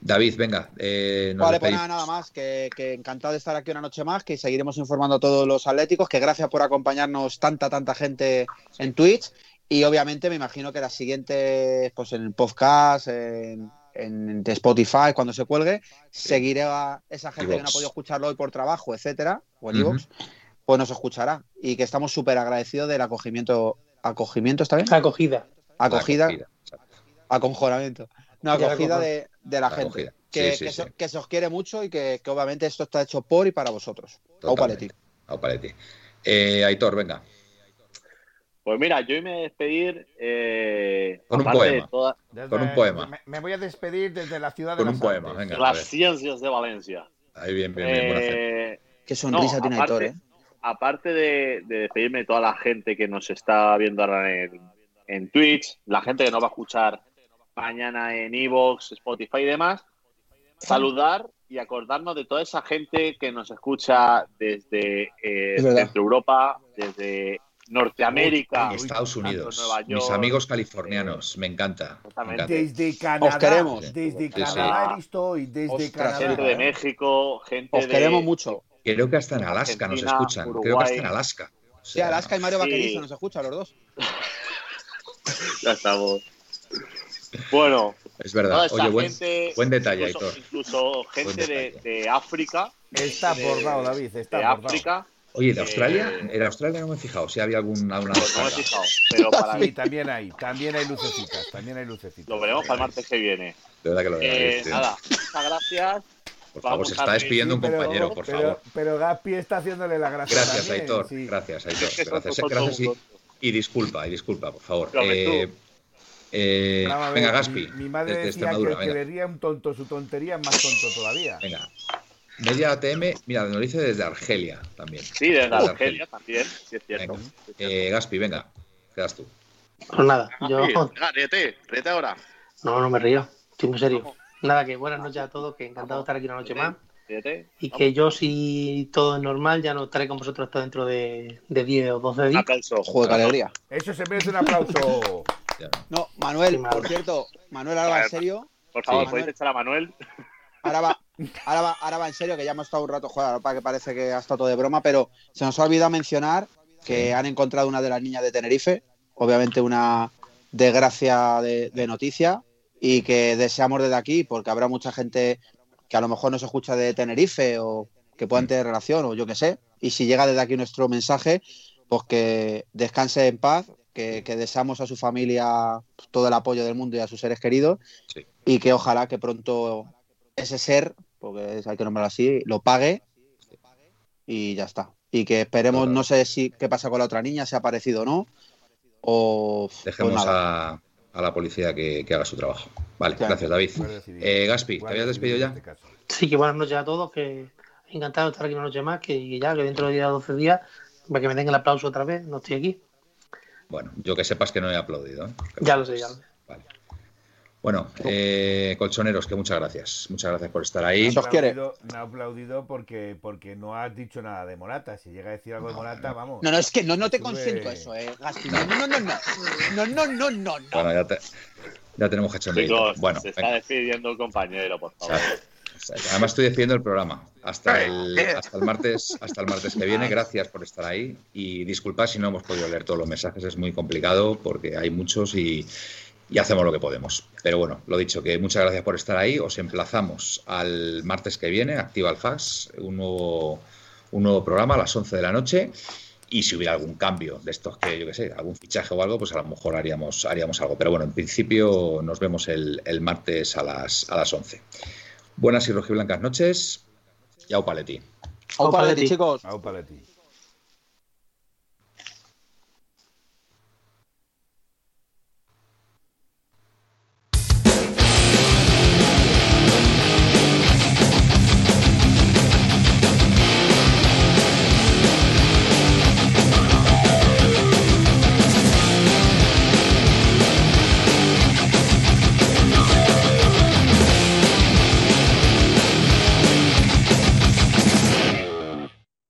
A: David, venga. Eh,
B: vale, pues nada, nada más. Que, que, encantado de estar aquí una noche más. Que seguiremos informando a todos los atléticos. Que gracias por acompañarnos tanta, tanta gente en Twitch. Y obviamente me imagino que las siguientes, pues en el podcast, en, en de Spotify, cuando se cuelgue, sí. seguiré a esa gente e que no ha podido escucharlo hoy por trabajo, etcétera, o en uh -huh. e pues nos escuchará. Y que estamos súper agradecidos del acogimiento acogimiento, ¿está bien?
E: Acogida.
B: Acogida. acogida. Aconjoramiento. No, acogida de, de la acogida. gente. Que, sí, sí, que, sí. Se, que, se, os quiere mucho y que, que, obviamente esto está hecho por y para vosotros. Au paleti.
A: Au paleti. Eh, Aitor, venga.
C: Pues mira, yo me voy a despedir eh,
A: con, un poema. De toda...
D: desde,
A: con un poema.
D: Me, me, voy a despedir desde la ciudad
A: con
D: de
A: un Las poema, venga,
C: Las ciencias de Valencia.
A: Ahí bien, bien, bien. Eh...
B: Qué sonrisa no, tiene aparte... Aitor, ¿eh?
C: aparte de, de, despedirme de toda la gente que nos está viendo ahora en, en Twitch, la gente que nos va a escuchar mañana en Evox, Spotify y demás, saludar y acordarnos de toda esa gente que nos escucha desde eh, es Centro Europa, desde Norteamérica,
A: Uy, ah, Estados Unidos, Nueva York, mis amigos californianos, eh, me, encanta, me encanta.
D: Desde Canadá, Os queremos. desde Canadá estoy, desde Ostras, Canadá.
A: ¿eh?
C: Gente de México, gente
B: Os queremos de, mucho.
A: Creo que hasta en Alaska Argentina, nos escuchan. Uruguay. Creo que hasta en Alaska.
B: O sea, sí, Alaska y Mario sí. Vaquerizo nos escuchan los dos.
C: ya estamos. Bueno,
A: es verdad. Oye, buen, gente, buen detalle,
C: incluso,
A: Aitor.
C: Incluso gente de, de, África.
D: Está bordado, David. Está
C: de
D: bordado.
C: África.
A: Oye, ¿de Australia? Eh, en Australia no me he fijado si había alguna.
C: Una pues no me he fijado, pero para mí.
D: también hay, también hay lucecitas, también hay lucecitas.
C: Lo veremos para el martes que viene.
A: De verdad que lo veremos.
C: Eh, nada, muchas gracias.
A: Por favor, Vamos, se está despidiendo sí, un compañero,
D: pero,
A: por
D: pero,
A: favor.
D: Pero Gaspi está haciéndole la gracia.
A: Gracias,
D: también,
A: Aitor. Sí. Gracias, Aitor. Gracias, gracias y, y, disculpa, y disculpa, por favor. Eh, eh, ver, venga, Gaspi.
D: Mi, mi madre desde decía que venga. Vería un tonto, su tontería es más tonto todavía.
A: Venga. Media ATM, mira, nos lo dice desde Argelia también.
C: Sí, desde, desde Argelia, Argelia, también, sí es cierto.
A: Venga. Eh, Gaspi, venga, quedas tú.
E: Pues nada,
C: Ah,
E: yo.
C: Venga, ríete, ríete ahora.
E: No, no me río, estoy muy serio. Nada, que buenas noches a todos, que encantado de estar aquí una noche más. Y que yo, si todo es normal, ya no estaré con vosotros hasta dentro de, de 10 o 12 días.
C: Aplauso.
B: Juego de alegría.
D: Eso se merece un aplauso.
B: no, Manuel, por cierto, Manuel, ahora va en serio.
C: Por favor, ¿podéis echar a Manuel?
B: Ahora va, ahora, va, ahora va en serio, que ya hemos estado un rato jugando, para que parece que ha estado todo de broma, pero se nos ha olvidado mencionar que sí. han encontrado una de las niñas de Tenerife, obviamente una desgracia de, de noticia, y que deseamos desde aquí, porque habrá mucha gente que a lo mejor nos escucha de Tenerife o que puedan tener relación o yo qué sé, y si llega desde aquí nuestro mensaje, pues que descanse en paz, que, que deseamos a su familia todo el apoyo del mundo y a sus seres queridos, sí. y que ojalá que pronto ese ser, porque hay que nombrarlo así, lo pague y ya está. Y que esperemos, no sé si qué pasa con la otra niña, si ha aparecido o no, o...
A: Dejemos pues nada. a a la policía que, que, haga su trabajo. Vale, claro. gracias David. Eh, Gaspi, ¿te habías despedido ya?
D: este
E: Sí, que buenas noches a todos, que encantado de estar aquí una noche más, que ya, que dentro de 10 12 días, para que me den el aplauso otra vez, no estoy aquí.
A: Bueno, yo que sepas que no he aplaudido. ¿eh?
E: Ya lo sé, ya lo sé.
A: Vale. Bueno, eh, colchoneros, que muchas gracias. Muchas gracias por estar ahí.
D: No ha aplaudido, no aplaudido porque, porque no has dicho nada de Morata. Si llega a decir algo de Morata, vamos.
B: No, no, es que no, no te consiento eso, eh, Gaspi. No, no, no, no. No, no, no, no.
A: Bueno, ya, te, ya tenemos que echar un
C: Bueno, se está despidiendo el compañero, por favor.
A: Además estoy despidiendo el programa. Hasta el, hasta el martes, hasta el martes que viene. Gracias por estar ahí. Y disculpad si no hemos podido leer todos los mensajes, es muy complicado porque hay muchos y, y hacemos lo que podemos. Pero bueno, lo dicho, que muchas gracias por estar ahí. Os emplazamos al martes que viene, activa el fax, un nuevo, un nuevo programa a las 11 de la noche. Y si hubiera algún cambio de estos que, yo qué sé, algún fichaje o algo, pues a lo mejor haríamos, haríamos algo. Pero bueno, en principio nos vemos el, el martes a las, a las 11. Buenas y rojiblancas noches. Y au paleti.
B: Au paleti, chicos.
D: Au paleti.